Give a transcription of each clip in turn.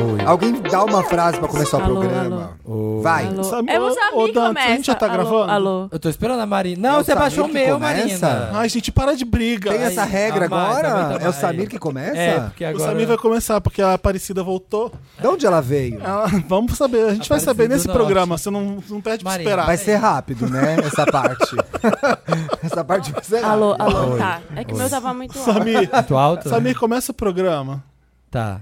Oi. Alguém dá uma frase pra começar Alô, o programa. Oi. Vai. Alô. Sabe, É você, ô, ô, amigo, Dan, começa. a gente já tá alô, gravando? Alô. Eu tô esperando a Marina. Não, É o você baixou o Samir que meu, começa? Ah, é Marina. Ai, gente, para de briga. Tem essa Ai, regra Ah, mais, agora? aguenta é o mais. Samir que começa? É, porque O agora... Samir vai começar, porque a Aparecida voltou. De onde ela veio? Ah, vamos saber, a gente vai Aparecida saber nesse do programa. Você não, não perde pra Marina, esperar. Vai ser rápido, né? Essa parte. Essa parte vai ser Alô, rápida. alô, Oi. tá. É que o meu tava muito alto. Samir, Muito alto? né? Samir, começa o programa. Tá.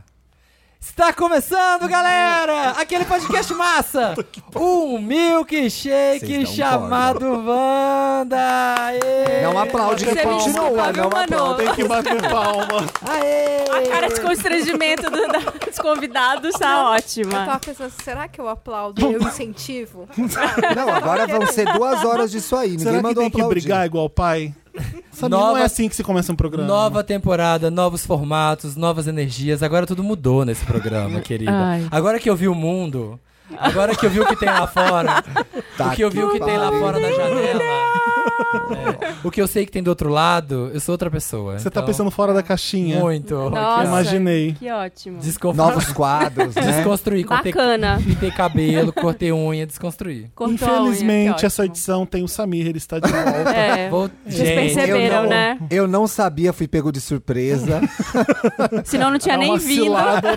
Está começando, galera! Aquele podcast massa! um milkshake Vocês dão chamado Wanda! Aê! Não aplaude Você que me continua, desculpa, viu, não Manu? aplaude. Tem que bater palma. Aê! A cara de constrangimento do- da- dos convidados tá Eu ótima. tava pensando, será que eu aplaudo? Eu incentivo? Não, agora vão ser duas horas disso aí. Ninguém Será que mandou tem que aplaudir. brigar igual o pai? Samir, não é Nova- assim que se começa um programa. Nova temporada, novos formatos, novas energias. Agora tudo mudou nesse programa, querida. Ai. Agora que eu vi o mundo, agora que eu vi o que tem lá fora, Tá o que eu vi o que tem lá pariu. fora da janela, é, o que eu sei que tem do outro lado, eu sou outra pessoa. Você tá Então, pensando é? fora da caixinha. muito. Nossa. Imaginei. Que ótimo. Desconf... Novos quadros, né? Desconstruir, cortei, É. Bacana. pintei cabelo, cortei unha, desconstruir. Cortou a unha, Infelizmente, que essa ótimo. edição tem o Samir, ele está de volta. É. Vou... Vocês Gente, perceberam, eu não- né? Eu não sabia, fui pego de surpresa. Senão não tinha Dá nem uma vindo. cilada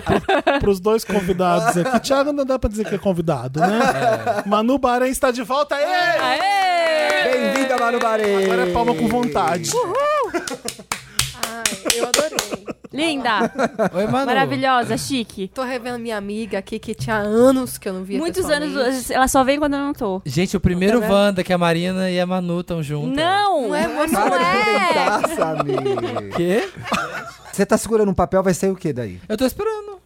pro- pros dois convidados aqui. Thiago não dá pra dizer que é convidado, É. né? Manu Bahrein está de volta. Ê! Aê! Bem-vinda, Maru Barei! Agora é palma com vontade. Ai, eu adorei. Linda, Oi, Manu. maravilhosa, chique. Tô revendo minha amiga aqui que tinha anos que eu não via Muitos pessoalmente. anos, ela só vem quando eu não tô. Gente, o primeiro Tá vendo? Wanda que a Marina e a Manu estão juntas. Não! Não é, você Para não de é. arrebentar, Samir. Quê? Você tá segurando um papel, vai sair o que daí? Eu tô esperando.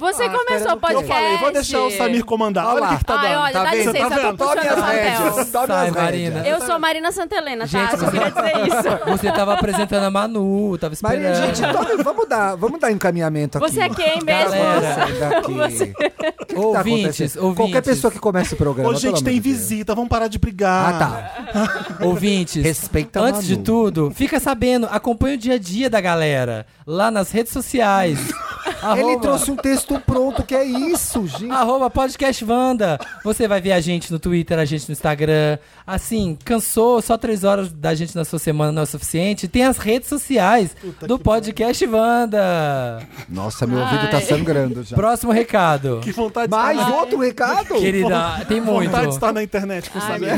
Você Ah, começou espera, o eu podcast. Eu falei, vou deixar o Samir comandar. Olha Olha o lá. que, que tá Ai, dando. olha, dá vendo? licença, Tá eu vendo? tô Tome as puxando o papel. rédeas. Sai, Tome as rédeas. Marina. Eu sou Marina Santelena, Gente, tá? Só você- queria dizer isso. Você tava apresentando a Manu, tava esperando. Marina, gente, tome- vamos dar, vamos dar encaminhamento aqui. Você é quem mesmo? é Galera, daqui. O que que tá ouvintes, acontecendo? ouvintes. Qualquer pessoa que comece o programa. Ô, pelo gente, amor tem de Deus. visita, vamos parar de brigar. Ah, tá. Ouvintes, Respeita a antes de Manu. tudo, fica sabendo, acompanha o dia a dia da galera lá nas redes sociais. Ele Arroba- trouxe um texto pronto, que é isso, gente. Arroba Podcast Wanda. Você vai ver a gente no Twitter, a gente no Instagram. Assim, cansou, só três horas da gente na sua semana não é suficiente. Tem as redes sociais do Podcast Wanda. Nossa, meu ouvido tá Ai. sangrando já. Próximo recado. Que vontade de Mais um. estar, outro recado? Querida, tem muito. vontade de estar na internet com o Samir.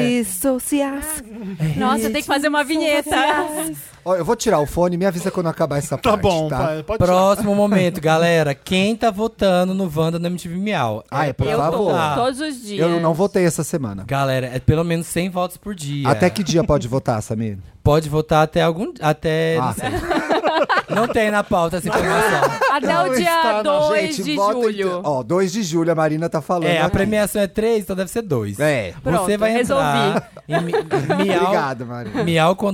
Dissociar. Nossa, tem que fazer uma vinheta. Ó, eu vou tirar o fone, me avisa quando acabar essa Tá parte, bom, tá? pai. Pode tirar. Próximo momento, galera. Quem tá votando no Wanda no MTV Miau? Ah, é, por eu favor. votar. Todos os dias. Eu não votei essa semana. Galera, é pelo menos 100 votos por dia. Até que dia pode votar, Samir? Pode votar até algum. Até. Ah. Não, sei. Não tem na pauta essa informação. Até o Não está na- dia 2 Tá Gente, de vota julho. então. Ó, 2 de julho, a Marina tá falando. É, a aqui. premiação é 3, então deve ser 2. É. Você Pronto, vai entrar em mi- miau, Obrigado, Marina. miau com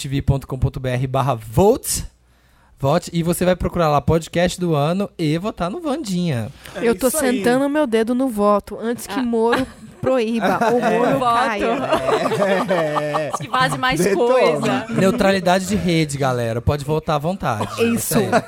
w.mtv.com.br barra vote. Vote e você vai procurar lá podcast do ano e votar no Vandinha. É eu tô isso aí. sentando meu dedo no voto antes que Moro proíba. O Moro caia. Voto. É. Que vaze mais Detona. coisa. Neutralidade de rede, galera. Pode votar à vontade. Isso. aí. Dá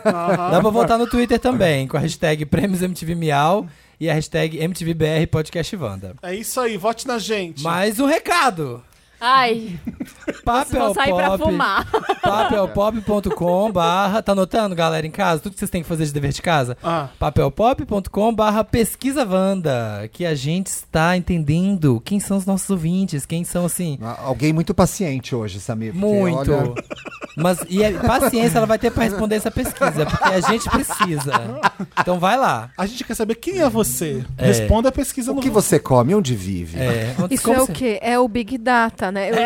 pra votar no Twitter também, com a hashtag Prêmios MTV Miau e a hashtag MTVBR Podcast Vanda. É isso aí, vote na gente. Mais um recado. Ai, vocês Então, Papel vão sair pra é Pop. é fumar. papelpop.com barra... Tá anotando, galera, em casa? Tudo que vocês têm que fazer de dever de casa? é Ah, papelpop.com barra pesquisa Wanda, que a gente está entendendo quem são os nossos ouvintes, quem são, assim, Alguém muito paciente hoje, Samir. porque, muito. olha, Mas, e a paciência ela vai ter pra responder essa pesquisa, porque a gente precisa. Então vai lá. a gente quer saber quem é você. É. Responda a pesquisa o no que você come, onde vive? É, onde- Isso como é o você- quê? É o Big Data, né? Eu,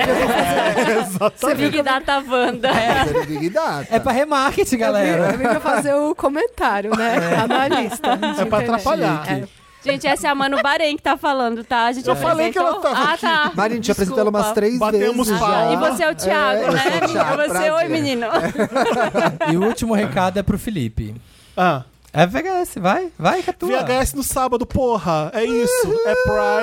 eu vou Big Data Wanda. Essa é a Big Data. É pra remarketing, galera. Eu vim pra fazer o comentário, né? Analista. É pra atrapalhar. É. Gente, essa é a Mano Bahrein que tá falando, tá? A gente Eu falei que ela apresentou- tava Ah, tá. Marina, te apresentou ela umas três Batemos vezes. palma. já. E você é o Thiago, É, eu né, sou o amiga? Thiago, É. Você, oi, prazer. menino. E o último recado é pro Felipe. Ah, É VHS, vai, vai, Catua. VHS no sábado, porra! É isso. É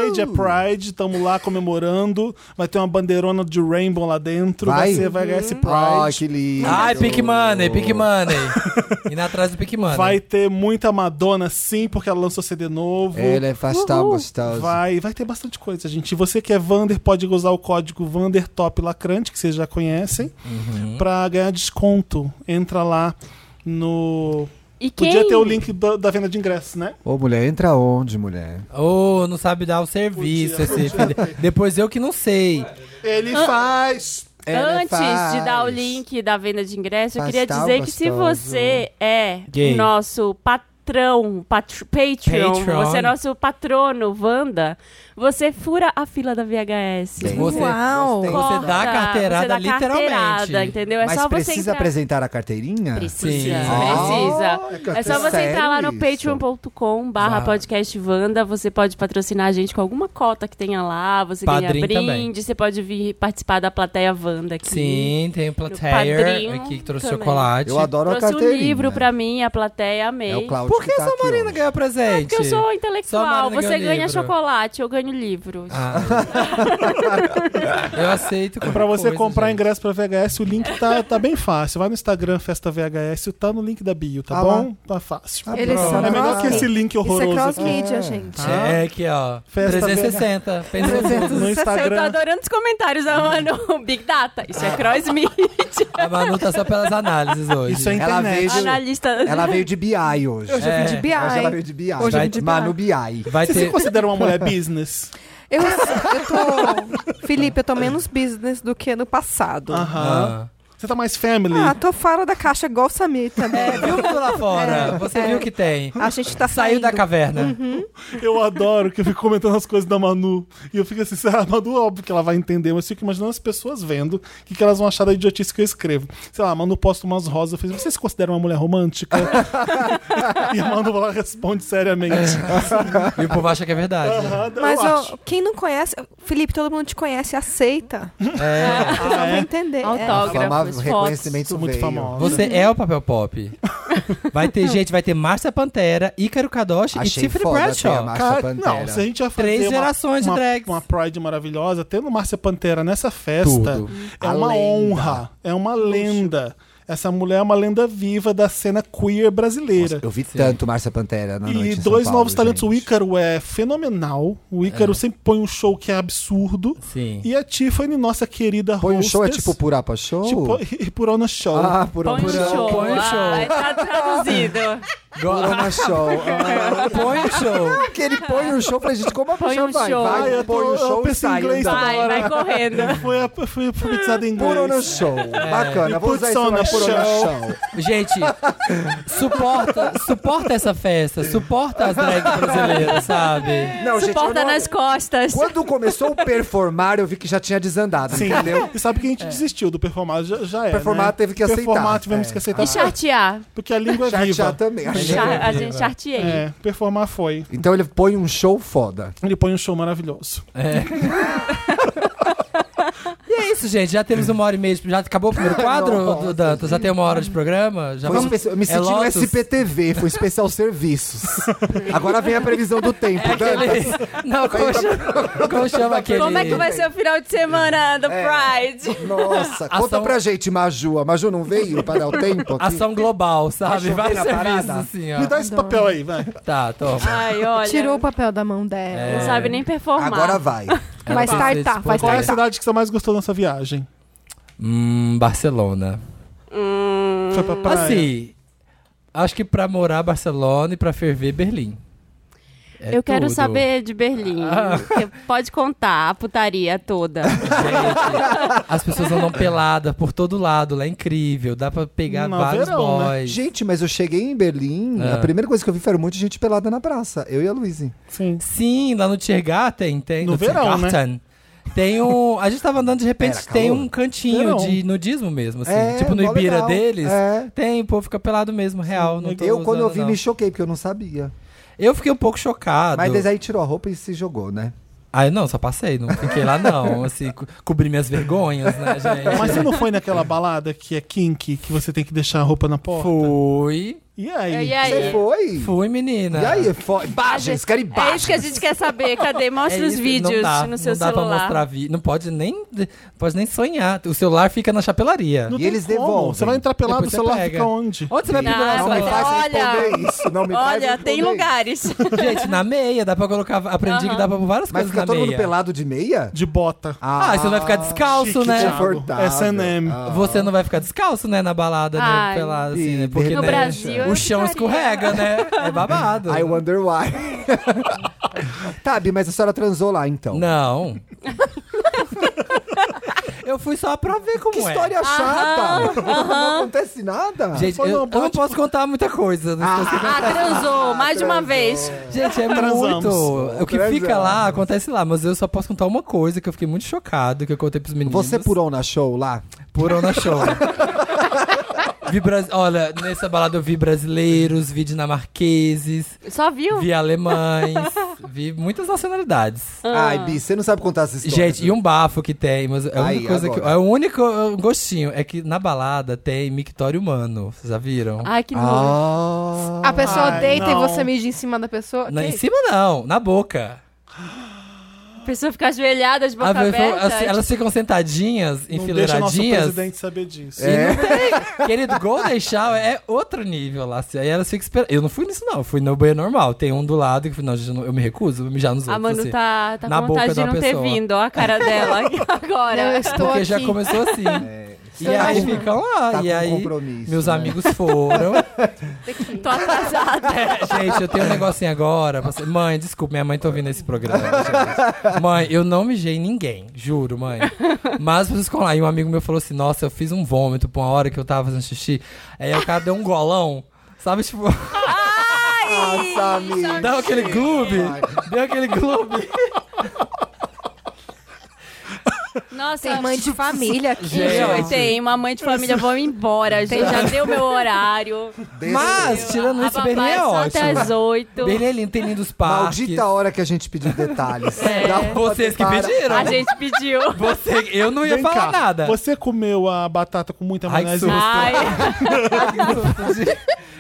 Pride, é Pride. Tamo lá comemorando. Vai ter uma bandeirona de Rainbow lá dentro. Vai, Vai? ser VHS Pride. Ai, que lindo. Ai, Pick Money, Pick Money. Indo atrás do Pick Money. Vai ter muita Madonna, sim, porque ela lançou CD novo. Ele é fastal gostoso. Vai, vai ter bastante coisa, gente. E Você que é Vander pode usar o código VanderTop Lacrante, que vocês já conhecem, Uhum. pra ganhar desconto. Entra lá no. E quem... Podia ter o link do- da venda de ingressos, né? Ô, mulher, entra onde, mulher? Ô, não sabe dar o serviço Podia, esse filho. Depois eu que não sei. Ele faz. Ela Antes É, né? faz. de dar o link da venda de ingresso, eu Faz queria tal dizer que se gostoso. você é Gay. o nosso patrão, patr Patreon, Patreon. você é nosso patrono, Wanda, você fura a fila da VHS. Bem. Você- Uau! Gostei. Você dá a Corta, carteirada você dá a literalmente. carteirada, entendeu? É Mas só você precisa entrar... apresentar a carteirinha? Ah, Precisa, Sim. precisa. É só você Sério entrar lá no isso? patreon.com barra Vá. podcast Wanda. Você pode patrocinar a gente com alguma cota que tenha lá. Você Padrim ganha brinde, também. você pode vir participar da plateia Wanda aqui. Sim, tem o Plateia padrinho aqui que trouxe também. chocolate. Eu adoro a Trouxe um carteirinha. livro pra mim, a plateia amei. É, É o Cláudio Por que que tá essa aqui, Marina ó. ganhou presente? Porque eu sou Só a intelectual. Marina Você ganhou ganha livro. chocolate, eu ganho livro. Ah. eu aceito. É Então, Pra você comprar ingresso. ingresso pra VHS, o link tá, tá bem fácil. Vai no Instagram, Festa VHS, tá no link da bio, tá Ah, bom? Tá fácil. Ah, Eles pronto. são é melhor cross- que esse link Isso é horroroso aqui. cross-media, É. gente. É aqui, ó. Festa 360. Pensa No Eu tô Instagram. adorando os comentários da Manu. Big Data. Isso Ah. é cross-media. A Manu tá só pelas análises hoje. Isso é Ela internet. veio- Analista. Ela veio de BI hoje. Hoje eu vim É. de BI. Hoje ela veio de BI. Hoje eu vim de Manu BI. Vai Você se ter. considera uma mulher business? Eu, eu tô. Felipe, eu tô menos business do que no passado. Aham. Ah. Você tá mais family? Ah, tô fora da caixa igual o Samir também. É, viu tudo lá fora? É, Você é. viu que tem. A gente tá Saiu saindo. da caverna. Uhum. Eu adoro que eu fico comentando as coisas da Manu. E eu fico assim, será a Manu? Óbvio que ela vai entender, mas eu fico imaginando as pessoas vendo o que, que elas vão achar da idiotice que eu escrevo. Sei lá, a Manu posta umas rosas. Eu falei, você se considera uma mulher romântica? e a Manu lá responde seriamente. E o povo acha que é verdade. né? Aham, eu Mas ó, acho. quem não conhece, Felipe, todo mundo te conhece, aceita. É. Vocês não é? vão entender. É. Autógrafos, Fama, fotos. reconhecimento Sou muito veio. famosa. Você é o papel pop. Vai ter gente, vai ter Márcia Pantera, Ícaro Kadoshi e Achei Tiffany foda ter a Bradshaw. Márcia Cara, Pantera. não, se a gente ia fazer Três uma- gerações de uma, drags. uma Pride maravilhosa, tendo Márcia Pantera nessa festa, Tudo. é A uma lenda. honra, é uma lenda. Essa mulher é uma lenda viva da cena queer brasileira. Eu vi tanto Márcia Pantera na noite E em São dois Paulo, novos talentos. gente. O Ícaro é fenomenal. O Ícaro sempre põe um show que é absurdo. Sim. E a Tiffany, nossa querida Põe um hostess, show, é tipo Purapa Show? tipo um e Purona Show. Ah, Purapa Põe o Purão, show. põe o show. Ah, tá traduzido. Purapa Show. Ah, Põe o show. que ele põe um show pra gente, como a Põe pessoa um vai? show. Vai, Ai, eu tô- põe um eu show e penso em sai. inglês andar. Vai, vai correndo. Foi, a- foi alfabetizada em inglês. Purona Show. Bacana, E vou usar isso Putsona na Purona Show. é. Show. Gente, suporta, suporta essa festa, suporta as drags brasileiras, sabe? Não, gente, eu Suporta não... nas costas. Quando começou o performar, eu vi que já tinha desandado, Sim. entendeu? É. E sabe que a gente desistiu do performar, já, já é. Performar né? teve que aceitar. Performar tivemos É. que aceitar. E chartear. Porque a língua é viva. Chatear também. Char- a Viva. gente charteei. É, performar foi. Então ele põe um show foda. Ele põe um show maravilhoso. É. E é isso, gente. Já temos uma hora e meia. de- Já acabou o primeiro quadro, Nossa, do Dantas? Já tem uma hora de programa? Já Foi vamos- espe- Eu me É senti no Lotus? SPTV, foi especial serviços. Agora vem a previsão do tempo, É Dantas. Não, como chama, como chama aquele... Como é que vai ser o final de semana do É. Pride? Nossa, conta Ação- pra gente, Maju. A Maju não veio para dar o tempo aqui? Ação global, sabe? chover Vai na ser parada? assim, Me ó. dá esse papel aí, vai. Tá, toma. Ai, olha. É. Tirou o papel da mão dela. Não sabe nem performar. É. Agora vai. É. Ela Vai tem que ser startar, vai Qual é a espontânea. startar. cidade que você mais gostou nessa viagem? Hum, Barcelona. Hum, Foi pra praia? Assim, acho que pra morar Barcelona e pra ferver Berlim. É eu quero tudo. Ah. saber de Berlim. Você Pode contar a putaria toda. Gente, as pessoas andam peladas por todo lado, lá é incrível. Dá pra pegar No vários verão, né? boys. Gente, mas eu cheguei em Berlim, É Ah. a primeira coisa que eu vi foi um monte de gente pelada na praça. Eu e a Luísa. Sim. Sim, lá no Tiergarten tem. No verão, Tiergarten, Tem um. A gente tava andando de repente, Era tem né? calor? um cantinho Verão. de nudismo mesmo, assim. É, tipo no mó Ibira legal. deles. É. Tem, pô, fica pelado mesmo, real. Não tô Eu, quando eu usando, vi, não. me choquei, porque eu não sabia. Eu fiquei um pouco chocado. Mas aí tirou a roupa e se jogou, né? Ah, eu não, só passei, não fiquei lá não, assim, co cobri minhas vergonhas, né, gente? é Mas você não foi naquela balada que é kink, que você tem que deixar a roupa na porta? Fui. E aí? E aí? Você foi? Fui, menina. E aí? é Fo... Imagens, quero É isso que a imagens. gente quer saber. Cadê? É Mostra os isso, vídeos não dá, no seu não dá celular. Pra mostrar vi- não pode nem, pode nem sonhar. O celular fica na chapelaria. Não E tem eles como. devolvem. Você vai entrar pelado, o Depois você celular pega. fica onde? Onde você vai Não, pendurar o Não me celular? faz Olha. responder isso. Não me faz Olha, responder tem isso. lugares. Gente, na meia, dá pra colocar. Aprendi que dá pra pôr várias Mas coisas fica na todo meia. mundo pelado de meia? De bota. Ah, você não vai ficar descalço, Chique, né? Thiago. Confortável. S&M. tipo, Ah. Você não vai ficar descalço, né, na balada, né? Ai. Pela, assim, né? E Porque, no né, Brasil, eu o chão ficaria. escorrega, né? É babado. I wonder why. tá, Bi, mas a senhora transou lá, então. Não. eu fui só pra ver como Que é. história chata! Não acontece nada. Gente, eu, Foi no eu não bote- posso contar muita coisa. não sei se- Ah, transou. Mais de uma transou. vez. Gente, é Transamos. muito. O que Transamos. fica lá, acontece lá. Mas eu só posso contar uma coisa que eu fiquei muito chocado, que eu contei pros meninos. Você é purou na show lá? Purou na show. vi Bras- Olha, nessa balada eu vi brasileiros, vi dinamarqueses, Só viu? vi alemães, vi muitas nacionalidades. Ah. Ai, Bi, você não sabe contar né? essas histórias. Gente, e um bafo que tem, mas é a Aí, única coisa que. agora. É o único uh, gostinho. É que na balada tem mictório humano. Vocês já viram? Ai, que nojo. Ah. A pessoa Ai, deita não. e você mija em cima da pessoa? Na- Que- em cima não, na boca. A pessoa fica ajoelhada, de boca A- aberta. tipo- assim, elas ficam sentadinhas, Não deixa nosso enfileiradinhas. presidente saber disso. É. E não tem. Querido, Golden Shower é outro nível lá. assim, Aí elas ficam esperando. Eu não fui nisso, não. Eu fui no banheiro normal. Tem um do lado que eu falei, não, gente, eu não- eu me recuso, eu vou mijar nos A outros. Manu assim. tá, tá na com boca vontade de da não ter pessoa. vindo. Ó a cara dela aqui Não, eu agora. estou é, Porque aqui. já começou assim. E Estou aí imaginando. ficam lá. É. Tá e com aí compromisso, meus né? amigos foram. Tô atrasada. gente, eu tenho um negocinho agora. pra você- Mãe, desculpa, minha mãe tá ouvindo esse programa. gente. Mãe, eu não mijei em ninguém, juro, mãe. Mas vocês ficam lá. E um amigo meu falou assim: Nossa, eu fiz um vômito pra uma hora que eu tava fazendo xixi. Aí o cara deu um golão. Sabe, tipo. Nossa, amiga. Dá aquele clube. Deu aquele clube. Nossa, Tem mãe de família aqui, Gente. gente. Tem uma mãe de família, vou agora, gente. Já deu meu horário. Mas, tirando isso, a Berlim babá é só até às ótimo. oito. Berlim é lindo, tem lindos parques. Maldita hora que a gente pediu detalhes. É. Dá pra Vocês que parar. pediram. A gente pediu. Você, eu não ia Vem falar cá, nada. Você comeu a batata com muita Ai, que maionese? susto. Ai,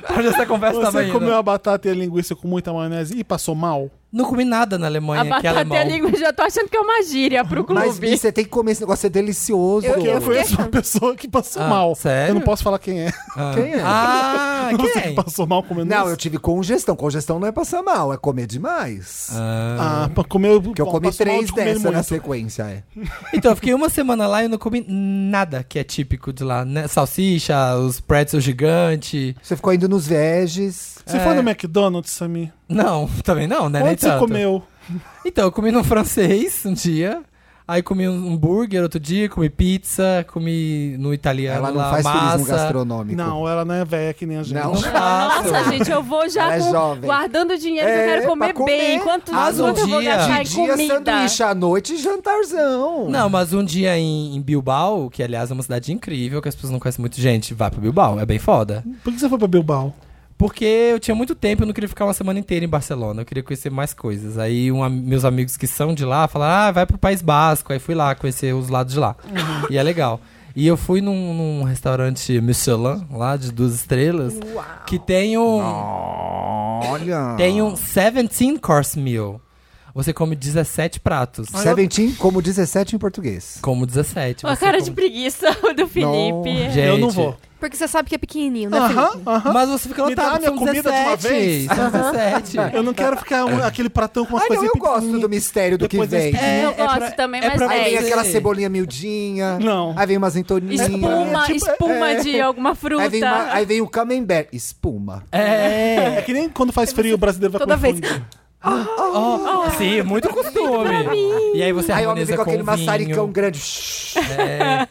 Pra onde essa conversa tava Você indo? comeu a batata e a linguiça com muita maionese e passou mal? Não comi nada na a Alemanha, que é batata e alemão. a língua já tô achando que é uma gíria pro Mas, clube. Bi, você tem que comer esse negócio, é delicioso. Eu- Porque eu, fiquei conheço uma achando- pessoa que passou Ah, mal. sério? Eu não posso falar quem é. Ah. Quem é? Ah, Você quem? que passou mal comendo Não, isso? eu tive congestão. Congestão não é passar mal, é comer demais. Ah. Ah, pra comer... Porque eu bom, comi passou mal três de comer dessa na muito. sequência, é. Então, eu fiquei uma semana lá e não comi nada que é típico de lá, né? Salsicha, os pretzels gigante. Você ficou indo nos veges. Você É. foi no McDonald's, Samir? Não, também não, né? Nem Onde você tanto. comeu? Então, eu comi no francês um dia. Aí comi um hambúrguer outro dia, comi pizza, comi no italiano Ela não lá, faz massa. turismo gastronômico. Não, ela não é velha que nem a gente. Não. Não é faço. Nossa, gente, eu vou já Ela é com- jovem. guardando dinheiro que É, eu quero comer, pra comer. bem. Quanto, Mas um quanto eu vou dia- gastar em De dia, comida? sanduíche à noite, jantarzão. Não, mas um dia em, em Bilbao, que aliás é uma cidade incrível, que as pessoas não conhecem muito gente, vai pra Bilbao, é bem foda. Por que você foi pra Bilbao? Porque eu tinha muito tempo, eu não queria ficar uma semana inteira em Barcelona, eu queria conhecer mais coisas. Aí um am- meus amigos que são de lá falaram, ah, vai pro País Basco. Aí fui lá conhecer os lados de lá. Uhum. e é legal. E eu fui num, num restaurante Michelin, lá de duas estrelas, que tem um. Olha. Tem um 17 course meal. Você come 17 pratos. 17 como 17 em português. Como 17. Uma você cara come- de preguiça do Felipe. Gente, Eu não vou. Porque você sabe que é pequenininho, né, Aham, Felipe? aham. Mas você fica lá, Me dá tá, a minha são comida de uma 17, vez. São 17. Eu não quero ficar um- aquele pratão com uma É. Ai, coisa não, eu gosto do mistério do que Depois desse vem. pequenininho. eu gosto também, mas É, pra Aí vem É, aquela você- cebolinha miudinha. Não. Aí vem umas entoninhas. Espuma, tipo, espuma é. de alguma fruta. Aí vem, uma- aí vem o camembert. Espuma. É. É que nem quando faz frio o brasileiro vai toda vez. confundir. ó, Oh, sim, é muito costume. E aí você aí o homem harmoniza vem com aquele com maçaricão vinho. É. grande.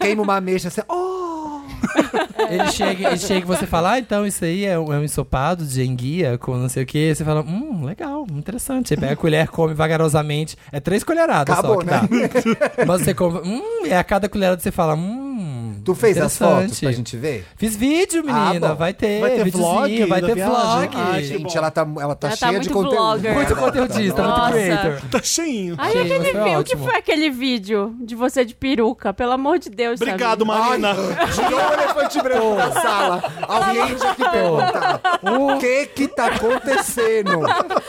Queima uma ameixa. Assim, oh! Ele chega, ele chega e você fala, ah, então isso aí é um, é um ensopado de enguia com não sei o quê. Você fala, hum, legal, interessante. Você pega a colher, come vagarosamente. É três colheradas Acabou, só que né? dá. Mas você come, hum, e a cada colherada você fala, hum... Tu fez as fotos Interessante. pra gente ver? Fiz vídeo, menina. bom. vai ter. Vai ter videozinho, vlog Vai da ter viagem? vlog. Ah, gente, Gente, ela tá, ela tá Ela tá cheia de muito conteúdo. blogger. muito Ela tá- conteudista, Nossa. muito creator. Tá cheinho. Ai, Sim, aquele mas é foi vi- o que ótimo. foi aquele vídeo de você de peruca? Pelo amor de Deus, Obrigado, Samir. Marina. Tirou o elefante branco da sala. Alguém tinha que perguntar. O que que tá acontecendo?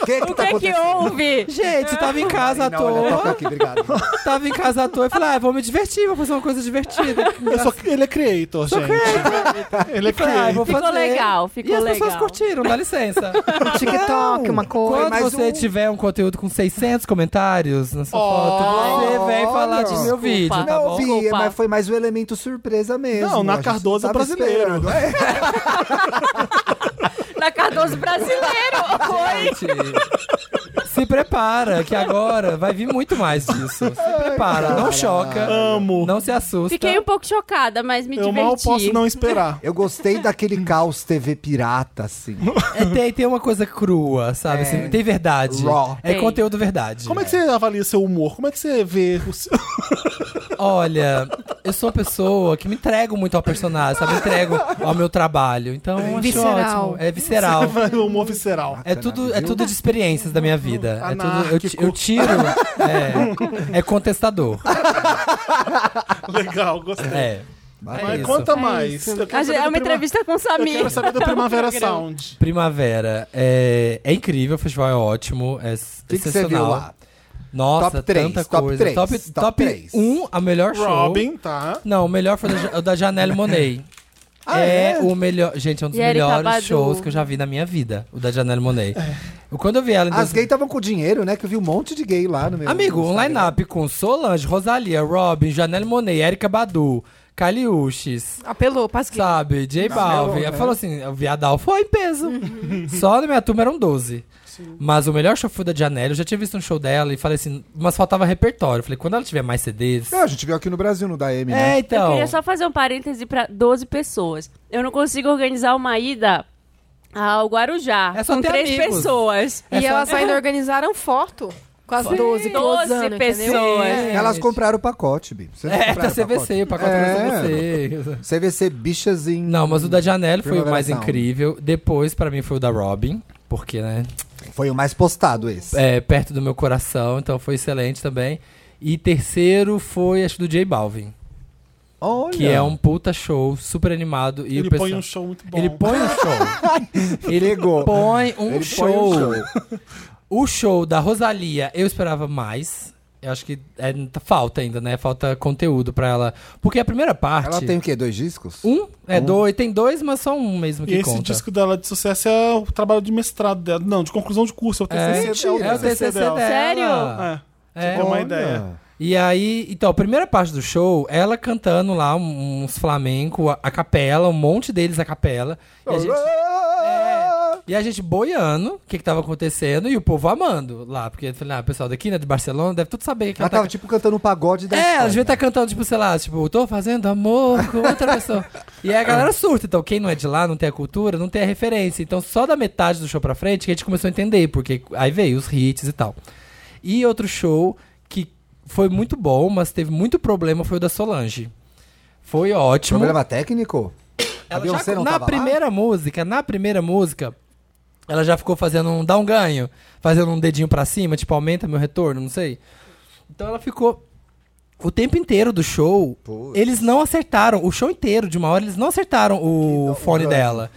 O que que O tá que que acontecendo? houve? Gente, eu tava em casa à Não, é olha, toca toa. aqui, obrigado. Tava em casa à toa e falei, ah, vou me divertir, vou fazer uma coisa divertida. Eu sou- ele é creator, gente. Ele Falei, ah, é creator. vou Ficou fazer. legal, ficou E as pessoas legal. curtiram, dá licença. TikTok, uma Quando coisa. mais você um. tiver um conteúdo com 600 comentários na sua foto, você vem falar de meu Desculpa. vídeo, tá Não bom? vi, Opa. mas foi mais um elemento surpresa mesmo. Não, na A gente Cardoso é tava brasileiro. esperando. É, Na Cardoso brasileiro. Oi. Gente, Se prepara, que agora vai vir muito mais disso. Se prepara, não choca, Amo. não se assusta. Fiquei um pouco chocada, mas me eu diverti. mal posso não esperar. Eu gostei daquele caos TV pirata, assim. É, tem, tem uma coisa crua, sabe? assim, tem verdade. Raw. É Tem. conteúdo verdade. É. Como é que você avalia seu humor? Como é que você vê o seu... Olha, eu sou uma pessoa que me entrego muito ao personagem, sabe? Me entrego ao meu trabalho. Então, acho Visceral. ótimo. É visceral. o humor visceral? É tudo, é tudo de experiências da minha vida. É tudo, eu, ti- Anárquico. eu tiro. É, é contestador. Legal, gostei. É. É Mas isso. conta É mais. isso. Eu quero A gente- saber É do uma Prima- entrevista com o Eu Samir. quero saber do Primavera Sound. Primavera é, é incrível, o festival é ótimo, é O que, que você viu sensacional. lá? Nossa, Top três, tanta top coisa. três, top, top top três. 1, a melhor show. Robin, tá? Não, o melhor foi o da Ja- o da Janelle Monet. é, o melhor. Gente, é um dos Ah, E Erika melhores Badu. É. shows que eu já vi na minha vida, o da Janelle Monet. Quando eu vi Ah, ela em As dois- gays estavam com dinheiro, né? Que eu vi um monte de gay lá no é? meu. Amigo, um Instagram. line-up com Solange, Rosalia, Robin, Janelle Monet, Erika Badu, Caliuches, Apelou, pasguei. sabe, J Balvin. né? Ela falou assim: o Viadal foi em peso. Só na minha turma eram 12. Mas o melhor show foi da Janelle. Eu já tinha visto um show dela e falei assim, mas faltava repertório. Eu Falei, quando ela tiver mais CDs. Não, a gente viu aqui no Brasil, no da M, né? É, Eu então. queria só fazer um parêntese pra 12 pessoas. Eu não consigo organizar uma ida ao Guarujá É só com ter três amigos. pessoas. E elas ainda organizaram foto com as 12 closando, 12 né, entendeu? pessoas. É. Elas compraram o pacote, Bi. Vocês É, compraram da o pacote. CVC, o pacote tá da É. CVC. CVC bichas em. Não, mas o da Janelle foi o Primavera mais Sound. incrível. Depois, pra mim, foi o da Robin. Porque, né? Foi o mais postado esse. é, perto do meu coração, então foi excelente também. E terceiro foi, acho, do J Balvin, Olha. que é um puta show, super animado. E Ele o pessoal... põe um show muito bom. Ele põe um show. ele Pegou. põe um Ele põe show. um show. O show da Rosalia, eu esperava mais. Eu acho que é, falta ainda, né? Falta conteúdo pra ela. Porque a primeira parte. Ela tem o quê? Dois discos? Um? É dois. Tem dois, mas só um mesmo E que esse conta. disco dela de sucesso é o trabalho de mestrado dela. Não, de conclusão de curso. É o é, TCC, é, o TCC dela. Sério? É. Tem uma Olha. ideia. E aí, então, a primeira parte do show, ela cantando lá um- uns flamenco, a, a capela, um monte deles a capela. E a gente, é, e a gente boiando o que, que tava acontecendo e o povo amando lá. Porque eu falei, ah, o pessoal daqui, né, de Barcelona, deve tudo saber que Ela ela tava tá... tipo cantando um pagode da É, ela devia Espanha. estar cantando, tipo, sei lá, tipo, tô fazendo amor com outra pessoa. e aí a galera surta. Então, quem não é de lá, não tem a cultura, não tem a referência. Então, só da metade do show pra frente que a gente começou a entender, porque aí veio os hits e tal. E outro show que foi muito bom, mas teve muito problema, foi o da Solange. Foi ótimo. Problema técnico? Ela A Beyoncé já- não na tava lá? primeira música, na primeira música, ela já ficou fazendo um dá um ganho, fazendo um dedinho pra cima, tipo aumenta meu retorno, não sei. Então ela ficou o tempo inteiro do show, Putz. eles não acertaram o show inteiro de uma hora, eles não acertaram o fone dano. dela.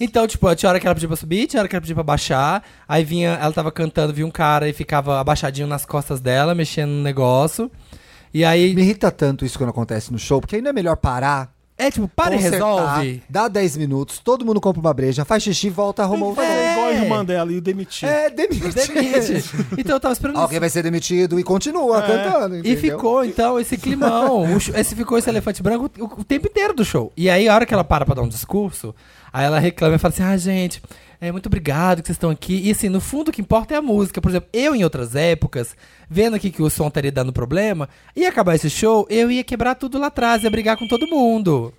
Então, tipo, tinha hora que ela pedia pra subir, tinha hora que ela pedia pra baixar. Aí vinha, ela tava cantando, vinha um cara e ficava abaixadinho nas costas dela, mexendo no negócio. E aí, Me irrita tanto isso quando acontece no show, porque ainda é melhor parar. é tipo, para e consertar, resolve. Dá 10 minutos, todo mundo compra uma breja, faz xixi, volta, arruma Tem que outra. fazer É. igual a irmã dela e demitir. É, demite. Demite. Então eu tava esperando isso. Alguém vai ser demitido e continua É. cantando. E entendeu? ficou, então, esse climão. o sh- esse ficou esse elefante branco o, o tempo inteiro do show. E aí, a hora que ela para pra dar um discurso, aí ela reclama e fala assim: ah, gente, é, muito obrigado que vocês estão aqui. E assim, no fundo, o que importa é a música. Por exemplo, eu, em outras épocas, vendo aqui que o som estaria dando problema, ia acabar esse show, eu ia quebrar tudo lá atrás, ia brigar com todo mundo.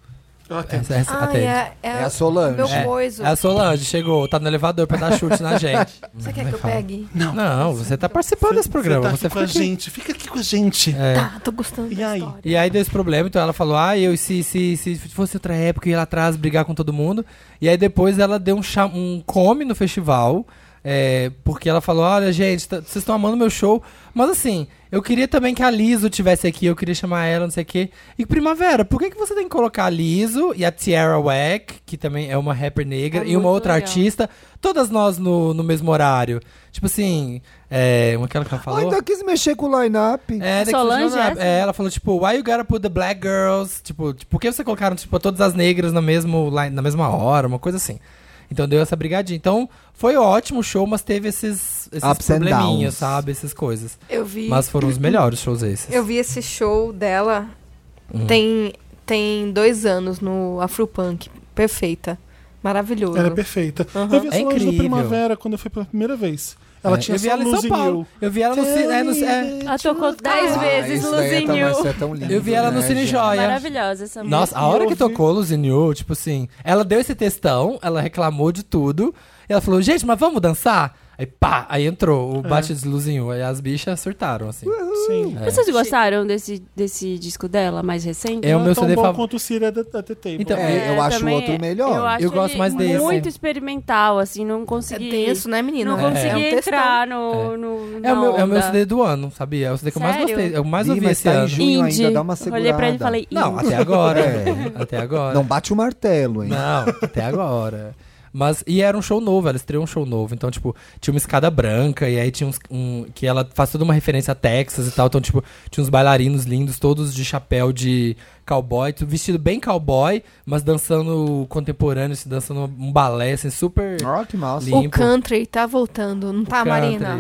Ah, Essa, essa Ai, até. é, é, É a Solange. Meu É, coiso. é a Solange chegou, tá no elevador pra dar chute na gente. Você quer que eu pegue? Não, você tá participando desse programa. Você, tá aqui com a fica aqui. gente. Fica aqui com a gente. É. Tá, tô gostando E da aí? história. E aí deu esse problema, então ela falou: ah, eu se, se, se fosse outra época, eu ia lá atrás brigar com todo mundo. E aí depois ela deu um, cha- um come no festival. é, porque ela falou: olha, gente, tá- vocês estão amando meu show. Mas assim, eu queria também que a Liso tivesse aqui, eu queria chamar ela, não sei o quê. E Primavera, por que, que você tem que colocar a Liso e a Tiara Wack, que também é uma rapper negra, É e uma muito outra legal. artista, todas nós no, no mesmo horário? Tipo assim, é, uma que ela falou. então Ainda quis mexer com o line-up. É, daqui Solange, surgiu na- essa? é, ela falou, tipo, why you gotta put the black girls? Tipo, tipo, por que você colocaram, tipo, todas as negras na, mesmo, line- na mesma hora? Uma coisa assim. Então deu essa brigadinha. Então, foi ótimo o show, mas teve esses, esses Ups and downs. probleminhas, sabe? Essas coisas. Eu vi. Mas foram os melhores shows esses. Eu vi esse show dela Hum. tem, tem dois anos no Afropunk. Perfeita. Maravilhoso. Ela é perfeita. Aham. Eu vi É a Solange no incrível. Primavera quando eu fui pela primeira vez. Ela É, tinha eu vi só um ela em Luz São in Paulo. You. Eu vi ela no cine. é, no- é. Ela tocou dez Ah, vezes, isso daí é tão- Luzinho. Tá isso é tão lindo, Eu vi ela no né, Cine gente? Joia. Maravilhosa essa música. Nossa, a hora que ouvi. tocou Lucy New, tipo assim, ela deu esse textão, ela reclamou de tudo, e ela falou, gente, mas vamos dançar? Aí pá, aí entrou É. o bate de Lucy New, aí as bichas surtaram, assim. Ah, Sim. É. Vocês gostaram desse, desse disco dela, mais recente? É o Não meu tão CD bom favorito. quanto o Cira da, da The Table. Então, É, eu acho o também outro é. melhor. Eu, acho Eu gosto ele mais desse. muito É. experimental, assim, não É consegui... denso, né, menina? não É. consegui É um textão. entrar no, no É o, meu, é o meu onda. CD do ano, sabia? É o CD que eu mais Sério? gostei. Eu mais Vi, ouvi mas esse tá em ano. junho. Juninho ainda, Indie. dá uma Eu Olhei pra ele e segurada. falei, Não, indie. até agora. É. Até agora. Não bate o martelo, hein? Não, até agora. Mas, e era um show novo, ela estreou um show novo. Então, tipo, tinha uma escada branca, e aí tinha uns. um- que ela faz toda uma referência a Texas e tal. Então, tipo, tinha uns bailarinos lindos, todos de chapéu de cowboy, tudo vestido bem cowboy, mas dançando contemporâneo, assim, dançando um balé, assim, super. Ó, que massa. Lindo. O Limpo. country tá voltando, não tá, country. Hum. Marina?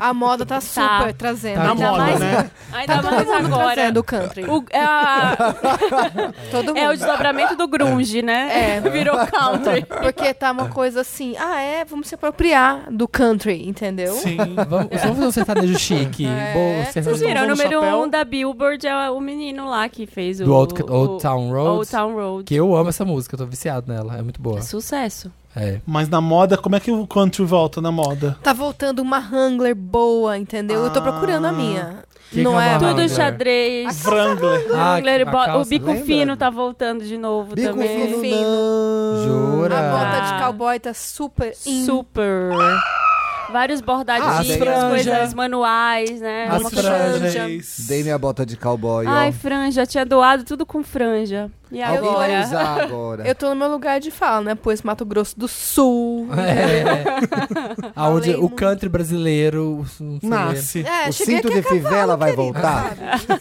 A moda tá super trazendo. Tá Na Ainda moda, mais- né? Ainda Tá mais todo mundo agora. trazendo o country. O- é, a- Todo é o mundo. desdobramento do grunge, né? É. Virou country. Porque tá uma coisa assim, ah, é, vamos se apropriar do country, entendeu? Sim. Vamos, vamos fazer um sertanejo chique. É. Boa, Vocês sertanejo viram, o Vamos no número chapéu. um da Billboard é o menino lá que fez o... do Old, Old o- Town Road. Old Town Road. Que eu amo essa música, eu tô viciado nela, é muito boa. Sucesso. É. Mas na moda, como é que o country volta na moda? Tá voltando uma Hangler boa, entendeu? Eu tô procurando a minha. Que não que é é? uma Tudo Wrangler. xadrez. Wrangler. Wrangler, a bo- o calça- bico lembra? fino tá voltando de novo Bico também. fino, Fino. não. Jura? A bota Ah. de cowboy tá super in. Super. Vários As bordadinhos, franja. coisas manuais, né? As Muito franjas. xadrez. Dei minha bota de cowboy, Ai, ó. franja, tinha doado tudo com franja. E Alguém vai agora? usar agora. Eu tô no meu lugar de fala, né? Pois Mato Grosso do Sul. É. Aonde Falei o muito. country brasileiro. o- não sei. Nasce. É, O cheguei cinto de aqui a cavalo, fivela vai querida, voltar? sabe?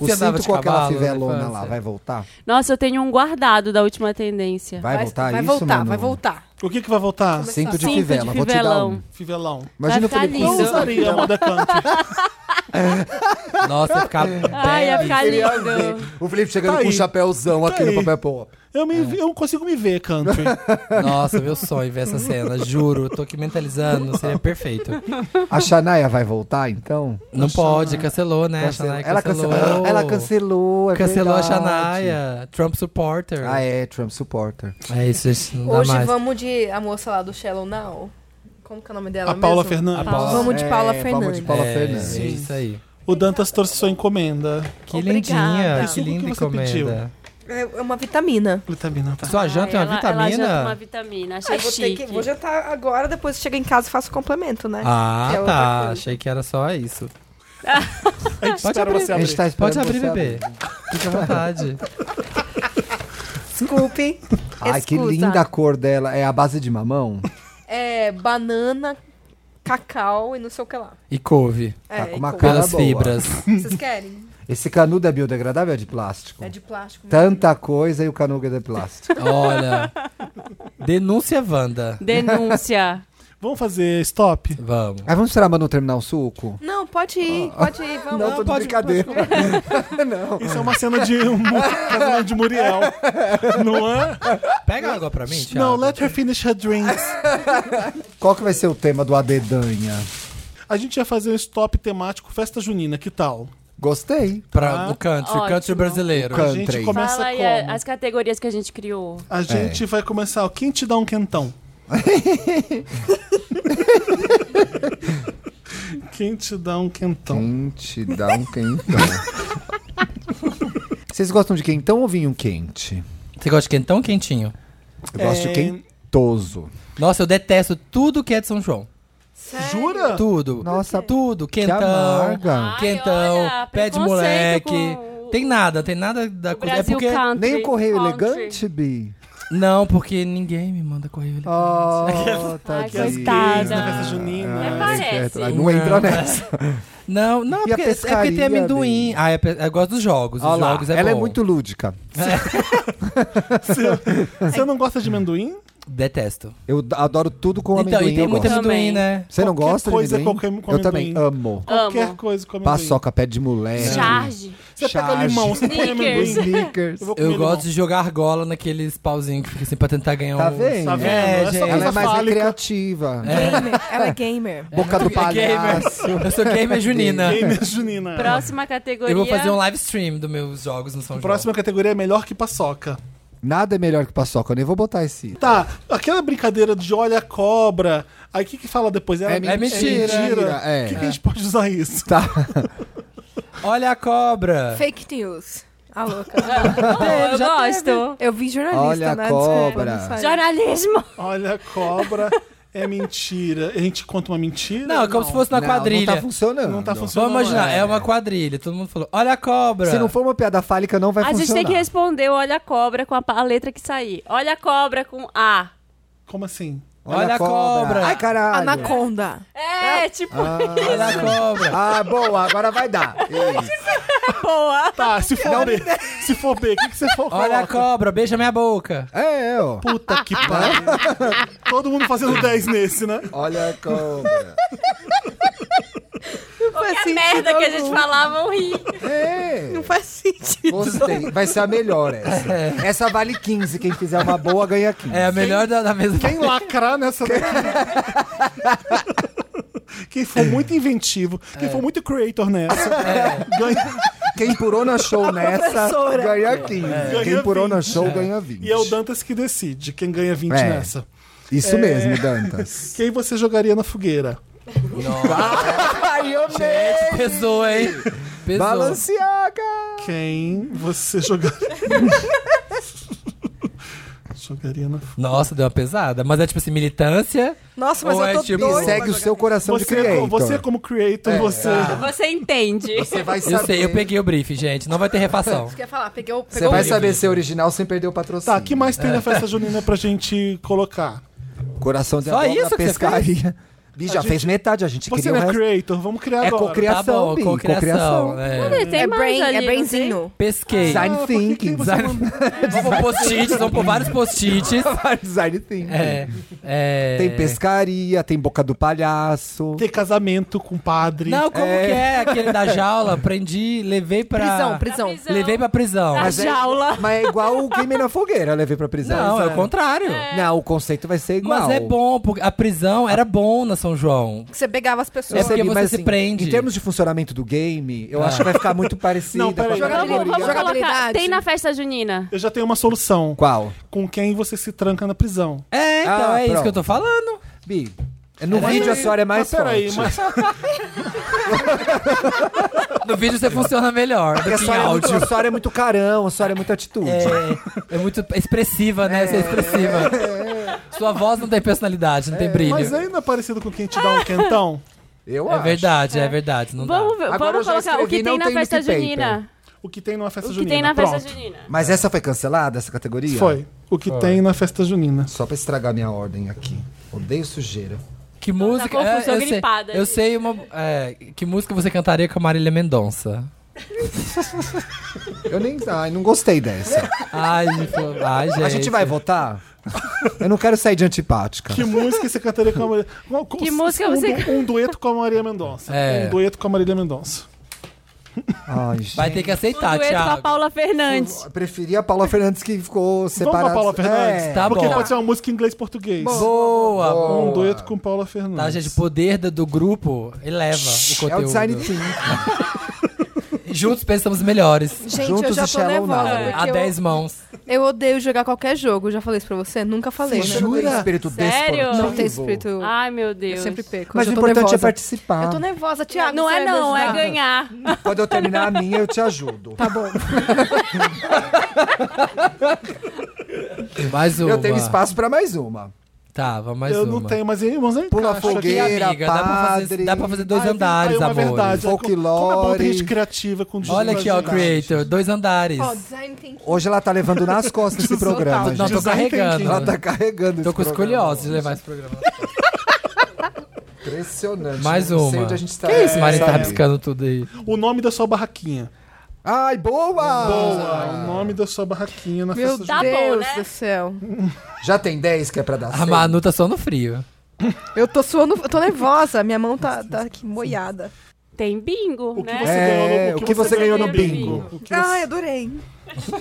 O Você andava cinto de com aquela cavalo na fivelona lá infância? vai voltar? Nossa, eu tenho um guardado da última tendência. Vai, voltar é vai isso, voltar, Manu? vai voltar. O que que vai voltar? Cinto de Cinto de fivela, vou te dar um. fivelão. Fivelão. Imagina o ficar Felipe com lindo. Eu cinto de usaria a fivelão. moda country. Nossa, ia ficar bad. Ai, é ia ficar Queria lindo. ver. O Felipe chegando Tá com um aí. chapéuzão aqui no aí. papel pop. Eu, me, eu não consigo me ver country. Nossa, meu sonho ver essa cena, juro. Tô aqui mentalizando, seria perfeito. A Xanaia vai voltar, então? Não pode, cancelou, né? A Shania Ela cancelou. cancelou. Ela cancelou, é Cancelou a verdade. Shania, Trump supporter. Ah, é, Trump supporter. É isso, isso não Hoje dá mais. vamos de a moça lá do Shallow Now. Como que é o nome dela a Paula mesmo? A Fernandes. Paula- Vamos de Paula É, Fernandes. Vamos de Paula é, Fernandes. É isso aí. O Dantas trouxe sua encomenda. Que Obrigada. lindinha, Isso que que linda você pediu. encomenda. É é uma vitamina. Vitamina. tá? Sua janta é Ai, Ah, ela- uma Ela janta vitamina? uma vitamina, achei chique. jantar agora, depois chega em casa e faço o complemento, né? Ah, É outra tá. coisa. Achei que era só isso. A gente Pode Ah, espera abrir. você A abrir. gente tá esperando Pode abrir, você bebê. Fique à vontade. Desculpe. Ai, que Escuta. linda a cor dela. É a base de mamão? É banana, cacau e não sei o que lá. E couve. É, Tá com e uma coco. cara- Pelas boa. fibras. Vocês querem? Esse canudo é biodegradável ou é de plástico? É de plástico. Tá. Tanta coisa e o canudo é de plástico. Olha. Denúncia Wanda. Denúncia. Vamos fazer stop? Vamos. Aí vamos esperar a Manu terminar o suco? Não, pode ir, pode ir, vamos. Não, tô de brincadeira. não. Isso é uma cena de, um, casamento de Muriel. Não é? Pega água pra mim, Thiago. Não, let her finish her drinks. Qual que vai ser o tema do Adedanha? A gente ia fazer um stop temático festa junina, que tal? Gostei. Pra, Ah, o country, ótimo. country brasileiro. A Country. gente começa Fala aí como? É a- as categorias que a gente criou. A gente vai começar. ó, Quem te dá um quentão? Quem te dá um Hum. quentão? Quente, dá um quentão. Vocês gostam de quentão ou vinho quente? Você gosta de quentão ou quentinho? Eu gosto de É. quentoso. Nossa, eu detesto tudo que é de São João. Jura? Tudo. Nossa, Tudo. Então, Quentão. amarga. Ai, quentão. olha, pé de moleque. preconceito com o- Tem nada, tem nada da O coisa. É Brasil porque. country. Nem o correio country. elegante, Bi? Não, porque ninguém me manda correio. elegante. Oh, tadinha. coitada. Na festa junina. Até Ai, É, parece. certo. Ai, não entra nessa. Não, não, E a porque, é porque tem pescaria, amendoim. Bi? Ah, é pe- eu gosto dos jogos. Os Olha lá, jogos é ela é bom. muito lúdica. Você, você não gosta de amendoim? Detesto. Eu d- adoro tudo com então, Um amendoim. e tem eu muito gosto. amendoim, Também. né? Você não Qualquer gosta de coisa, amendoim? qualquer- com Eu também amendoim. amo. Qualquer Amo. coisa com amendoim. Paçoca, pé de moleque. Charge. Você pega Charge. limão, você põe amendoim. Snickers. Snickers. Eu vou- Eu Comer gosto limão. de jogar argola naqueles pauzinhos que fica assim pra tentar ganhar Tá um. vendo? Tá vendo? É, só gente. coisa Ela é mais fálica. recreativa. Gamer. Ela é gamer. Boca do É gamer. palhaço. Eu sou gamer junina. Gamer junina. Próxima categoria. Eu vou fazer um live stream dos meus jogos no São João. Próxima categoria é melhor que paçoca. Nada é melhor que paçoca. Eu nem vou botar esse. Tá, aquela brincadeira de olha a cobra. Aí o que, que fala depois? É mentira. É mentira, é. O que, que a gente pode usar isso? Tá. Olha a cobra! Fake news. A louca. Oh, eu gosto. Eu vi jornalista Olha a na cobra. desculpa, não Jornalismo. Olha a cobra, é mentira. A gente conta uma mentira? Não, é como se fosse na Não, quadrilha. Não tá funcionando. Não tá funcionando. Vamos imaginar, é. é. uma quadrilha. Todo mundo falou, olha a cobra! Se não for uma piada fálica, não vai a gente funcionar. tem que responder o Olha a Cobra com a, pa- a letra que sair. Olha a cobra com A. Como assim? Olha a cobra. Ai, caralho. Anaconda. É, tipo, Olha a cobra! Ah, boa, agora vai dar. Isso. boa. Tá, se for B, se for B, o que, que você for Olha a cobra, beija minha boca! É, ó. Puta que pariu. Ah, Todo mundo fazendo 10 nesse, né? Olha a cobra. faz Qualquer sentido merda que É a gente algum. falar, vão rir. É. Não faz sentido. Gostei. Vai ser a melhor essa. Essa vale 15. Quem fizer uma boa, ganha 15. É a melhor da, da mesa. Quem lacrar nessa. Quem for muito inventivo, quem for muito creator nessa, ganha. Quem purou na show nessa, Professora. ganha 15. Ganha É. Quem purou na 20, show, ganha 20. E é o Dantas que decide quem ganha 20 É. nessa. É. Isso mesmo, Dantas. Quem você jogaria na fogueira? Ai, eu amei. Pesou, hein? Pesou. Balenciaga. Quem você jogaria. jogaria na fogueira. Nossa, deu uma pesada. Mas é tipo assim, militância. Nossa, mas Ou é eu tô tipo- doida. Segue o seu coração de Você, creator. co- você como creator, você. Você entende. Você vai saber. Eu sei, eu peguei o brief, gente. Não vai ter refação. Tá Quer falar? Peguei o. Você vai saber ser original sem perder o patrocínio. Tá, o que mais tem na festa junina pra gente colocar? Coração de Só abóbora, isso que você pescaria. Bi, já gente- fez metade, a gente Você queria o não é resto. creator, vamos criar É agora. co-criação, tá bom, Bi, cocriação. cocriação. É. Tem É, mais brain, ali, é não tem? brainzinho. Pesquei. Design é Ah, por que thinking. que você Design- mandou- Vamos pôr post-its, vamos pôr vários post-its. Design thinking. É, é... Tem pescaria, tem boca do palhaço. Ter casamento com padre. Não, como É. que é aquele da jaula? Prendi, levei pra. Prisão, prisão. prisão. Levei pra prisão. Mas- é- Jaula. mas é igual o queimei na fogueira, levei pra prisão. Não, é o contrário. Não, o conceito vai ser igual. Mas é bom, porque a prisão era bom na São João. Que você pegava as Eu É pessoas. porque sei, você mas, assim, se prende. Em termos de funcionamento do game, eu Ah. acho que vai ficar muito parecido Não, peraí. com a Vamos, categoria. vamos colocar. Jogabilidade. Tem na festa junina. Eu já tenho uma solução. Qual? Com quem você se tranca na prisão. É, então Ah, é isso pronto. que eu tô falando. Bi, no vídeo a senhora é mais mas peraí, forte. mas ah, No vídeo você funciona melhor do Porque a que em senhora, é muito, áudio. a senhora é muito carão, a senhora é muito atitude. É, é muito expressiva, né? Você é expressiva. Sua voz não tem personalidade, não tem brilho. mas ainda é parecido com quem te dá um quentão. Eu É acho. verdade, é, verdade. Não dá. Vamos, ver- Agora eu vamos já colocar o escrevi, que não tem na tem festa Wikipaper. junina. O que tem numa festa O que junina. tem na festa Pronto. junina. Mas essa foi cancelada, essa categoria? Foi. O que tem na festa junina. Só pra estragar minha ordem aqui. Odeio sujeira. Que música. confuso, é, sou eu, sei, gripada. eu sei uma. é, que música você cantaria com a Marília Mendonça? Eu nem. Ai, não gostei dessa. Ai, gente, ai, gente. A gente vai votar? Eu não quero sair de antipática. Que música você cantaria com a Maria? Qual- qual- Que música um, você- du- um dueto com a Maria Mendonça. É. Um dueto com a Marília Mendonça. Ai, gente. Vai ter que O aceitar, Um dueto com a Tá, Thiago. Paula Fernandes. Eu Preferi a Paula Fernandes que ficou Vamos separada. com a Paula Fernandes? É. Tá Porque bom. pode ser uma música em inglês e português. Boa, boa. Um dueto com Paula Fernandes. Tá, gente, o poder do, do grupo eleva o É o conteúdo. design team. Juntos pensamos melhores. Gente, eu Juntos já e tô Shallow nervosa. Now. É, porque A eu- 10 mãos. Eu odeio jogar qualquer jogo, já falei isso pra você? Nunca falei, Você né? não tem Jura? espírito Sério? desportivo? Não tem espírito. Ai, meu eu Deus. sempre perco. Mas o eu tô importante é nervosa. participar. Eu tô nervosa, Thiago. Não você é vai me não, é ajudar? ganhar. Quando eu terminar a minha, eu te ajudo. Tá bom. Mais uma. Eu tenho espaço pra mais uma. Tá, vamos mais eu uma. não tenho, mas aí, mas aí Pula encaixa aqui. E, fogueira, amiga, dá pra, fazer, padre. dá pra fazer dois Aí vem- andares, aí é uma amor. verdade, aí como- Como é bom ter gente folclore. criativa com né, design Olha aqui, ó, original. Creator, dois andares. Ó, design tem que. Hoje ela tá levando nas costas esse programa. Não, gente. tô Design tem carregando. que- Ela tá carregando Tô esse com os programa curiosos de hoje. levar esse programa. Impressionante. Mais Não uma. Sei onde a gente tá Que isso, Mari tá sabe? rabiscando tudo aí. O nome da sua barraquinha. Ai, boa! Boa! O nome da sua barraquinha na Meu festa Deus junina. né? do céu. Já tem 10 que é pra dar A seis? Manu tá só no frio. Eu tô suando, eu tô nervosa. Minha mão tá, tá aqui moiada. Tem bingo, O que né? você É, ganhou no, o que você ganhou no bingo? O que Ai, você, adorei.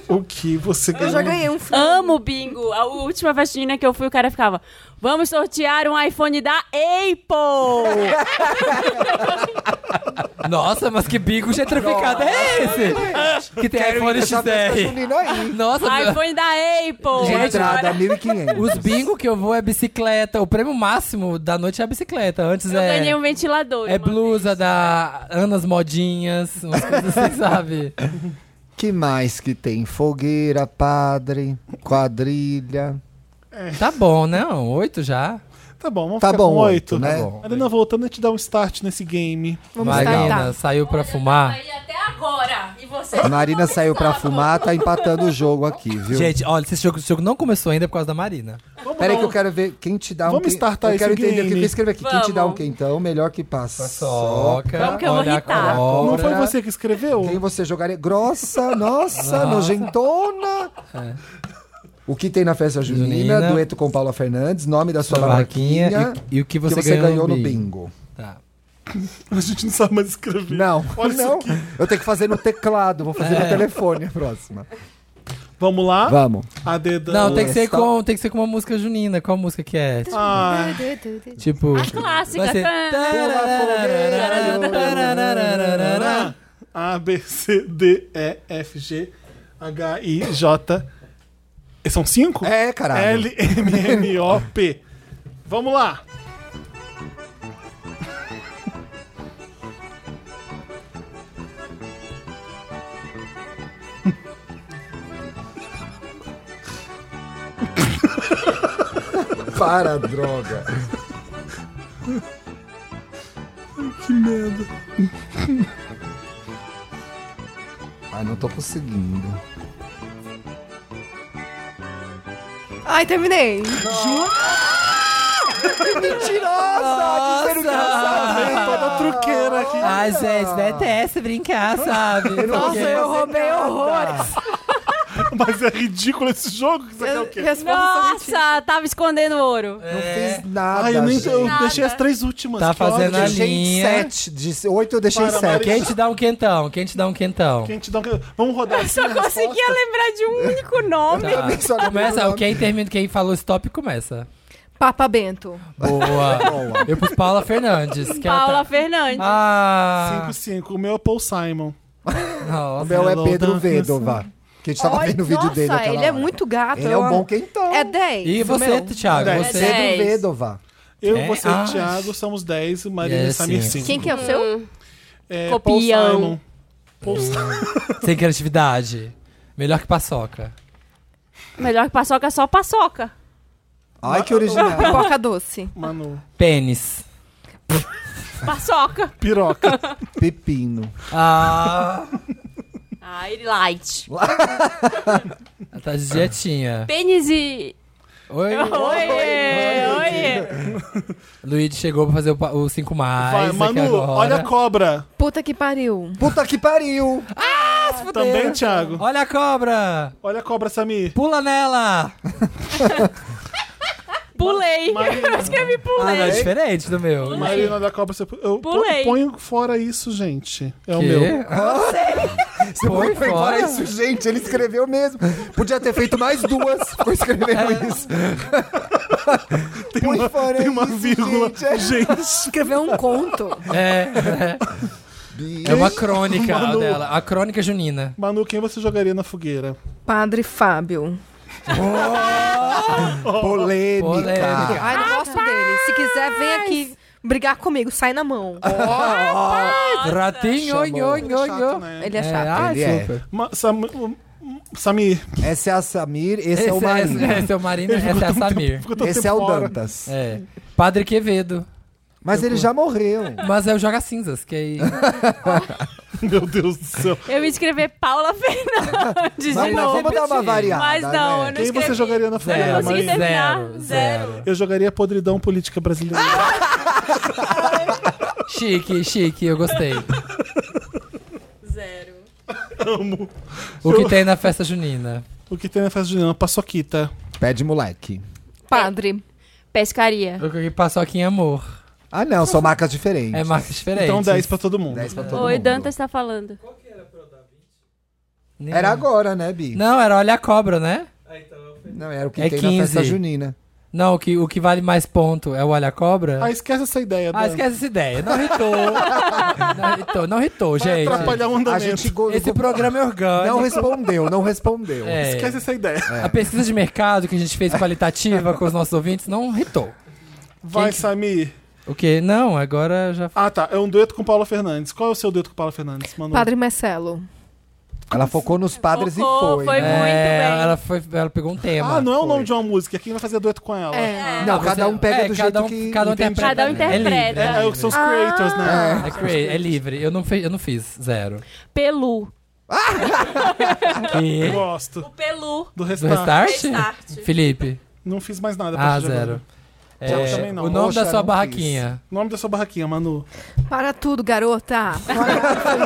o que você Ah, Eu já ganhou? ganhei um frango. Amo bingo. A última festinha que eu fui, o cara ficava: Vamos sortear um iPhone da Apple! Nossa, mas que bico gentrificado é esse? Que tem Quero iPhone ir nessa festa XR. junina aí. Nossa, iPhone da Apple! Gente, Entrada, Agora- 1.500. os bingo que eu vou é bicicleta. O prêmio máximo da noite é a bicicleta. Antes eu é. ganhei um ventilador. É uma blusa da Anas Modinhas, umas coisas assim, sabe? Que mais que tem? Fogueira, padre, quadrilha. Tá bom, não? Oito já? Tá bom, vamos Tá ficar bom, com oito, oito. né? Marina, voltando a te dar um start nesse game. Vamos tá? Marina startar. saiu pra vez. fumar. tá Aí até agora. E você? Marina saiu pra fumar, tá empatando o jogo aqui, viu? Gente, olha, esse jogo, esse jogo não começou ainda por causa da Marina. Vamos Peraí dar que eu um- quero ver quem te dá um Vamos quin- startar Eu quero esse entender o que eu game. escrevi aqui. Quem te dá um Vamos. quentão, melhor que passa. Soca. Vamos que eu vou olha a irritar. cobra. Não foi você que escreveu? Quem você jogaria? Grossa, nossa, nojentona. O que tem na festa junina, Junina. dueto com Paula Fernandes, nome da sua Sua barraquinha barraquinha. e, e o que que você, um você, ganhou no bingo. Tá. A gente não sabe mais escrever. Não, Olha isso não. aqui. Eu tenho que fazer no teclado, vou fazer no telefone a próxima. Vamos lá? Vamos. A dedão. Não, tem que, ser Esta- com, tem que ser com uma música junina. Qual música que é? Ah, Tipo. A clássica. tá? Vai ser- Tan. Tararararararararararararararararararararararararararararararararararararararararararararararararararararararararararararararararararara. A, B, C, D, E, F, G, H, I, J. E São cinco? É, caralho. L, M, N, O, P. Vamos lá. Para, droga. Que merda. Ai, não tô conseguindo. Tá. Ai, terminei. Mentirosa! Que Vem toda truqueira aqui. Ai, Ah, gente, detesta brincar, sabe? Nossa, eu roubei horrores. Mas é ridículo esse jogo. que Você quer o quê? Nossa, tava escondendo ouro. É, Não fiz nada. Ai, eu, nem, eu gente. deixei as três últimas. Tá que ódio. fazendo Eu a deixei em linha. sete. De oito eu deixei em Para, sete. Quem te dá um quentão? Quem te dá um quentão? Quem te dá um... Vamos rodar assim Só a resposta? conseguia lembrar de um único nome. Tá. também só lembrei o Começa, nome. quem termina, quem falou stop, começa. Papa Bento. Boa. Eu pus Paula Fernandes. que ela Paula tá- Fernandes. Ah, Cinco, cinco. O meu é Paul Simon. nossa. O meu é Hello, Pedro Darkness. Vedova. Que a gente tava Ai, vendo o vídeo dele Nossa, aquela ele é hora. muito gato. Ele é eu um amo. bom quentão. É 10. E o você, meu. Thiago? Dez. Você... Pedro Dez. Vedova. Eu, É? você Ah. e Thiago somos dez. Marina É, e Samir, sim. cinco. Quem que é o seu? É, Copião. Paul Simon. Paul Hum. Simon. Sem criatividade. Melhor que paçoca. Melhor que paçoca, é só paçoca. Ai, que original. Pipoca doce. Manu. Pênis. Paçoca. Piroca. Pepino. Ah, Ai, light. ela tá de É. dietinha. Pênis e... Oi, Oiê, oiê. Luigi chegou pra fazer o pa- o 5 mais. Vai, Ah, aqui Manu, agora. olha a cobra. Puta que pariu. Puta que pariu. Também, Thiago. Olha a cobra! Olha a cobra, Samir. Pula nela! Pulei. Eu escrevi Ah, não, é pulei. diferente do meu. Marina da cobra, você... Eu Pulei. ponho fora isso, gente. É o Que? meu. Você Põe foi fora. fora isso, gente. Ele escreveu mesmo. Podia ter feito mais duas. Ficou escrevendo isso. Põe fora Tem uma isso, vírgula. gente. É Gente. Escreveu um conto. É, é. É uma crônica Manu. dela. A crônica junina. Manu, quem você jogaria na fogueira? Padre Fábio. Polêmica. Polêmica. Ai, não gosto dele. Se quiser, vem aqui brigar comigo. Sai na mão. Ratinho, Chamou. nho, nho, nho. né? Ele é É, chato. ah, Ele é. super. Ma- Sam- Samir, Esse é a Samir, esse, é o Esse Marinho. esse- esse é o Marino, essa é a Samir. ficou tanto Esse tempo é o fora. Dantas. É. Padre Quevedo. Mas ele já morreu. Mas é o Joga Cinzas, que aí. Meu Deus do céu. Eu ia escrever Paula Fernandes de Vamos, novo. vamos dar uma repetir. variada. Mas não, né? eu não Quem você escrevi. jogaria na fogueira, Zero, consegui Maria? ter- terminar. zero, Zero. zero. Eu jogaria podridão política brasileira. Chique, chique, eu gostei. Zero. Amo. O que tem na festa junina? O que tem na festa junina? Paçoquita. Pé de moleque. Padre. Pescaria. O que passou aqui em amor. Ah, não, são marcas diferentes. É marca diferente. Então 10 pra todo mundo. 10 pra todo Oi, mundo. Dantas tá falando. Era agora, né, Bi? Não, era Olha a Cobra, né? Não, era o que É tem 15. na festa junina. Não, o que, o que vale mais ponto é o Olha a Cobra. Ah, esquece essa ideia. Ah, Dan. esquece essa ideia. Não irritou. não irritou, não irritou, Vai gente. atrapalhar o A andamento. gente go- Esse go- programa é orgânico. não respondeu, não respondeu. É. Esquece essa ideia. A pesquisa de mercado que a gente fez qualitativa com os nossos ouvintes não irritou. Vai, Quem que- Samir. O quê? Não, agora já. Ah, tá. É um dueto com Paula Fernandes. Qual é o seu dueto com Paula Fernandes, É. Manu? Padre Marcelo. Ela focou nos padres Focou, e foi foi. né? muito bem. É, Ela, foi, ela pegou um tema. Ah, não é o Foi. nome de uma música. Quem vai fazer dueto com ela? É. Não, cada um pega é, do cada jeito um, que Cada um entende. interpreta. Cada um interpreta. É, É, livre, é, o que são os creators, né? cra- é livre. Eu não, fe- eu não fiz zero. Pelu. E... Eu gosto. O Pelu. Do É. Do restart? restart. Restart. Felipe. Não fiz mais nada pra Ah, te jogar. zero. É, Eu também não. o nome Poxa, da sua não barraquinha. Nome da sua barraquinha, Manu. Para tudo, garota. Com Com H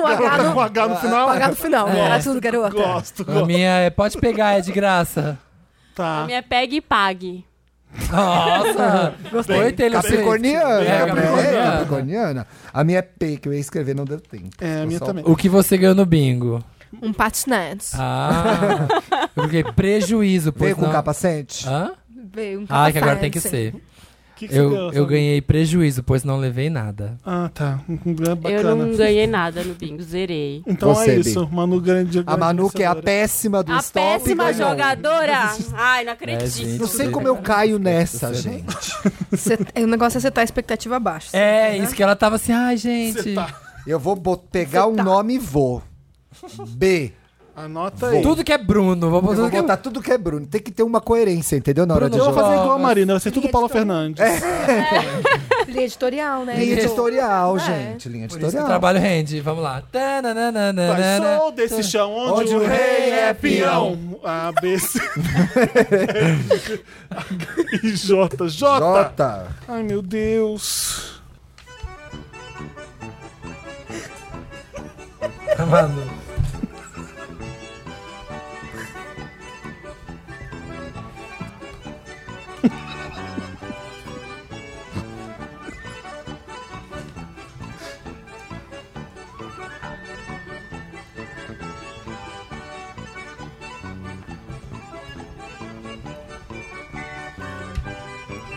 no, H no final? com H no final. É. Para tudo, garota. Gosto, A gosto. minha é pode pegar, é de graça. Tá. A minha é pegue e pague. Nossa! Gostei. Oi, Taylor Swift. Capricorniana. É, Capricorniana. Capricorniana. Capricorniana. A minha é P, que eu ia escrever, não deu tempo. É, a minha Só- também. O que você ganhou no bingo? Um patinete. Ah! Eu coloquei prejuízo, pois P com não... capacete? Hã? Veio um Ah, que agora tem que capacete. ser. O que que você Eu, ganhou, eu Samir? ganhei prejuízo, pois não levei nada. Ah, tá. Hum, é Eu Bacana. não ganhei nada no bingo, zerei. Então Você, é Bi. isso. Manu grande. A Manu, que é a vencedora. péssima do A stop. péssima ganhou. jogadora. Ai, É, não acredito. gente. Não sei como eu caio é nessa, gente. Cê- o negócio é setar a expectativa abaixo. É, isso que ela tava assim, ai, gente. Eu vou bot- pegar tá. um nome e vou. B. Anota aí. Tudo que é Bruno, vou Eu botar vou tudo que é botar tudo que é Bruno. Tem que ter uma coerência, entendeu? Na hora de Bruno, Eu vou Joga. jogar. fazer igual a Marina, vai ser tudo Linha Paula editorial. Fernandes. Linha editorial, né? Linha Editor. editorial, É. gente. Linha Por isso que o editorial. trabalho rende. Vamos lá. Vai, Tananana. Sou desse chão onde, o rei é peão. A, B, C. H, I, J, J. Jota. Ai, meu Deus. Manu.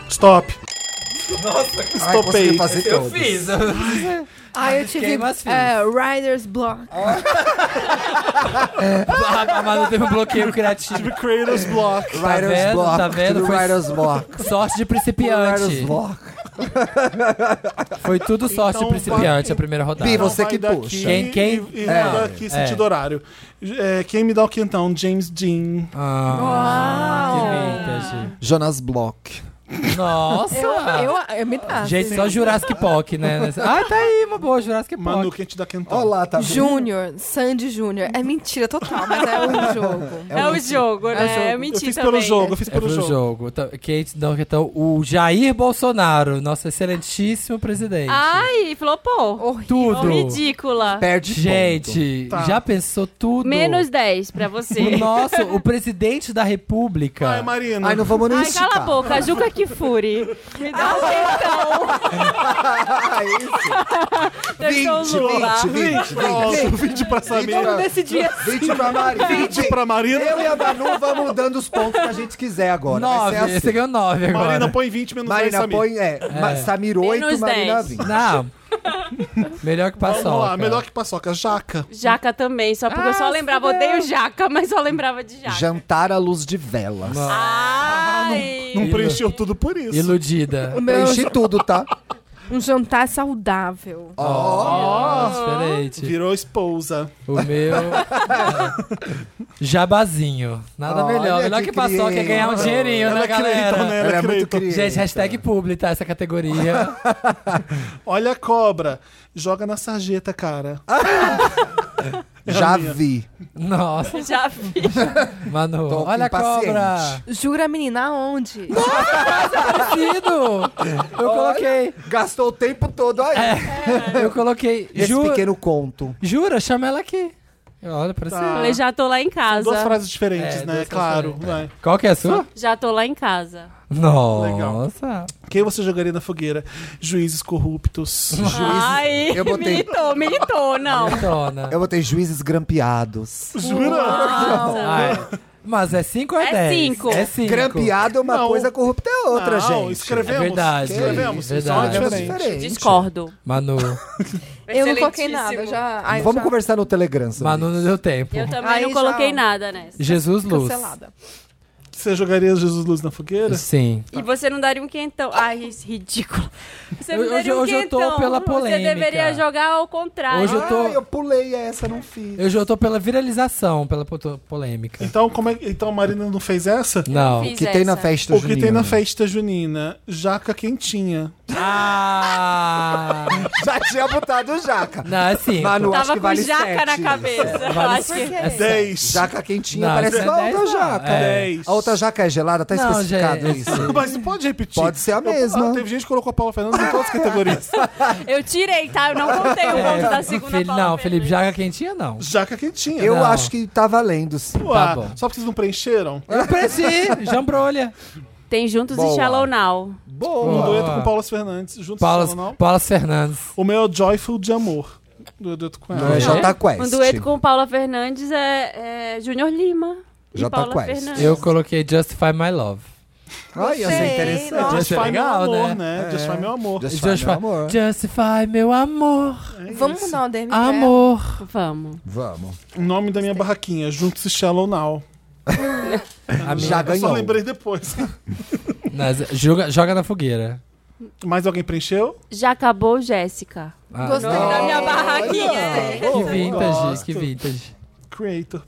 Stop. Ai, consegui Stopei. fazer Eu todos. fiz. Ah, eu tive Queima as fios. é, Rider's Block. A Manu teve um bloqueio criativo. Tive Creators Block. Tá Writer's vendo? Block. Tá vendo? tudo Foi- Writer's Block. Sorte de Writer's principiante. Block. Foi tudo sorte Então de principiante a primeira rodada. Bi, você Vai que daqui puxa. Quem- quem- E, e É. vai daqui, É. sentido horário. É, quem me dá o quentão? James Dean. Ah, que vintage. Jonas Block. Nossa. Eu, eu, eu me Ah, dá. assim. Gente, só Jurassic Park, né? Ah, tá aí, uma boa, Jurassic Park. Manu, quem te dá quentão? Olha lá, tá vendo? Júnior, Sandy Júnior. É mentira total, mas é um jogo. É o jogo, né? É o jogo. É eu mentira fiz também. pelo jogo, eu fiz É pelo pro jogo. jogo. Tá- Kate, não, então, o Jair Bolsonaro, nosso excelentíssimo presidente. Ai, flopou. Horrível. tudo. Ridícula. Perde ponto. Gente, Tá. já pensou tudo? Menos 10 pra o você. nosso, o presidente da república. Ai, Marina. Ai, não vamos nem Ai, esticar. cala a boca, Juca Kifuri. Me dá um quentão. Ah, isso. 20, 20, 20, 20. Pronto, 20 pra Samira. decidir. 20 pra Marina. 20 pra Marina. Eu e a Manu vamos dando os pontos que a gente quiser agora. Vai nove, ser assim. você ganhou nove agora. Marina põe 20 menos 10, Marina É. Samir. põe, é, Ma- Samir 8, Menos Marina 10. 20. Não. Melhor que paçoca. Vamos lá, melhor que paçoca, jaca. Jaca também, só porque eu só lembrava, odeio jaca, mas só lembrava de jaca. Jantar à luz de velas. Não. Ai! Não preencheu tudo por isso. Iludida. O meu Preenchi tudo, tá? um jantar saudável. Ó, diferente. Virou esposa. O meu. Jabazinho. Nada Olha melhor. Melhor que que, paçoca é ganhar um criança. dinheirinho, Ela né, galera? acreditou, né? Ela Ela é muito acreditou. criança. Gente, hashtag publi, tá? Essa categoria. Olha a cobra. Joga na sarjeta, cara. Já É a minha. vi. Nossa, Já vi. Manu. Tô olha a impaciente. cobra. Jura, menina, aonde? Parecido. Eu coloquei. Gastou o tempo todo aí. É, Eu coloquei. Esse Ju- pequeno conto. Jura? Chama ela aqui. Olha, parecido. Tá. Falei, já tô lá em Duas casa. frases diferentes, É, né? duas Claro. frases Vai. Qual que é a sua? Já tô lá em casa. Nossa. Quem você jogaria na fogueira? Juízes corruptos. Ah, Ai, eu botei- militou, militou, não. Dona. Eu botei juízes grampeados. Jura? Nossa. Ai, Mas é 5 ou é É 10? cinco. É 5. Grampeado é uma Não. coisa, corrupta é outra, Não, gente. escrevemos. É verdade, Escrevemos. é Só é verdade. Escrevemos diferente. diferente. Discordo. Manu. Eu não coloquei nada. eu Já, ai, eu Vamos já- conversar no Telegram sobre Manu isso. não deu tempo. Eu também Aí não já- coloquei nada nessa. Jesus Luz. Cancelada. Você jogaria Jesus Luz na fogueira? Sim. E você não daria um quentão. Ai, isso é ridículo. Você não Hoje- daria um hoje eu tô quentão. pela polêmica. Você deveria jogar ao contrário. Hoje eu tô- Ah, eu pulei essa, não fiz. Eu já estou pela viralização, pela poto- polêmica. Então, como é... então a Marina não fez essa? Não. fiz O que tem na essa. festa O que tem na junina? festa junina? Jaca quentinha. Ah! Já tinha botado jaca. Não, é 5. Manu, Tava acho que com vale jaca sete. na cabeça. Eu Vale acho que... É sério. Dez. Jaca quentinha Não, parece isso é uma outra dez, não. jaca. né? É. Dez. A outra jaca é gelada? Tá Não, é. especificado gente. isso? Mas não pode repetir. Pode ser a Eu- mesma. Ah, teve gente que colocou a Paula Fernandes em todas as categorias. Eu tirei, tá? Eu não contei o ponto da segunda Fili- palavra. Não, É, Felipe, jaca quentinha não. Jaca quentinha. Eu Não. acho que tá valendo, sim. Uá, tá bom. Só porque vocês não preencheram? Eu preci, jambrolha. Tem Juntos Boa. e Shallow Now. Um Boa. dueto com Paula Fernandes. Juntos Paulo, solo, não? Paulo Fernandes. O meu é Joyful de Amor. Do dueto com ela. Não, é Jota Quest. Um dueto com Paula Fernandes é, é Júnior Lima. E Jota Paula Quest. Fernandes. Eu coloquei Justify My Love. Ai, ia ser Gostei, interessante. nossa. Just Isso é Fine legal, meu amor, né? né? Just Fine, meu amor. Just Justify, Fine, meu amor. Justify meu amor. Vamos mudar o É. DM pra Amor. Vamos. Vamos. O nome da minha barraquinha, Juntos e Shallow Now. A minha- Já Eu só ganhou. lembrei depois. Nas- joga, joga na fogueira. Mais alguém preencheu? Já acabou, Jéssica. Ah, Gostei da minha barraquinha. Que vintage, Gosto. que vintage. Oh, Creator.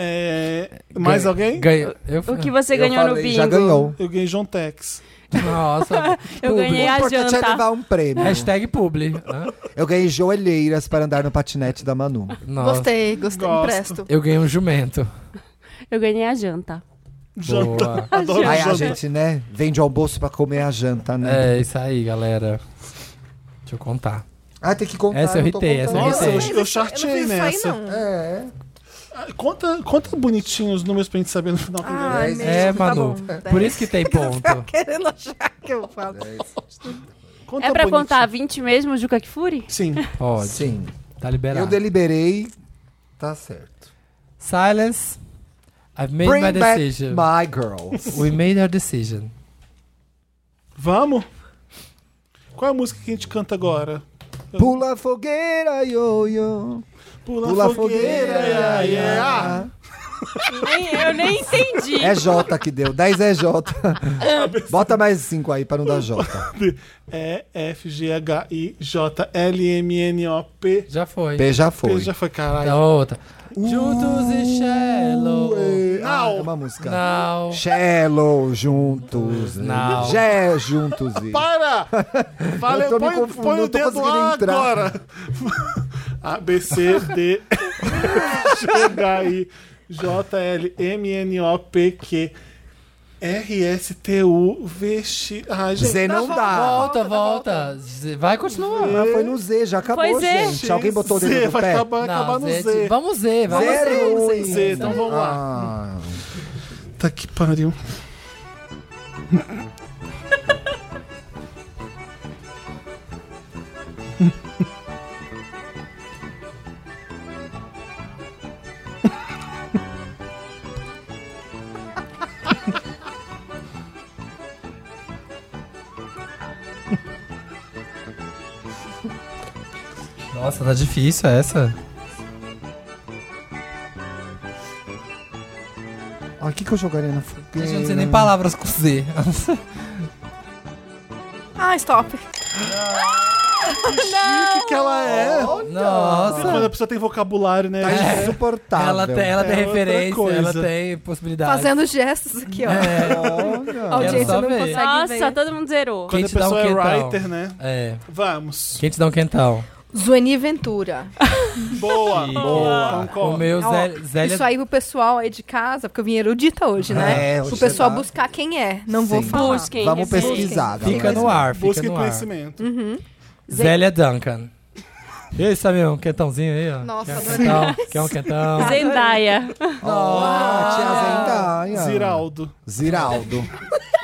É, mais Ganhei- alguém? ganhei- eu, O que você Eu ganhou no falei, bingo? Já ganhou. Eu ganhei John Tex. Nossa. Eu publi. ganhei O a importante é janta. levar um prêmio. Hashtag publi. Hã? Eu ganhei joelheiras para andar no patinete da Manu. Nossa. Gostei, gostei. Gosto. Empresto. Eu ganhei um jumento. Eu ganhei a janta. Janta. Boa. Adoro Aí a janta. gente, né, vende o almoço pra comer a janta, né? É isso aí, galera. Deixa eu contar. Ah, tem que contar. Essa eu não tô ritei, contando. essa Nossa, eu, Sim. eu eu não chartei fiz nessa. Isso aí, não. É. Ah, Conta, conta bonitinho os números pra gente saber no final. Ai, meu É, tá Manu. bom. Por isso que É. tem ponto. Querendo achar que eu falo. Conta É pra bonitinho. contar 20 mesmo, Juca Kfouri? Sim. Pode. Sim. Tá liberado. Eu deliberei. Tá certo. Silence. I've made my Bring back decision. my girls. We made our decision. Vamos? Qual é a música que a gente canta agora? Pula a fogueira, yo-yo. Pula, Pula a fogueira, fogueira. ia, ia. ia. Nem- eu nem entendi. É J que deu. 10 é J. Bota mais 5 aí pra não dar J. E, F, G, H, I, J, L, M, N, O, P. Já foi. P já P foi. Tá já foi, Da caralho. outra. Juntos e Shallow. Ué. Ah, Não. é uma música. Não. Shallow juntos. Não. Gé juntos. e- Para! Fala, Eu tô me põe, confundindo, põe eu o tô dedo conseguindo lá entrar. agora. A, B, C, D, F, G, H, I, J, L, M, N, O, P, Q, R, S, T, U, V, X... Ai, gente, tá Z não dá. Volta, volta. Z- Vai continuar. Mas Ah, foi no Z, já acabou, Foi Z. gente. Alguém botou o Z, dedo no vai pé? acabar, Não, é acabar no Zé, Z. Vamos ver, vamos Z ver. é ruim. Z, então vamos lá. Ah, Tá que pariu. Nossa, tá difícil essa. Ó, Ah, o que, que eu jogaria na A fogueira? gente não tem nem palavras com Z. Ah, stop. O que, que ela é? Quando Nossa. a pessoa tem vocabulário, né? Tá É. insuportável. Ela tem, ela tem É outra referência, coisa. ela tem possibilidade. Fazendo gestos aqui, ó. A Olha. Quero Tá. É, só audiência não ver. consegue Nossa, ver. todo mundo zerou. Quando a Quem te dá um pessoa é quentão? writer, né? É. Vamos. Quem te dá um quentão? Zueni Ventura. Boa. Que- Boa. O Concordo. meu Ó, Zé- Zélia. Isso aí pro pessoal aí de casa, porque eu vim erudita hoje, né? É, hoje pro você pessoal tá- buscar quem é. Não Sim. vou falar. Busquem. Vamos resenha. pesquisar, galera. Fica no ar, fica Busque no ar. conhecimento. Zélia Duncan. E aí, Samir, um quentãozinho aí, ó. Nossa, Quer um adorei. quentão? Quer um quentão? Zendaya. Ó, a tia Zendaya. Ziraldo. Ziraldo.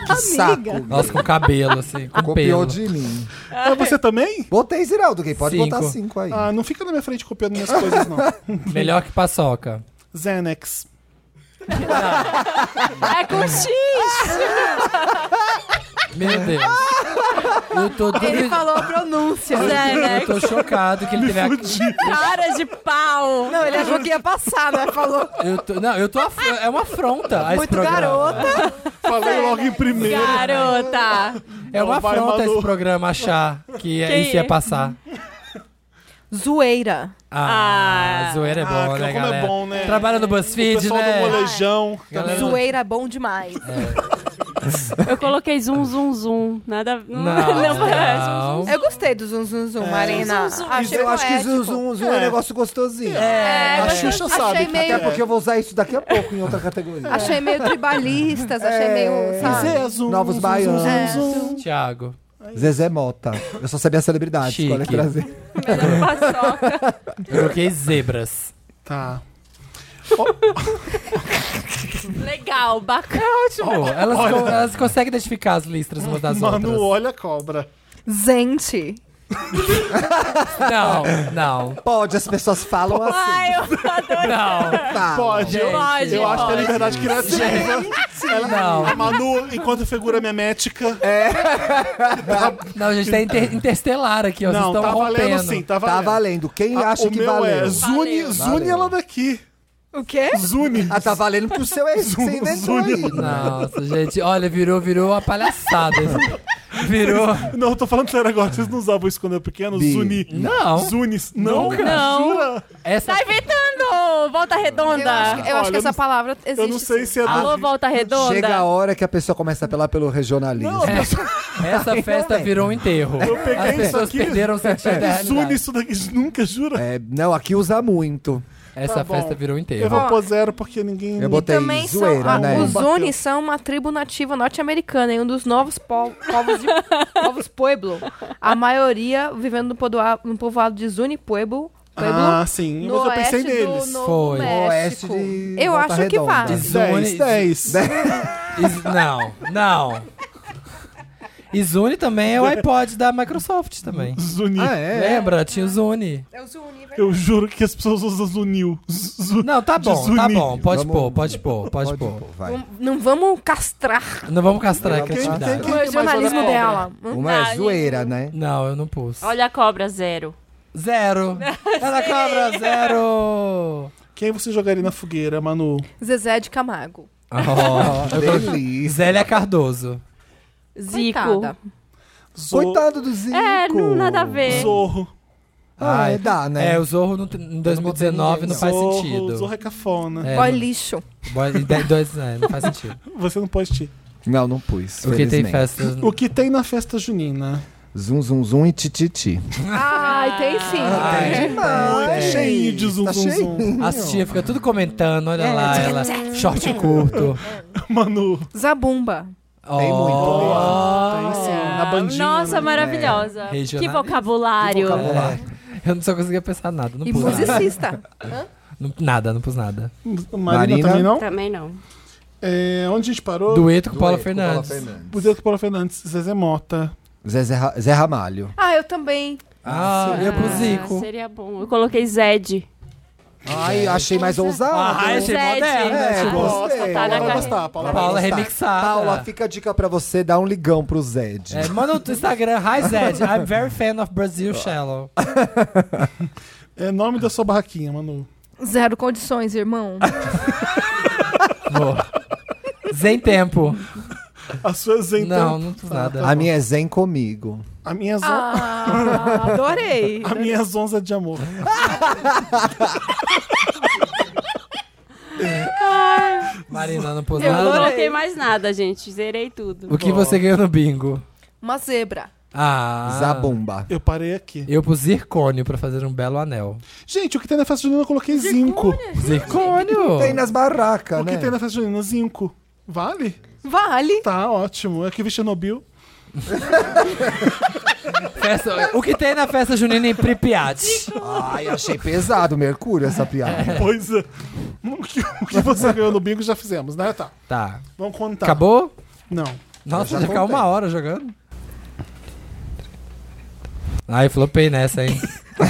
Que saco. Nossa, com cabelo, assim, com Copiou pelo. de mim. É você também? Botei Ziraldo, quem pode Cinco. botar cinco aí. Ah, não fica na minha frente copiando minhas coisas, não. Melhor que paçoca. Xanax. É com X. Meu Deus. Eu tô, duvi- Ele falou a pronúncia. eu tô chocado que ele teve a... É, né? Cara de pau. Não, ele achou que ia passar, né? Falou. Eu tô... Não, eu tô... af- É uma afronta a esse Muito programa. garota. Falei logo em primeiro. Garota. É uma Não, vai, afronta Manu. esse programa achar que é- Quem isso ia é? passar. Zoeira. Ah, Ah. zoeira é Ah, bom, né, cara, como é galera? bom, né? Trabalha no O BuzzFeed, pessoal do né? molejão. Galera- Zoeira é bom demais. Eu coloquei zoom, zoom, zoom. Nada. Não, é Não, parece. não. Eu gostei do Zum Zum Zum, Marina. Zum Zum. Achei eu acho que poético. zoom, zoom, zoom é um É. negócio gostosinho. Ah, É, A mas Xuxa achei sabe que tá Meio, Até porque eu vou usar isso daqui a pouco em outra categoria. Achei meio É. tribalistas, achei meio, sabe? Zé Azul. Novos baianos. Tiago. Zezé Mota. Eu só sabia a celebridade. Chique. Escolha que trazer. Melhor paçoca. Eu coloquei zebras. Tá. Legal, bacana. Ótimo. Elas, con- elas conseguem identificar as listras umas das Manu, outras. olha a cobra. Gente. Não, não, Pode, as pessoas falam assim. Ai, eu adorei. não. Falam. Pode. eu- Pode, eu acho que é pode. liberdade criativa. Ela- Não. É, A Manu, enquanto figura memética. Não, gente, tá inter- interestelar aqui, ó. vocês não, tá estão rompendo. valendo sim, tá Tá valendo. valendo. Quem Ah, acha o que meu valeu? é Zune, Valeu. Zune ela daqui. O quê? Zune. Ah, tá valendo pro seu ex que você inventou aí. Nossa, gente, olha, virou, virou uma palhaçada. Virou. Não, eu tô falando sério agora, vocês não usavam isso quando eu era pequeno? Bi. é Zuni. Não. Zunis. Não, Nunca. cara, Não. jura? Essa Tá inventando! Volta Eu acho, redonda. que- é eu acho Olha, que eu essa não- palavra existe. Eu não sei se é da Alô, volta redonda. Chega a hora que a pessoa começa a apelar pelo regionalismo. Não, Essa festa Ai, não, virou um enterro. Eu peguei As isso pessoas aqui. perderam o sentido da Zune realidade. isso daqui, nunca, jura? É, não, aqui usa muito. Essa Tá bom. festa virou um Eu enterro. vou pôr zero porque ninguém. Eu botei Também zoeira, são, Ah, né? os Bateu. Zuni são uma tribo nativa norte-americana e um dos novos po- povos de povos Pueblo. A maioria vivendo no, podoa- no povoado de Zuni Pueblo, Pueblo Ah, sim. no Mas eu pensei oeste do neles. Novo Foi. México. Oeste de eu Volta acho que Redonda. vai. É Isso. Dez, Zune- dez. Né? Is- Não, não. E Zune também é o iPod da Microsoft também. Zuni. Ah, é? Lembra? Tinha o Zune. É o Zuni, Eu juro que as pessoas usam Zunil. Z- Não, tá De bom, tá Zuni. bom. Pode Vamos- pôr, pode pôr, pode, Pode pôr. pôr, vai. Não vamos castrar Não vamos castrar a Quem- quem- criatividade. o quem- mais regionalismo olha a dela. Uma Não, é gente. zoeira, né? Não, eu não pus. Olha a cobra, zero. Zero. Ela cobra zero. Quem você jogaria na fogueira, Manu? Zezé de Camargo. Oh, eu coloquei- Delícia. Zélia Cardoso. Zico. Coitada. Zo- Coitado do Zico. É, não, nada a ver. Zorro. Ah, é, dá, né? É, o Zorro não tem- em 2019 não faz Zorro, sentido. Zorro é cafona. É, Ó, não- lixo. Boy- dez- dois, é, não faz sentido. Você não pode te. Não, não pus. Porque tem felizmente. festa. O que tem na festa junina? Zum, zum, zum e tititi. Ai, tem sim. Ai, Tem. Ai, Ah, cheio de zum, tá zum, cheio. zum. As tia fica tudo comentando, olha lá, ela. Short curto. Manu. Zabumba. Tem muito né? mesmo. Tem sim, na Ah, bandinha. Nossa, né? maravilhosa. Regionalista. Que vocabulário. Vamos lá. Eu não só conseguia pensar nada, não E pus nada. musicista. Não- Nada, não pus nada. Marina, Marina? também não? Também não. É, onde a gente parou? Dueto com Paula Dueto com Fernandes. Paula Fernandes. O Deus Paulo Fernandes, Zezé Mota. Zé, Zé, Ra- Zé Ramalho. Ah, eu também. Ah, eu pus Ah, Zico. Seria bom. Eu coloquei Zed. Ai, achei mais ousado. né? Ah, achei moderno. É, achei gostei. bom. Nossa, tá na Paula vai carre- gostar, Paula vai Paula gostar. remixada. Paula, fica a dica pra você, dá um ligão pro Zed. É, manda no Instagram, hi Zed, I'm very fan of Brazil Shallow. É nome da sua barraquinha, Manu. Zero condições, irmão. Boa. Zen tempo. A sua Zen Não, Tempo. não fiz nada. A minha é Zen comigo. A minha, zon... Ah, adorei. a minha zonza de amor. Marina, não pôs Eu Eu não nada. coloquei mais nada, gente. Zerei tudo. O que você ganhou no bingo? Uma zebra. Ah. Zabumba. Eu parei aqui. Eu pus zircônio pra fazer um belo anel. Gente, o que tem na festa junina eu coloquei zinco. Zircônio? Tem nas barracas, O que né? tem na festa junina? Zinco. Vale? Vale. Tá, ótimo. É que vi Chernobyl. Festa- o que tem na festa junina em Pripyat? Ai, achei pesado, Mercúrio, essa piada. Pois é. O que, o que você ganhou no bingo já fizemos, né? Tá. Tá. Vamos contar. Acabou? Não. Nossa, já já ficar contei. uma hora jogando. Ai, flopei nessa, hein?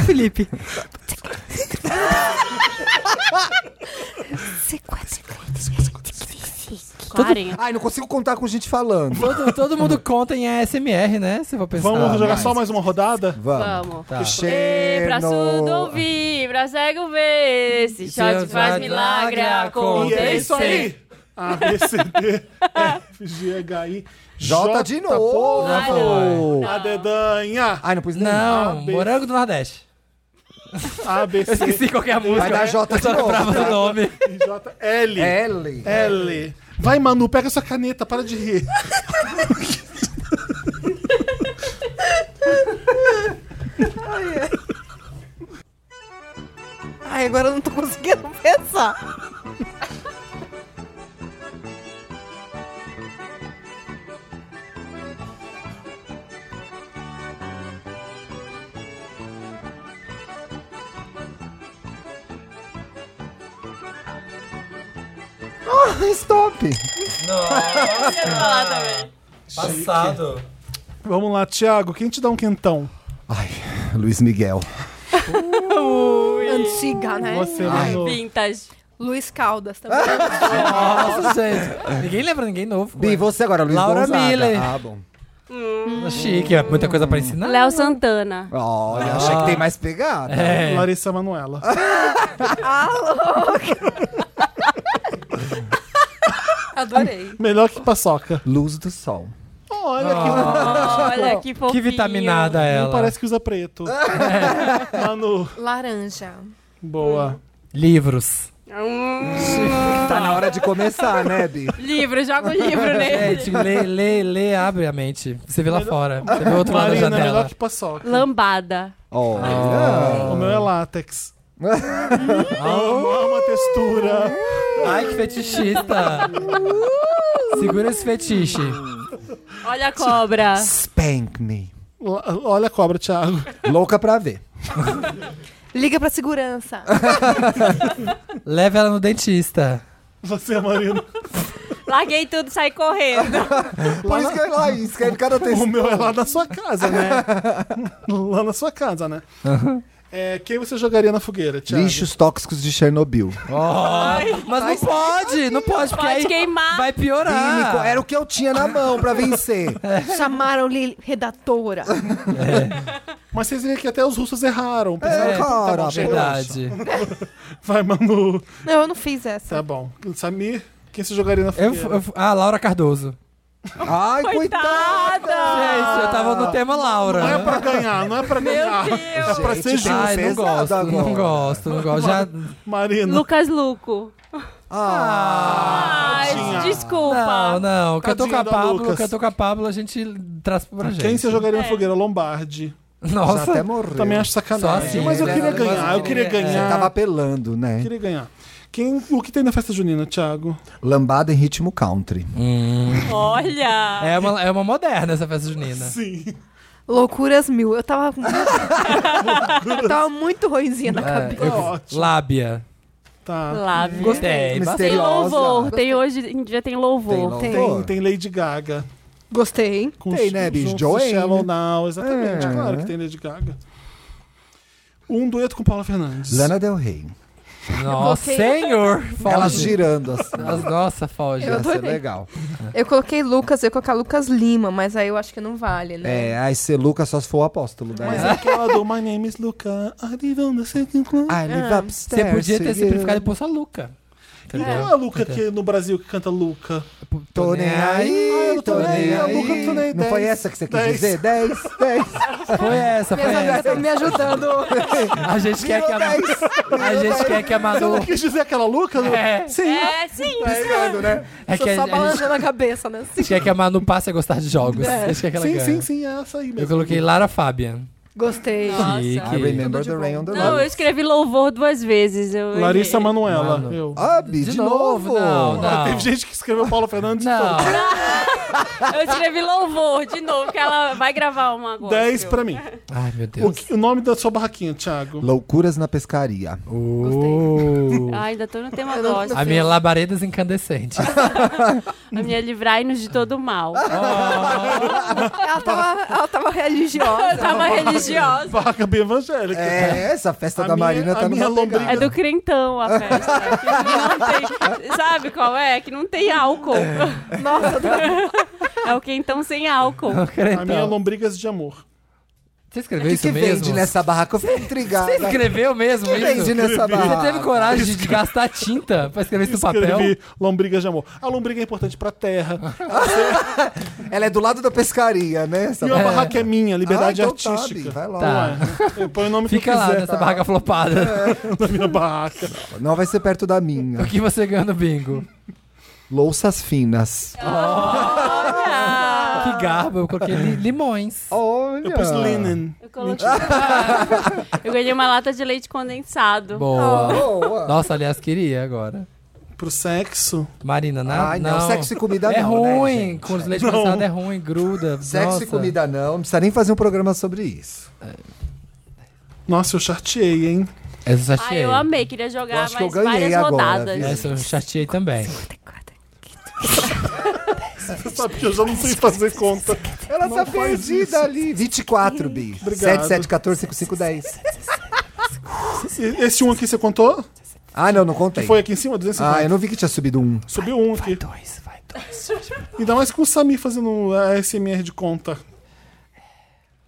Felipe. Quarenta. Ai, não consigo contar com gente falando. Todo, todo mundo conta em ASMR, né? Se eu for pensar. Vamos jogar mas- só mais uma rodada? Vamos. Vamos. Tá. E pra surdo Cherno... ouvir, pra cego ver, esse Isso shot faz vai- milagre E é isso acontecer. aí. A, B, C, D, F, G, H, I, Jota de novo! porra, vai. A dedanha. Ai, não pus nem. Não, Ah, bem. Morango do Nordeste. A, B, C, Esqueci qualquer música. Vai dar Jota de Só lembrava novo. do nome. I, J, L. É. L. L. Vai, Manu, pega sua caneta, para de rir. Ai, agora eu não tô conseguindo pensar. Ah, stop! Passado. Vamos lá, Thiago, quem te dá um quentão? Ai, Luiz Miguel. Antiga, né? Você, Ai. Manu. Vintage. Luiz Caldas também. Nossa, gente. Ninguém lembra ninguém novo. Bi, você agora, Luiz Laura Gonzaga. Miller. Ah, bom. Tá Chique, é muita coisa pra ensinar. Léo Santana. Olha, achei que tem mais pegada. É. Larissa Manuela. Adorei. Melhor que paçoca. Luz do sol. Olha Olha que Que fofinho. vitaminada que. ela. Não parece que usa preto. Manu. Laranja. Boa. Livros. Tá na hora de começar, né, Bi? Hum, Livro, joga o livro nele. Gente, É, lê, lê, lê, abre a mente. Você vê lá fora. Você vê o outro lado da Marina, melhor janela. que paçoca. Lambada. Olha. O meu é látex. Amo, amo a textura. Ai, que fetichista. Segura esse fetiche. Olha a cobra. Spank me. L- Olha a cobra, Thiago. Louca pra ver. Liga pra segurança. Leva ela no dentista. Você, Marina. Larguei tudo, saí correndo. Por isso que é lá, escreve cada O texto. meu é lá na sua casa, né? lá na sua casa, né? É, quem você jogaria na fogueira, Thiago? Lixos tóxicos de Chernobyl. Mas não pode, não pode, porque Pode aí queimar. vai Ah. piorar. Químico, um era o que eu tinha na mão pra vencer. Chamaram-lhe redatora. Mas vocês viram que até os russos erraram. Pensaram É, que- tá cara, bom, chega. verdade. Vai, Manu. Não, eu não fiz essa. Tá bom. Samir, quem você jogaria na Eu, fogueira? eu, ah, Laura Cardoso. Ai, coitado. Gente, eu tava no tema Não é Laura. pra ganhar, não é pra ganhar. É pra Gente, ser justo. Ai, não pesado gosto, não agora. gosto, não gosto. Já, Marina. Lucas Luco. Ah, Ai, Tadinha. desculpa. não, não. Cantou com Tadinha a da Pablo, Lucas. cantou com a Pablo, a gente traz pra gente. Quem você jogaria na fogueira? Lombardi. já até Nossa, morreu. Também acho sacanagem. Só assim, mas eu né? queria Mas ganhar, eu queria queria- ganhar. Você tava apelando, né? Eu queria ganhar. Quem, o que tem na festa junina, Thiago? Lambada em ritmo country. Olha. é uma, é uma moderna essa festa junina. Sim. Loucuras mil. Eu tava. com- Eu tava muito ruinzinha na É, cabeça. eu- Tá Ótimo. lábia. Tá. Lábio. Gostei. bastante. Tem Misteriosa. louvor. Tem hoje em dia tem Tem louvor. louvor. Tem, tem Lady Gaga. Gostei, hein? Com Tem, os- né, os Bis? outros Joanne. Shallow Now, exatamente. É. Claro que tem Lady Gaga. Um dueto com Paula Fernandes. Lana Del Rey. Nossa, coloquei- senhor! Elas Foge. girando assim. Elas- Nossa, foge. Eu Ia ser adorei. legal. Eu coloquei Lucas, eu ia colocar Lucas Lima, mas aí eu acho que não vale, né? É, aí ser Lucas só se for o apóstolo, né? Mas é aquela do My Name is Luca, I live on the second floor. I live Ah. Você upstairs, podia ter yeah. simplificado e pôr só Luca. E Entendeu? não é a Luca que, no Brasil que canta Luca. Tô nem Ah, aí, eu tô nem a aí. Luca eu tô nem Não dez. foi essa que você quis Dez. dizer? 10, 10. Foi essa, foi Minhas amigas essa. estão me ajudando. A gente é quer que a, Virou dez. a gente quer que a Você Manu não quis dizer aquela Luca? Lu? É. Sim. É, sim. Piscando, né? é Tô que a, só a gente balançando a cabeça, né? Sim. quer que a Manu passe a gostar de jogos. É. Acho que é aquela Sim, ganha. sim, sim, é essa aí mesmo. Eu coloquei Lara Fabian. Gostei. Nossa. I Chique. Ah, remember the rain on the Não, eu road. escrevi louvor duas vezes. Eu Larissa errei. Manuela. Manu. Eu. Abi, De novo? Não, não. Ah, teve gente que escreveu Paulo Fernandes. Não, Eu escrevi louvor de novo, que ela vai gravar uma agora. 10 eu- pra mim. ai meu O, Deus. que- o nome da sua barraquinha, Thiago? Loucuras na pescaria. Uh. Ah, ainda tô no tema gospel. A minha labaredas incandescentes. A minha livrai-nos de todo mal. Ah, Ela tava, ela tava Eu religiosa. tava religiosa. Barraca bem evangélica. É, essa festa A da minha- Marina a tá minha numa lombriga- pegada. É do crentão a festa. é que não tem- sabe qual é? Que não tem álcool. Nossa, É o quentão sem álcool. A então. minha Lombrigas de Amor. Você O escreveu que, É isso que mesmo? vende nessa barraca? Eu fico intrigada. Você escreveu mesmo O que isso? vende nessa barraca? Você teve coragem de gastar tinta pra escrever isso no papel? Escrevi Lombrigas de Amor. A lombriga é importante pra terra. Ela é do lado da pescaria, né? Essa E a É. barraca é minha, liberdade Ah, então tá, Bi, artística. vai lá. Tá. Ué, eu ponho o nome que Fica eu lá né? quiser nessa barraca flopada. na minha barraca. Não vai ser perto da O minha. que você ganha no bingo? Louças finas. Que garbo, eu coloquei li- limões. Olha. Eu pus linen. Eu coloquei. Eu ganhei uma lata de leite condensado. Boa. Boa. Nossa, aliás, queria agora. Pro sexo. Marina, nada. Ai, não. Sexo e comida Ah, é não, né, ruim. gente? Com os leite condensado é ruim, gruda. Sexo nossa. e comida não. Não precisa nem fazer um programa sobre isso. Nossa, eu chateei, hein? Essa eu Ah, chateei. eu amei, queria Eu jogar acho que eu mais ganhei várias agora, rodadas. viu? Essa eu chateei também. Você sabe que eu já não sei fazer conta. Ela Não tá faz perdida isso. ali. 24, Bi. Obrigado. 7, 7, 14, 5, 5, 10. E- Esse um aqui você contou? Ah, não, não Que contei. foi aqui em cima? 250. Ah, eu não vi que tinha subido um. Subiu um aqui. Dois, vai, dois. Ainda mais com o Samir fazendo um, é, a SMR de conta.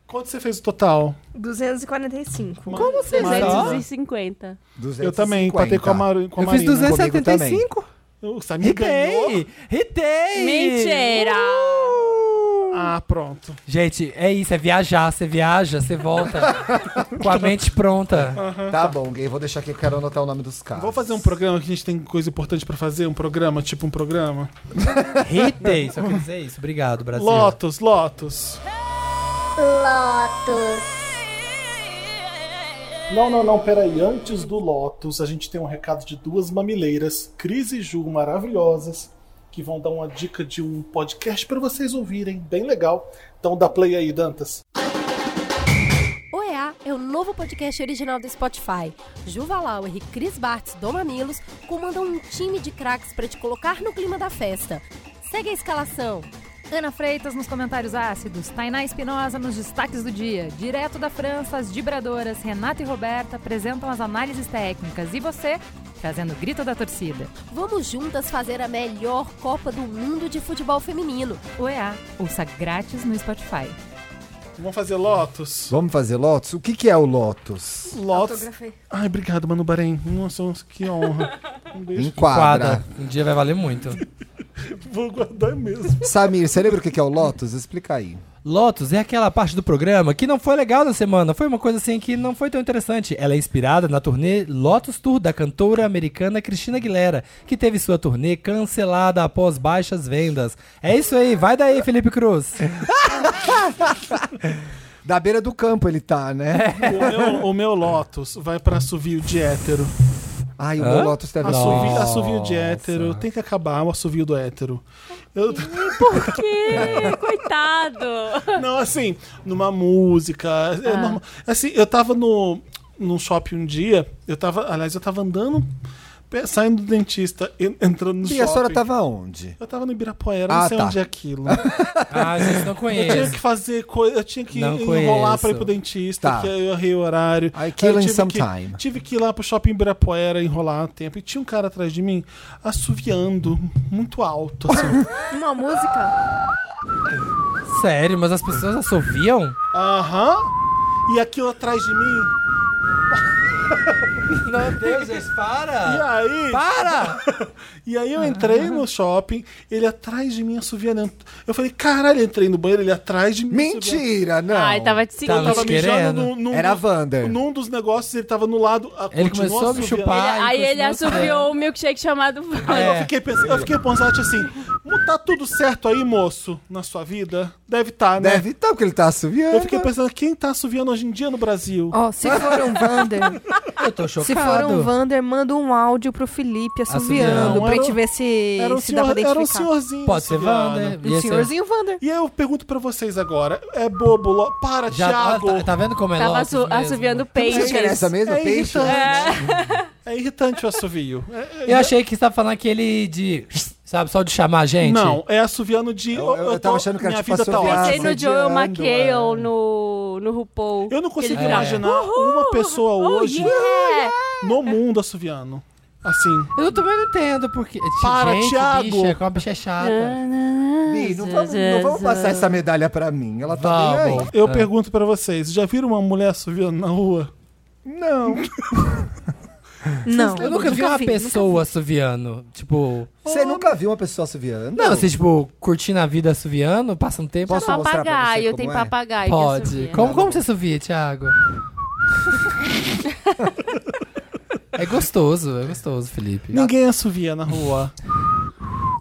Quanto você fez o total? 245. Como É você 350. Eu também, empatei com a, Mar... com a Eu fiz Marina. 275. O Samir ganhou. Ritei! Ritei! Mentira! Uh! Ah, pronto. Gente, é isso, é viajar. Você viaja, você volta com a mente pronta. Tá bom, gay. Vou deixar aqui que eu quero anotar o nome dos caras. Vou fazer um programa que a gente tem coisa importante pra fazer. Um programa, tipo um programa. Ritei, só quer dizer isso. Obrigado, Brasil. Lotus, Lotus. Não, não, não, peraí. Antes do Lotus, a gente tem um recado de duas mamileiras, Cris e Ju, maravilhosas, que vão dar uma dica de um podcast pra vocês ouvirem, bem legal. Então dá play aí, Dantas. OEA é o novo podcast original do Spotify. Juva Lauer e Cris Bartz do Mamilos comandam um time de craques para te colocar no clima da festa. Segue a escalação. Ana Freitas nos comentários ácidos, Tainá Espinosa nos destaques do dia. Direto da França, as vibradoras Renata e Roberta apresentam as análises técnicas e você trazendo o grito da torcida. Vamos juntas fazer a melhor Copa do Mundo de futebol feminino. OEA, ouça grátis no Spotify. Vamos fazer Lotus? Vamos fazer Lotus? O que, que é o Lotus? Lotus. Ai, obrigado, Mano Bahrein. Nossa, nossa, que honra. Um beijo. Enquadra. Quadra. Um dia vai valer muito. Vou guardar mesmo. Samir, você lembra o que, que é o Lotus? Explica aí. Lotus é aquela parte do programa que não foi legal na semana. Foi uma coisa assim que não foi tão interessante. Ela é inspirada na turnê Lotus Tour da cantora americana Cristina Aguilera, que teve sua turnê cancelada após baixas vendas. É isso aí, vai daí, Felipe Cruz. Da beira do campo ele tá, né? O meu, o meu Lotus vai pra assovio de hétero. Ai, o Hã? meu Lotus deve ser. Assovi, Nossa. assovio de hétero. Tem que acabar o assovio do hétero. Eu, Por quê? Coitado! não, assim, numa música. é normal. Assim, eu tava no, num shopping um dia. Eu tava, aliás, eu tava andando pe- saindo do dentista, en- entrando no E shopping. a senhora tava onde? Eu tava no Ibirapuera, não Ah, sei tá. onde é aquilo. Ah, a gente não Eu tinha conhece. que fazer coisa, eu tinha que Não enrolar conheço. pra ir pro dentista, Tá. que aí eu errei o horário. I Aí eu kill in tive some que- time. Tive que ir lá pro shopping Ibirapuera enrolar um tempo. E tinha um cara atrás de mim assoviando muito alto, assim. Uma música. Sério, mas as pessoas assoviam? Aham. E aquilo atrás de mim. Meu Deus, gente, E para! aí. Para! E aí eu entrei no shopping, ele atrás de mim assoviando. Eu falei, caralho, eu entrei no banheiro, ele atrás de mim. assoviando. Mentira, não. Ai, tava te seguindo. Tava Tava te querendo. mijando num, num, Era a Wander. num dos negócios, ele tava no lado. a- Ele continuou começou a me assoviando. chupar. Ele- aí Ai, ele continua assoviou o milkshake chamado Wanda. Eu É. fiquei pensando, eu fiquei pensando assim, "Mo- tá tudo certo aí, moço, na sua vida? Deve tá, né? Deve estar, porque ele tá assoviando. Eu fiquei pensando, quem tá assoviando hoje em dia no Brasil? Ó, se for um Vander, Eu tô chocado. se for um Vander, manda um áudio pro Felipe Assoviando. assoviando pra Era- gente ver se, Era um, se dá pra senhor, identificar. era um senhorzinho. Pode ser assoviando. Wander. O ia ser- senhorzinho Vander. E eu pergunto pra vocês agora, é bobo? Lo... Para, Já, ah, Thiago! tá, tá vendo como é Tava Lotus assu- mesmo? assoviando Vocês querem peixes. essa mesma? É Peixe? irritante. É irritante o assovio. É- é- Eu achei que você tava falando aquele de. Sabe, só de chamar a gente? Não, é assoviando de. Eu- eu tava achando que era minha tipo vida tá assoviar. ótima. Pensei no Joel assediando, McHale, é. no, no RuPaul. Eu não que ele consigo É. grava. imaginar uma pessoa Oh, hoje yeah! no mundo assoviando. Assim. Eu também não entendo porque. Para, gente, Thiago. Bicha, como a bicha é chata. Bi, É não vamos, não vamos passar essa medalha pra mim. Ah. Ela tá bem aí. Vamos. Eu É. pergunto pra vocês, já viram uma mulher assoviando na rua? Não. Não. Eu nunca vi uma nunca pessoa assoviando. Tipo. Você nunca viu uma pessoa assoviando? Não, assim, tipo, curtindo a vida assoviando, passa um tempo. Posso mostrar pra você papagaio, como tem é? papagaio. que Pode. assovia. Como, é? como você assovia, Thiago? é gostoso, é gostoso, Felipe. Ninguém assovia na rua.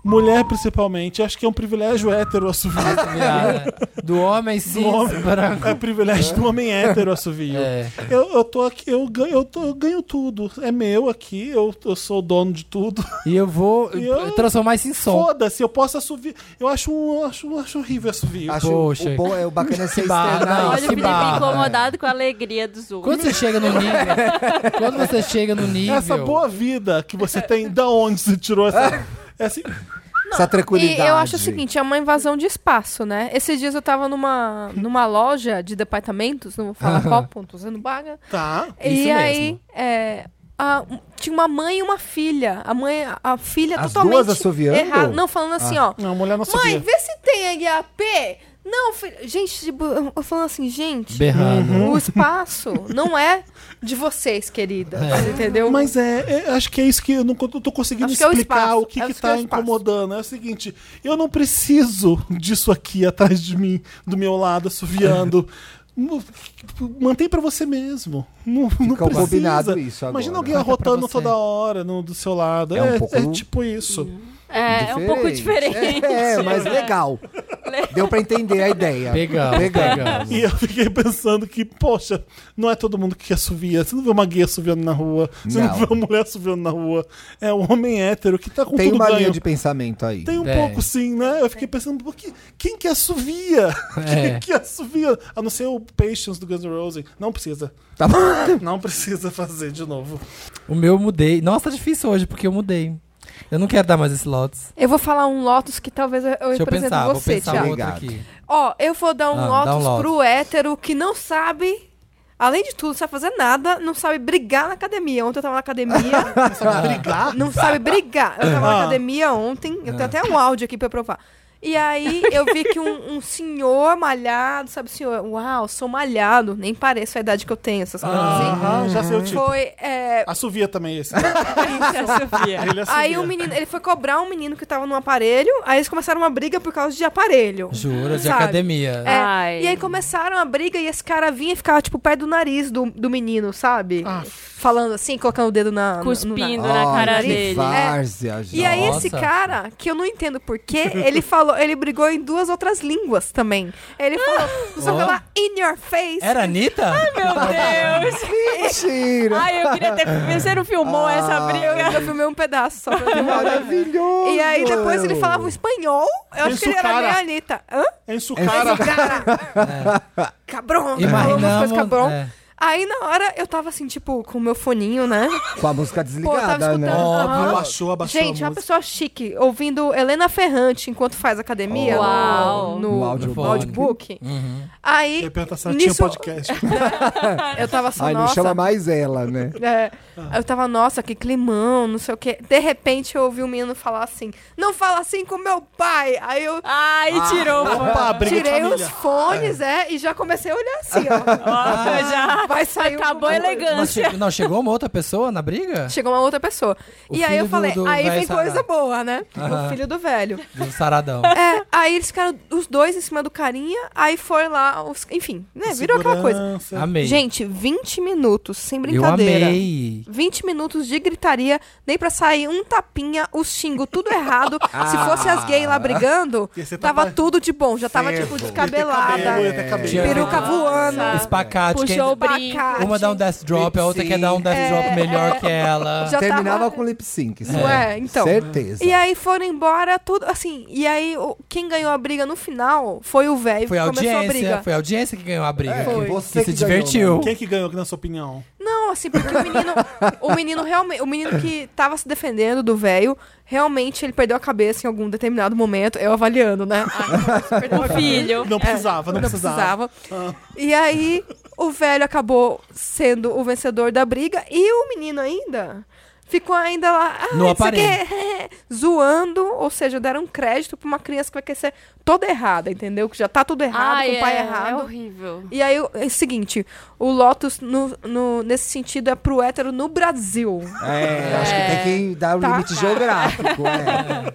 Mulher, principalmente. Acho que é um privilégio hétero assoviar. Assoviar, né? Do homem sim, homem. branco. É privilégio do homem hétero assovio. É. Eu, eu tô aqui, eu ganho, eu tô- eu ganho tudo. É meu aqui, eu, eu sou o dono de tudo. E eu vou E eu- transformar isso em som. Foda-se, eu posso assoviar. Eu acho, um- acho, acho horrível assovio. Acho Poxa. o bom é o bacana é você Que barra, externar não, Olha o isso. que Felipe barra. incomodado com a alegria dos Quando outros. você chega no nível. quando você chega no nível. Essa boa vida que você tem, da onde você tirou essa. É assim, essa Essa E tranquilidade. eu acho o seguinte, é uma invasão de espaço, né? Esses dias eu tava numa, numa loja de departamentos, não vou falar qual, ponto, usando baga. tá. e Isso aí, mesmo. é, a- tinha uma mãe e uma filha. A mãe, a- a filha As totalmente duas assoviando? errada. Não, falando assim, ó. Não, mulher não assovia. Mãe, vê se tem HAP. Não, filha. Gente, tipo, eu eu falando assim, gente, Berrando. o espaço não é de vocês, querida. Entendeu? Mas é, é, acho que é isso que eu não co- eu tô conseguindo Acho que é o explicar espaço, o que, acho que que tá é o espaço. incomodando. É o seguinte, eu não preciso disso aqui atrás de mim, do meu lado, assoviando. Mu- Mantém pra você mesmo. Não, não precisa. combinado isso agora. Imagina alguém Fica pra arrotando você. toda hora no, do seu lado. É, É um pouco- Uhum. é tipo isso. É, é um pouco diferente. É, é, mas né? legal. Deu pra entender a ideia. Pegamos, pegamos. E eu fiquei pensando que, poxa, não é todo mundo que assovia. Você não vê uma gay assoviando na rua. Você não, Não. vê uma mulher assoviando na rua. É um homem hétero que tá com Tem tudo uma linha ganho. de pensamento aí. Tem um Tem. pouco sim, né? Eu fiquei pensando, por que- quem que assovia? É. Quem que assovia? A não ser o Patience do Guns N' Roses. Não precisa. Tá bom. Não precisa fazer de novo. O meu eu mudei. Nossa, tá difícil hoje, porque eu mudei. Eu não quero dar mais esse Lotus. Eu vou falar um Lotus que talvez eu eu Deixa eu represente pensar, vou você, pensar um Thiago. outro Obrigado. aqui. Ó, eu vou dar um Ah, Lotus, dá um Lotus. pro hétero que não sabe. Além de tudo, não sabe fazer nada, não sabe brigar na academia. Ontem eu tava na academia. Brigar? não sabe brigar. Eu tava Ah. na academia ontem, eu tenho Ah. até um áudio aqui pra eu provar. E aí eu vi que um, um senhor malhado, sabe, senhor, uau, sou malhado, nem pareço a idade que eu tenho, essas coisas assim. Aham, já sei o tipo. Foi. é, Assovia também esse. Sofia. Ele assovia. Aí o menino, ele foi cobrar um menino que tava no aparelho, aí eles começaram uma briga por causa de aparelho. Jura, de Sabe? academia. É, Ai. e aí começaram a briga e esse cara vinha e ficava, tipo, perto do nariz do, do menino, sabe? Ah. Falando assim, colocando o dedo na. no- no nariz. Cuspindo Olha, na cara que dele. várzea, gente. E aí Nossa. esse cara, que eu não entendo porquê, ele falou, ele brigou em duas outras línguas também. Ele falou, não sei o que Ó. lá, in your face. Era a Anitta? Meu Deus! Mentira! Ai, eu queria ter. Você não filmou essa briga? Eu filmei um pedaço só pra Maravilhoso! E aí depois ele falava espanhol, eu acho que ele era Sucara. meio Anitta. Hã? Ensucara. Cabrão, falou umas Imaginamos. coisas cabrão. é. Aí na hora eu tava assim, tipo, com o meu foninho, né? Com a música Pô, eu tava desligada, escutando. né? aham. Abaixou, abaixou Gente, a música. uma pessoa chique, ouvindo Helena Ferrante enquanto faz academia Uau. no, No no audiobook. audiobook. Uhum. Aí Eu ia perguntar se ela nisso, tinha podcast. eu tava assim, Ai, não nossa. chama mais ela, né? é, eu tava, nossa, que climão, não sei o quê. De repente eu ouvi um menino falar assim: Não fala assim com meu pai. Aí eu Ai, tirou. Opa, briga tirei de família. os fones, é. e já comecei a olhar assim, ó. Ah, já. Vai sair. Acabou um- a elegância. Mas che- não, chegou uma outra pessoa na briga? Chegou uma outra pessoa. O e aí filho eu do- falei, do aí velho vem coisa sarado. boa, né? Aham. O filho do velho. Do saradão. É, aí eles ficaram os dois em cima do carinha, aí foi lá, os- enfim, né? Virou aquela coisa. Segurança. Amei. Gente, 20 minutos, sem eu brincadeira. amei. 20 minutos de gritaria, nem pra sair um tapinha, o xingo, tudo errado. Se fosse as gays Ah. lá brigando, Ia ser tava tapa- tudo de bom, já tava Fervo. tipo Cabelo, descabelada, É. até cabelo. né? Tinha- peruca voando, Espacate. Quem... Puxou o brinco. espacate. Uma dá um death drop, a outra Sim. quer dar um death É, drop melhor é. que ela. tá Já Terminava tava... com lip sync, isso É, Ué, então. Certeza. E aí foram embora, tudo assim. E aí, o- quem ganhou a briga no final foi o velho Foi que a começou a audiência, briga. foi a audiência que ganhou a briga. É, que, você que se que ganhou, divertiu. Quem é que ganhou, na sua opinião? Não, assim, porque o menino, o menino realmente, o menino que tava se defendendo do velho, realmente ele perdeu a cabeça em algum determinado momento, eu avaliando, né? Ah, O filho. É. Não precisava, não, É. Não precisava. precisava. Ah. E aí o velho acabou sendo o vencedor da briga e o menino ainda ficou ainda lá ah, No não sei o aparelho. quê, zoando, ou seja, deram um crédito pra uma criança que vai crescer toda errada, entendeu? Que já tá tudo errado, Ai, com o pai é, errado. É horrível. E aí, o- é o seguinte, o Lotus no, no- nesse sentido é pro hétero no Brasil. É, acho que tem que dar um Tá. limite geográfico, é.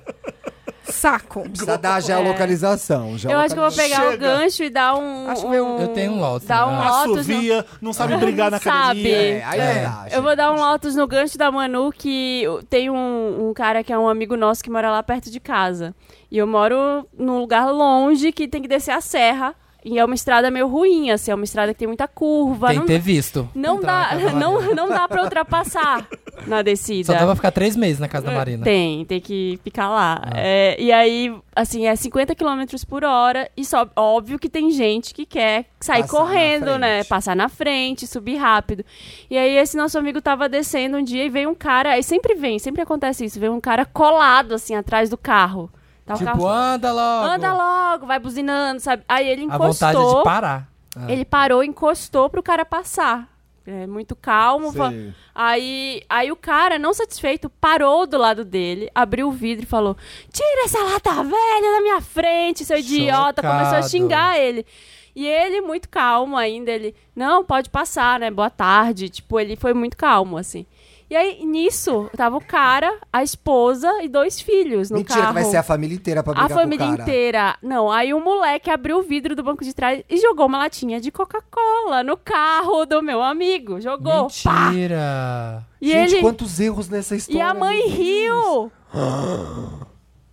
Saco. Precisa dar a geolocalização. É. Eu acho que eu vou pegar o Chega. gancho e dar um. Acho um- meu- Eu tenho um Lotus, Dar um né? Lotus. no- Assovia, não sabe brigar na Não sabe. academia. É, aí é. acho. Eu vou dar um Lotus no gancho da Manu, que tem um, um cara que é um amigo nosso que mora lá perto de casa. E eu moro num lugar longe que tem que descer a serra. E é uma estrada meio ruim, assim, é uma estrada que tem muita curva. Tem não que ter visto. não Então, na dá, casa da Marina. não, não dá pra ultrapassar na descida. Só dava ficar três meses na casa da Marina. É. Tem, tem que ficar Ah. lá. É, e aí, assim, é 50 km por hora. E só, óbvio que tem gente que quer sair Passar na correndo, né? frente. Passar na frente, subir rápido. E aí, esse nosso amigo tava descendo um dia e veio um cara. Aí sempre vem, sempre acontece isso. Veio um cara colado, assim, atrás do carro. Tá o Tipo, carro- anda logo. Anda logo, vai buzinando, sabe? Aí ele A encostou. vontade de parar. Ah. Ele parou, encostou pro cara passar. É muito calmo. fa- Sim. Aí, aí o cara, não satisfeito, parou do lado dele, abriu o vidro e falou: Tira essa lata velha da minha frente, seu idiota! Começou a Chocado. xingar ele. E ele, muito calmo ainda, ele, não, pode passar, né? Boa tarde. Tipo, ele foi muito calmo, assim. E aí, nisso, tava o cara, a esposa e dois filhos no Mentira, que carro. vai ser a família inteira pra A brigar família com o cara. inteira. Não, aí o moleque abriu o vidro do banco de trás e jogou uma latinha de Coca-Cola no carro do meu amigo. Jogou. Pá! Mentira. E Gente, ele. quantos erros nessa história. E a mãe meu Deus. riu.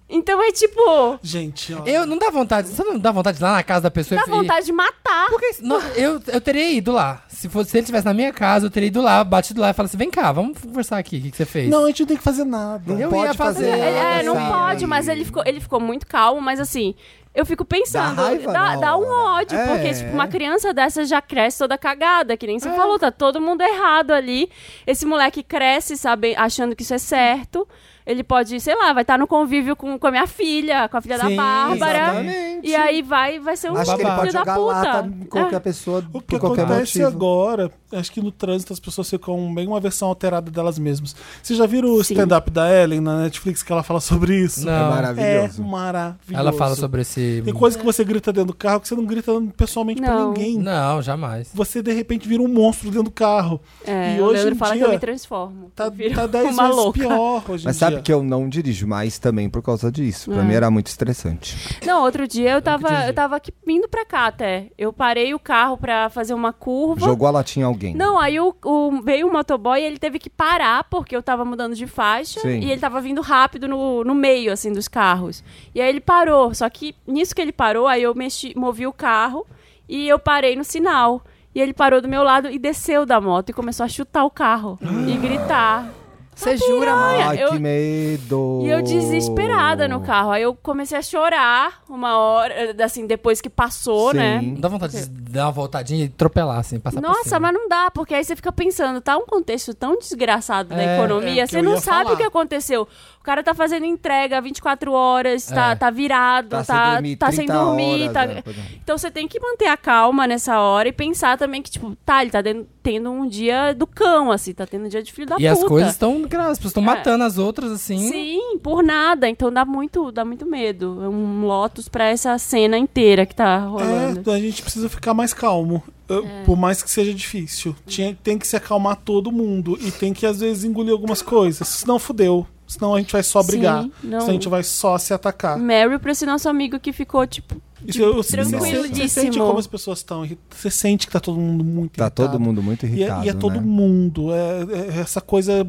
então é tipo. Gente, ó. Eu não dá vontade. Você não dá vontade de ir lá na casa da pessoa Dá e- vontade de matar. Por que- não, eu, eu teria ido lá. Se, fosse, se ele estivesse na minha casa, eu teria ido lá, batido lá e falado assim: vem cá, vamos conversar aqui. O que, que você fez? Não, a gente não tem que fazer nada. Não Eu pode ia fazer- fazer Ele- nada, É, não sabe? pode, mas ele ficou, ele ficou muito calmo, mas assim, eu fico pensando, Dá dá, raiva dá, na um hora. ódio, É. porque tipo, uma criança dessa já cresce toda cagada, que nem você falou, tá todo mundo errado ali. Esse moleque cresce, sabe, achando que isso é certo. Ele pode, sei lá, vai estar no convívio com, com a minha filha, com a filha Sim, da Bárbara. exatamente. E aí vai, vai ser um Acho que ele babado. pode filho da jogar lata em puta. É. qualquer pessoa, O que por qualquer acontece motivo. agora, acho que no trânsito as pessoas ficam bem uma versão alterada delas mesmas. Vocês já viram o stand-up da Ellen na Netflix que ela fala sobre isso? Não. É É maravilhoso. maravilhoso. Ela fala sobre esse. Tem coisa que você grita dentro do carro que você não grita pessoalmente pra Não. ninguém. Não, jamais. Você de repente vira um monstro dentro do carro. É, e o hoje Leandro em fala dia que eu me transformo. tá, Eu viro tá 10 uma vezes louca. pior hoje em Mas sabe dia. que eu não dirijo mais também por causa disso. Pra É. mim era muito estressante. Não, outro dia eu tava, eu tava aqui vindo pra cá até. Eu parei o carro pra fazer uma curva. Jogou a latinha em alguém. Não, aí o, o- veio o motoboy e ele teve que parar porque eu tava mudando de faixa Sim. e ele tava vindo rápido no, no meio, assim, dos carros. E aí ele parou, só que nisso que ele parou, aí eu mexi, movi o carro e eu parei no sinal. E ele parou do meu lado e desceu da moto e começou a chutar o carro e gritar. Você jura, mano? Olha, Ai, eu- que medo. E eu desesperada Oh. no carro. Aí eu comecei a chorar uma hora, assim, depois que passou, Sim. né? Não dá vontade de dar uma voltadinha e atropelar, assim, passar por Nossa, cima. mas não dá, porque aí você fica pensando, tá um contexto tão desgraçado da É, economia, é o que você eu não ia sabe falar. o que aconteceu. O cara tá fazendo entrega 24 horas, tá, É. tá virado, Tá tá, sem dormir tá sem 30 dormir. horas, tá- né? Pois é. Então você tem que manter a calma nessa hora e pensar também que, tipo, tá, ele tá den- tendo um dia do cão, assim, tá tendo um dia de filho da E puta. as coisas estão graves, as pessoas estão É. matando as outras, assim. Sim, por nada. Então dá muito, dá muito medo. É um Lotus pra essa cena inteira que tá rolando. É, a gente precisa ficar mais calmo. Eu- É. Por mais que seja difícil. Tinha- tem que se acalmar todo mundo. E tem que, às vezes, engolir algumas coisas. Senão fudeu. Senão a gente vai só Sim, brigar. não. Hum, Senão a gente vai só se atacar. Meryl pra esse nosso amigo que ficou, tipo, Isso, eu- eu- Você sente tranquilíssimo. como as pessoas estão. irri- Você sente que tá todo mundo muito Tá irritado. todo mundo muito E é, irritado, e é todo né? mundo, é, é essa coisa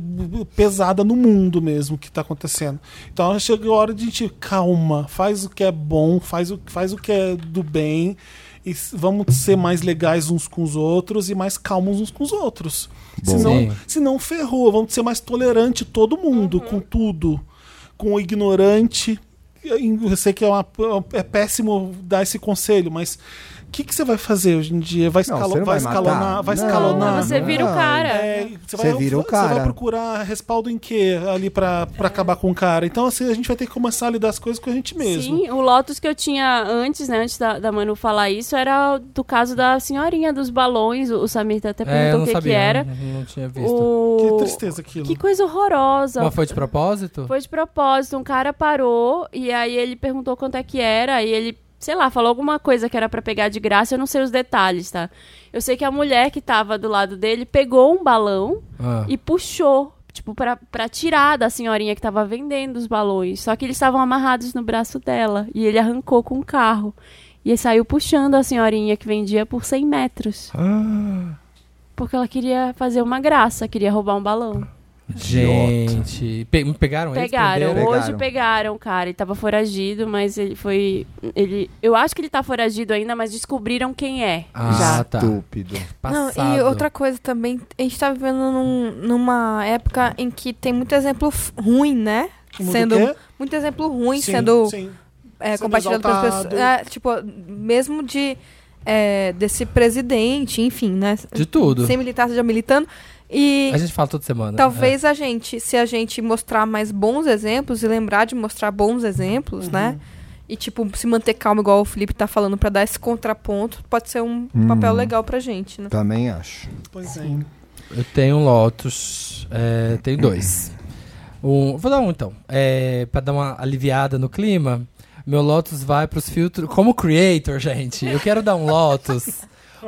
pesada no mundo mesmo que tá acontecendo. Então chega a hora de a gente, calma, faz o que é bom, faz o, faz o que é do bem, e s- vamos ser mais legais uns com os outros e mais calmos uns com os outros. Bom. Sim. Senão, senão ferrou, vamos ser mais tolerante todo mundo, com tudo, com o ignorante. Eu sei que é, uma- é péssimo dar esse conselho, mas o que, que você vai fazer hoje em dia? Vai, Não, escalo- você não vai vai matar. escalonar? Vai Não, escalonar? Ah, você vira o não. cara. É, você vai, Você vira o você cara. vai procurar respaldo em quê ali pra, pra acabar com o cara. Então, assim, a gente vai ter que começar a lidar as coisas com a gente mesmo. Sim, o Lotus que eu tinha antes, né? Antes da, da Manu falar isso, era o do caso da senhorinha dos balões. O, o Samir até É, eu perguntou não o que, que sabia, era. Não, não tinha visto. O... Que tristeza aquilo. Que coisa horrorosa. Mas foi de propósito? Foi de propósito, um cara parou e aí ele perguntou quanto é que era e ele, sei lá, falou alguma coisa que era pra pegar de graça, eu não sei os detalhes, tá? Eu sei que a mulher que tava do lado dele pegou um balão Ah. e puxou, tipo, pra, pra tirar da senhorinha que tava vendendo os balões. Só que eles estavam amarrados no braço dela e ele arrancou com o carro. E ele saiu puxando a senhorinha que vendia por 100 metros. Porque ela queria fazer uma graça, queria roubar um balão. Gente. Pe me pegaram eles? Pegaram, prenderam? hoje Pegaram. pegaram, cara. Ele tava foragido, mas ele foi. Ele, eu acho que ele tá foragido ainda, mas descobriram quem é. Ah, já. tá. Estúpido. Não, Passado. e outra coisa também, a gente tá vivendo num- numa época em que tem muito exemplo f- ruim, né? Mundo sendo quê? muito exemplo ruim Sim, sendo, sim. é, sendo compartilhado pelas exaltado. pessoas. É, tipo, mesmo de é, desse presidente, enfim, né? De tudo. Sem militar, seja militando. E A gente fala toda semana. Talvez a gente, se a gente mostrar mais bons exemplos e lembrar de mostrar bons exemplos, Uhum. né? E, tipo, se manter calmo, igual o Felipe tá falando, pra dar esse contraponto, pode ser um papel legal pra gente, né? Também acho. Pois é. Eu tenho um Lotus. é, tenho dois. Um- vou dar um então. É, pra dar uma aliviada no clima, meu Lotus vai pros filtros. Como creator, gente, eu quero dar um Lotus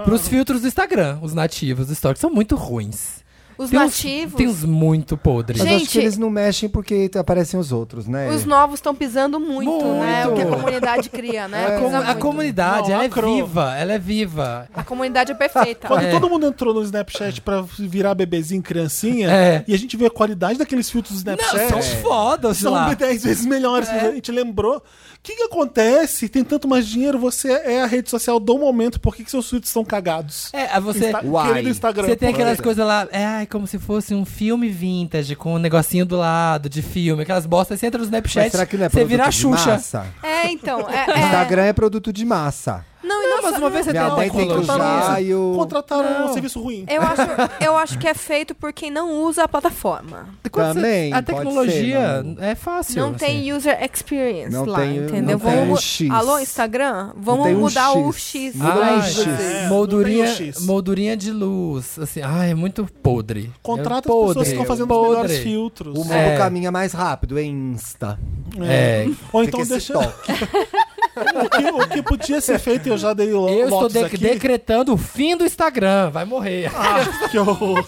pros filtros do Instagram, os nativos do Stories. São muito ruins. Os Tem uns- nativos, Tem uns muito podres. Mas acho Gente- que eles não mexem porque aparecem os outros, né? os novos estão pisando muito, né? Muito. O que a comunidade cria, né? A, Pisa com- a muito. comunidade, Não, ela lacrou. é viva, ela é viva. A comunidade é perfeita. Quando É. todo mundo entrou no Snapchat pra virar bebezinho, criancinha, É. e a gente vê a qualidade daqueles filtros do Snapchat. Não, são fodas são lá. 10 vezes melhores. A gente lembrou. O que, que acontece? Tem tanto mais dinheiro, você é a rede social do momento. Por que, que seus filtros estão cagados? É, aí você, Insta- Uai. Querido Instagram. você tem aquelas Olha. coisas lá, é ai, como se fosse um filme vintage, com um negocinho do lado de filme, aquelas bostas, você entra no Snapchat, Mas será que não é você produto vira a de Xuxa. massa? É, então. É, é. Instagram é produto de massa. Não, e não, Mas uma vez você Minha tem mãe uma tem que coluna- usar. Contrataram, e o- tá contrataram um serviço ruim. É eu acho, eu acho que é feito por quem não usa a plataforma. Quando você- Também, A pode tecnologia ser, não- é fácil. Não tem user experience Não lá, tem- entendeu? não tem Vamos- um X. Alô, Instagram? Vamos tem um mudar o X. X. Ah, Não tem um gente, X. É, moldurinha, não tem um X. moldurinha de luz. Assim, ai, é muito podre. Contrata é as podre, pessoas que estão fazendo os podre. melhores filtros. O mundo É. caminha mais rápido, é Insta. É. Ou Fica então esse deixa. toque. O que, o que podia ser feito, eu já dei o Eu estou Lotus de- aqui. decretando o fim do Instagram. Vai morrer. Ah, que horror.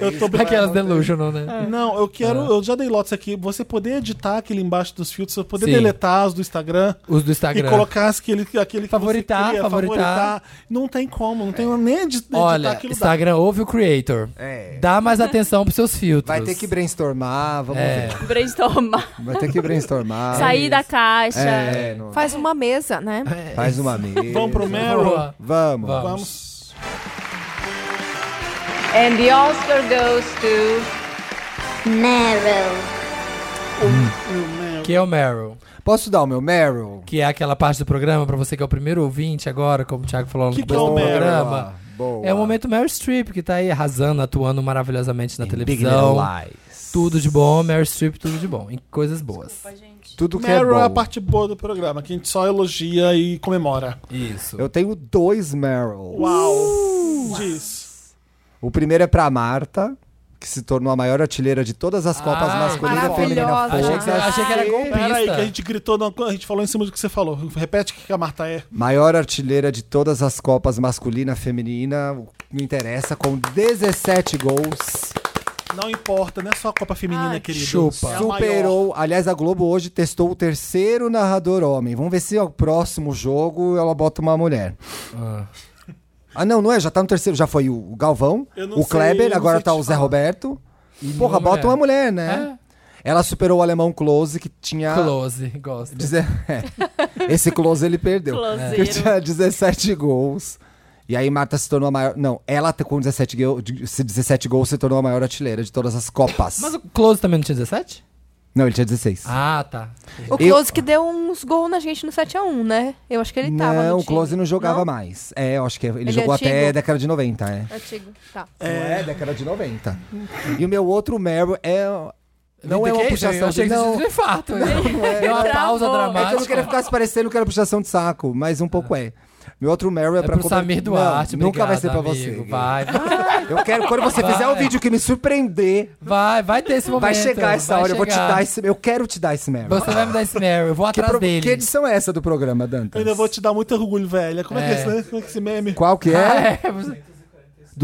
Eu tô Aquelas delusional, né? É. Não, eu quero. Eu já dei lotes aqui. Você poder editar aquele embaixo dos filtros, você poder Sim. deletar as do Instagram. Os do E Instagram. colocar aquele, aquele que Favoritar, você queria, favoritar. Não tem como, não tem nem de tá editar Olha, aquilo dá. Instagram, ouve o creator. É. Dá mais atenção pros seus filtros. Vai ter que brainstormar, vamos É. ver. Brainstormar, Vai ter que brainstormar. sair da caixa. É, não- Faz uma mesa, né? Faz uma mesa. Vamos pro Meryl? Boa. Vamos. Vamos. Vamos. And the Oscar goes to Meryl. Que é o Meryl. Posso dar o meu Meryl? Que é aquela parte do programa, pra você que é o primeiro ouvinte agora, como o Thiago falou no Que que é começo do o Meryl? programa. Boa. É o momento Meryl Streep, que tá aí arrasando, atuando maravilhosamente na Big Little televisão. Lies. Tudo de bom, Meryl Streep, tudo de bom. Em coisas boas. Tudo que Meryl é é a bom. parte boa do programa, que a gente só elogia e comemora. Isso. Eu tenho dois Meryl. Uau! Diz. O primeiro é pra Marta, que se tornou a maior artilheira de todas as Copas Ai, masculina e feminina. Ah, maravilhosa. Achei, que, Foda-se. achei que era Peraí, que a golpista. gente gritou, não, a gente falou em cima do que você falou. Repete o que a Marta é. Maior artilheira de todas as Copas masculina e feminina. o que Me interessa, com 17 gols. Não importa, não é só a Copa Feminina, querido. chupa. É a maior. Superou. Aliás, a Globo hoje testou o terceiro narrador homem. Vamos ver se ao próximo jogo ela bota uma mulher. Ah. Ah, não, não é? Já tá no terceiro. Já foi o Galvão, Eu não o sei, Kleber, eu não agora sei tá te o Zé falar. Roberto. Porra, nenhuma bota uma mulher, né? É. Ela superou o alemão Close, que tinha. Close, gosto. Deze- é. Esse Close ele perdeu. Closeiro. Que tinha 17 gols. E aí Marta se tornou a maior. Não, ela com 17, go- de- se 17 gols se tornou a maior artilheira de todas as Copas. Mas o Close também não tinha 17? Não, ele tinha 16. Ah, tá. O Eu- Close que deu uns gols na gente no 7x1, né? Eu acho que ele tava. não, no o Close time. não jogava Não? mais. É, eu acho que ele, Ele é jogou até antigo? década de 90, é. Antigo. Tá. É, década de 90. Uhum. E o meu outro Meryl é. Não é uma Queijo, Eu puxação achei de né? que não, você tinha infarto. Deu uma Ele pausa É travou. que eu dramática. não queria ficar se parecendo que era puxação de saco, mas um pouco é. Meu outro Meryl é, É pra pro Samir Não, Duarte, Nunca vai ser pra obrigado, você. amigo. Vai, Eu quero, quando você Vai. fizer um vídeo que me surpreender, vai, vai ter esse momento. vai chegar essa vai hora. Eu vou te chegar. dar esse. Eu quero te dar esse Meryl. Você vai me dar esse Meryl, eu vou Que, atrás pro- dele. que edição é essa do programa, Eu Dantas? ainda vou te dar muito orgulho, velha. Como é, que É. é esse, né? Como é que é esse meme? Qual que é? Ah, é, você-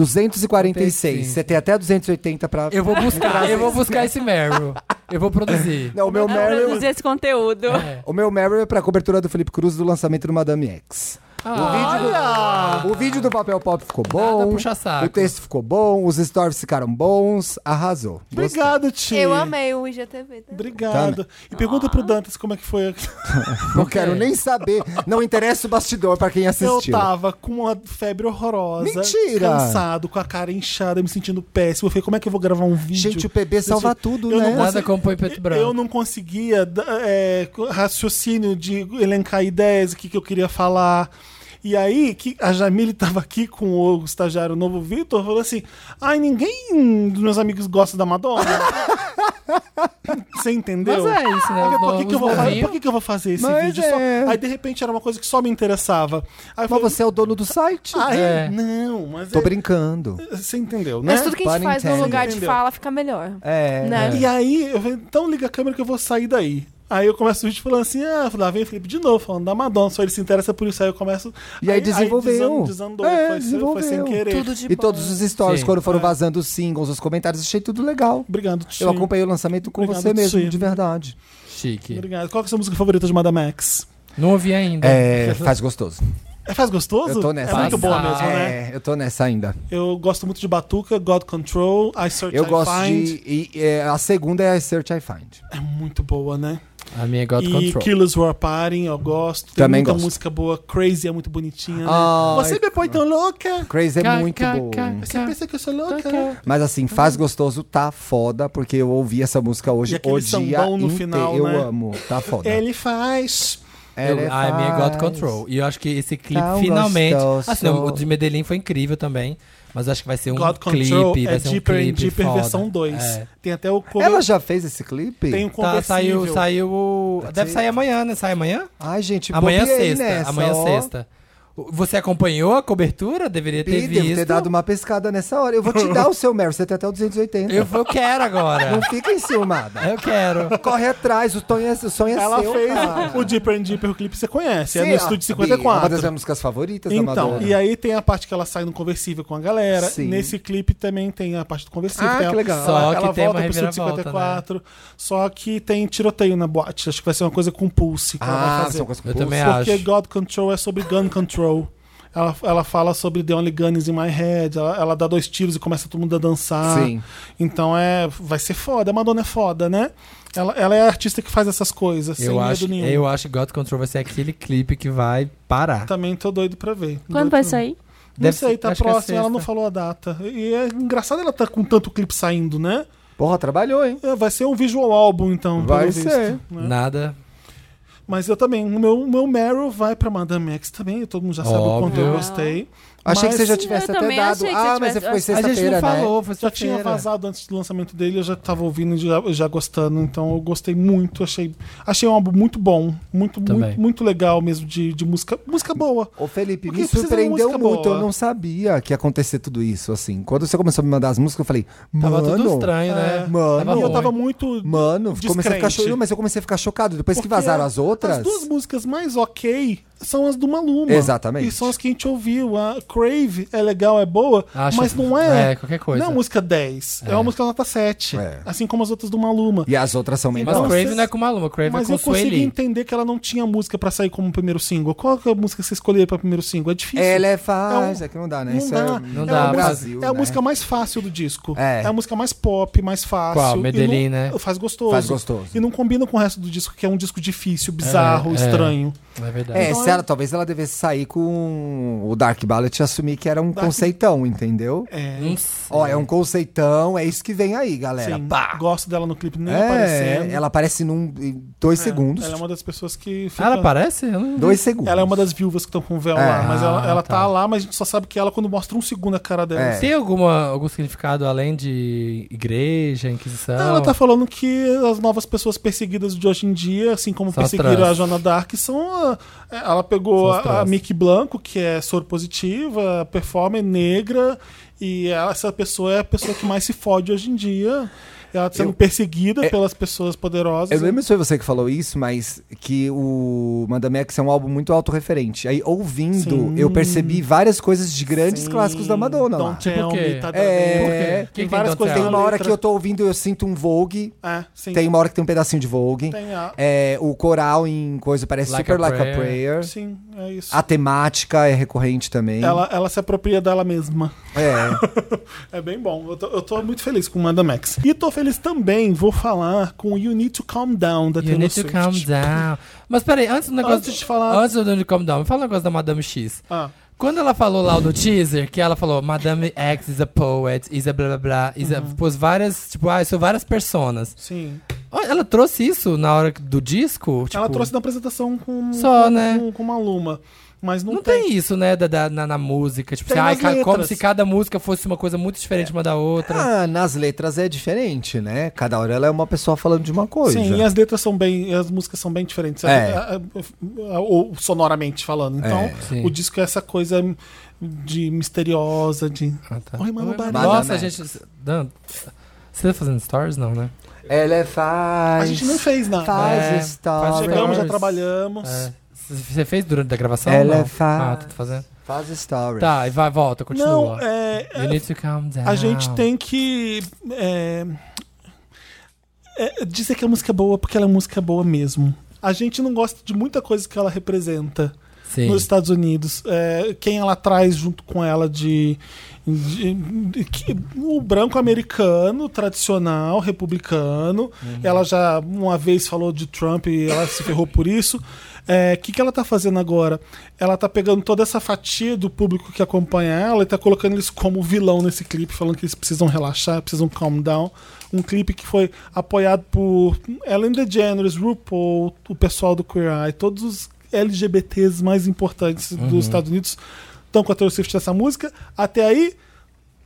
246. Você tem até 280 pra. Eu vou buscar, eu vou buscar esse Meryl. Eu vou produzir. Não, o meu Pra Meryl. produzir esse conteúdo. É. O meu Meryl é pra cobertura do Felipe Cruz do lançamento do Madame X. Ah. Ah, Olha! O vídeo do papel pop ficou Nada bom. puxa saco. O texto ficou bom, os stories ficaram bons, arrasou. Gostei. Obrigado, tio. Eu amei o IGTV. Né? Tá? Obrigado. E pergunta pro Dantas como é que foi. Não quero nem saber. Não interessa o bastidor pra quem Eu assistiu. tava com uma febre horrorosa. Mentira! Cansado, com a cara inchada, me sentindo péssimo. Eu falei, como é que eu vou gravar um vídeo? Gente, o PB salva tudo, eu né? não Nada consegui- como põe preto e branco. Eu não conseguia da- é, co- raciocínio de elencar ideias, o que, que eu queria falar. E aí, que a Jamile tava aqui com o estagiário novo Vitor, falou assim: ai, ninguém dos meus amigos gosta da Madonna. Você entendeu? Mas é isso, né? Eu falei, Os Por, que, que eu vou, novinhos- fazer- por que, que eu vou fazer esse Mas vídeo? só?" é. Aí, de repente, era uma coisa que só me interessava. Aí Mas eu falei, você é o dono do site. ai, É. não, mas Tô é- brincando. você entendeu, né? Mas tudo que a gente Para faz no entender. lugar de Entendeu? fala fica melhor. É. Né? E aí, eu falei, então liga a câmera que eu vou sair daí. Aí eu começo o vídeo falando assim, ah, lá vem o Felipe de novo, falando da Madonna, só ele se interessa por isso. Aí eu começo. E aí desenvolveu. desan- desandou, É, foi, desenvolveu. foi sem querer. É. E todos os stories, Sim. quando foram vazando os singles, os comentários, achei tudo legal. Obrigado, tio. Eu acompanhei o lançamento com Obrigado, você mesmo, sim. de verdade. Chique. Obrigado. Qual que é a sua música favorita de Madame X? Não ouvi ainda. É, faz gostoso. É, faz gostoso? Eu tô nessa. É muito boa Passar. mesmo, É, né? eu tô nessa ainda. Eu gosto muito de Batuca, God Control, I Search Eu I gosto Find. de. e- é, a segunda é a Search I Find. É muito boa, né? A minha é God e Control. Killers War Party, eu gosto. Tem Também muita gosto. Ah, música boa. Crazy é muito bonitinha, né? Ai, Você me põe tão louca! Crazy é Ca- muito ca- boa. ca- Você pensa que eu sou louca? Mas assim, faz gostoso, tá foda, porque eu ouvi essa música E hoje, aquele o dia sambão no inteiro. final, eu né? amo, tá foda. Ele faz. Eu, Ela a minha é God faz- Control. E eu acho que esse clipe Tão finalmente. gostoso. Assim, o de Medellín foi incrível também. Mas acho que vai ser um God clipe. Control vai é ser um Deeper and clipe Deeper foda. versão 2. É. Tem até o cover, Ela já fez esse clipe? tem um Tá, conversível. saiu, saiu. o- That's Deve it. sair amanhã, né? Sai amanhã? Ai, gente, Tipo, amanhã é bobeei sexta. né? nessa, amanhã ó. é sexta. O- Você acompanhou a cobertura? Deveria ter Pi, visto. devo ter dado uma pescada nessa hora. Eu vou te dar o seu Meryl, você tem até o 280. eu, eu quero agora. É. Não fica enciumada. eu quero. Corre atrás, o sonho é, o sonho é Ela seu. fez cara. o Deeper and Deeper, o clipe você conhece. é Sim, no a- Estúdio Bi, Uma das 54. minhas músicas favoritas da Então, Madonna. e aí tem a parte que ela sai no conversível com a galera. Sim. Nesse clipe também tem a parte do conversível. Ah, tem que ela- legal. Ela, Só que ela tem volta uma pro Estúdio reviravolta, né? 54. Só que tem tiroteio na boate. Acho que vai ser uma coisa com pulse que ela vai Ah, fazer. são coisas com Eu pulso. também Porque acho. God Control é sobre gun control. Ela, ela fala sobre The Only Gun is in My Head. Ela, ela dá dois tiros e começa todo mundo a dançar. Sim. Então é, vai ser foda. A Madonna é foda, né? Ela, ela é a artista que faz essas coisas, sem Eu acho, medo nenhum. eu acho que God Control vai ser aquele clipe que vai parar. Também tô doido pra ver. Quando vai Doido pra ver. sair? Não Deve sei, ser- tá acho que é próximo. ela sexta. não falou a data. E é engraçado ela tá com tanto clipe saindo, né? Porra, trabalhou, hein? É, vai ser um visual álbum, então. pelo Vai visto, ser. né? Nada. Mas eu também, o meu, o meu Meryl vai pra Madame X também, todo mundo já sabe o quanto eu Óbvio. gostei. Achei que Mas você já tivesse Eu até também dado. achei que você Ah, mas tivesse- foi A gente sexta-feira, não né? falou, foi Já tinha sexta-feira. vazado antes do lançamento dele, eu já tava ouvindo e já, já gostando, então eu gostei muito, achei, achei um álbum muito bom, muito, Também. muito, muito legal mesmo de, de música, música boa. Ô Felipe, Porque me precisa de surpreendeu música muito. boa. Eu não sabia que ia acontecer tudo isso, assim. Quando você começou a me mandar as músicas, eu falei, mano. Tava tudo estranho, né? Mano. Tava e eu ruim. É. tava muito Mano, comecei a ficar Descrente. chorando, mas eu comecei a ficar chocado. Depois que Porque vazaram as outras. As duas músicas mais ok são as do Maluma. Exatamente. E são as que a gente ouviu. A Crave é legal, é boa, Acho- mas não é. é, qualquer coisa. Não é música 10. É, uma música nota 7. É. Assim como as outras do Maluma. E as outras são Mas melhores. Então, o Crave vocês- não é com Maluma, o Crave Mas é com eu consegui Sueli. entender que ela não tinha música pra sair como primeiro single. Qual que é a música que você escolheria pra primeiro single? É difícil. Ela é fácil, É um- é que não dá, né? Não Isso dá. é- Não é dá, o mas- Brasil, É a né? música mais fácil do disco. É. a música mais pop, mais fácil. Qual? E Medellín, não- né? Faz gostoso. Faz gostoso. E não combina com o resto do disco, que é um disco difícil, bizarro, é. estranho. É verdade. É, se ela, talvez ela devesse sair com o Dark Ballet e assumir que era um Dark- conceitão, entendeu? É. Não sei. Ó, é um conceitão, é isso que vem aí, galera. Sim, Pá! gosto dela no clipe nem aparecendo. É, ela um aparece num, em dois É, segundos. Ela é uma das pessoas que fica... Ah, ela aparece? Eu não- Dois segundos. Ela é uma das viúvas que estão com o véu É. lá, mas ela, Ah, ela tá. tá. lá, mas a gente só sabe que ela quando mostra um segundo a cara dela. É. Tem alguma, algum significado além de igreja, inquisição? Ela tá falando que as novas pessoas perseguidas de hoje em dia, assim como São as perseguiram trans. a Joana Dark, são. a- ela São pegou as a, a trans. Mickey Blanco, que é soro positiva, performer negra, e ela- essa pessoa é a pessoa que mais se fode hoje em dia. Ela tá sendo Eu- é- perseguida pelas pessoas poderosas. Eu lembro se foi você que falou isso, mas que o Madame X é um álbum muito autorreferente. Aí, ouvindo, Sim. eu percebi várias coisas de grandes Sim. clássicos da Madonna lá. Don't Tell Hum, Tipo o quê? Me, tá É, Por quê? Tem Que várias que coisas. Tem tem na uma hora letra. que eu tô ouvindo, eu sinto um Vogue. É, sim. Tem uma hora que tem um pedacinho de Vogue. Tem a- É, o coral em coisa parece Like a super like a Prayer. prayer. Sim, é isso. A temática é recorrente também. Ela, ela se apropria dela mesma. É. É bem bom. Eu tô, eu tô muito feliz com o Madame X. E tô feliz também, vou falar com o You Need to Calm Down da You Taylor need to Swift. calm down. Mas peraí, antes do negócio. Antes de falar- Antes do calm down, me fala um negócio da Madame X. Ah, Quando ela falou lá do teaser, que ela falou Madame X is a poet, is a blá blá blá, is a, Uhum. pôs várias, tipo, ah, são várias personas. sim. Ó, Ela trouxe isso na hora do disco? Tipo, ela trouxe na apresentação com, Só, com, né? com, com uma Luma. Mas não, Não, tem. isso, né, da, da- na, na música. Tipo, Tem assim, ai, nas ca- como letras. se cada música fosse uma coisa muito diferente uma da outra. Ah, nas letras é diferente, né? Cada hora ela é uma pessoa falando de uma coisa. Sim, é- e as letras são bem. e As músicas são bem diferentes. É. a- a- a- é, Ou sonoramente falando. Então, Sim. o disco é essa coisa de misteriosa, de. Ah, tá. Oi, mano, barulho. Nossa, Madame gente. Dan, você tá fazendo stories? Não, né? Ela é faz. A gente não fez nada. Faz É, stories. faz Chegamos, já stories. trabalhamos. É. C- Você fez durante a gravação? Ela não? faz. Ah, tá fazendo. Faz stories. Tá, e vai, volta, Não, continua. é, é, You need to calm down. A gente tem que. é, é, dizer que a música é boa porque ela é música boa mesmo. A gente não gosta de muita coisa que ela representa Sim. nos Estados Unidos. É, quem ela traz junto com ela de. de- de- que- o branco americano, tradicional, republicano. Ela já uma vez falou de Trump e ela se ferrou por isso. O que, que ela tá fazendo agora? Ela tá pegando toda essa fatia do público que acompanha ela e tá colocando eles como vilão nesse clipe, falando que eles precisam relaxar, precisam calm down. Um clipe que foi apoiado por Ellen DeGeneres, RuPaul, o pessoal do Queer Eye, todos os LGBTs mais importantes Uhum. dos Estados Unidos estão com a Taylor Swift nessa música. Até aí,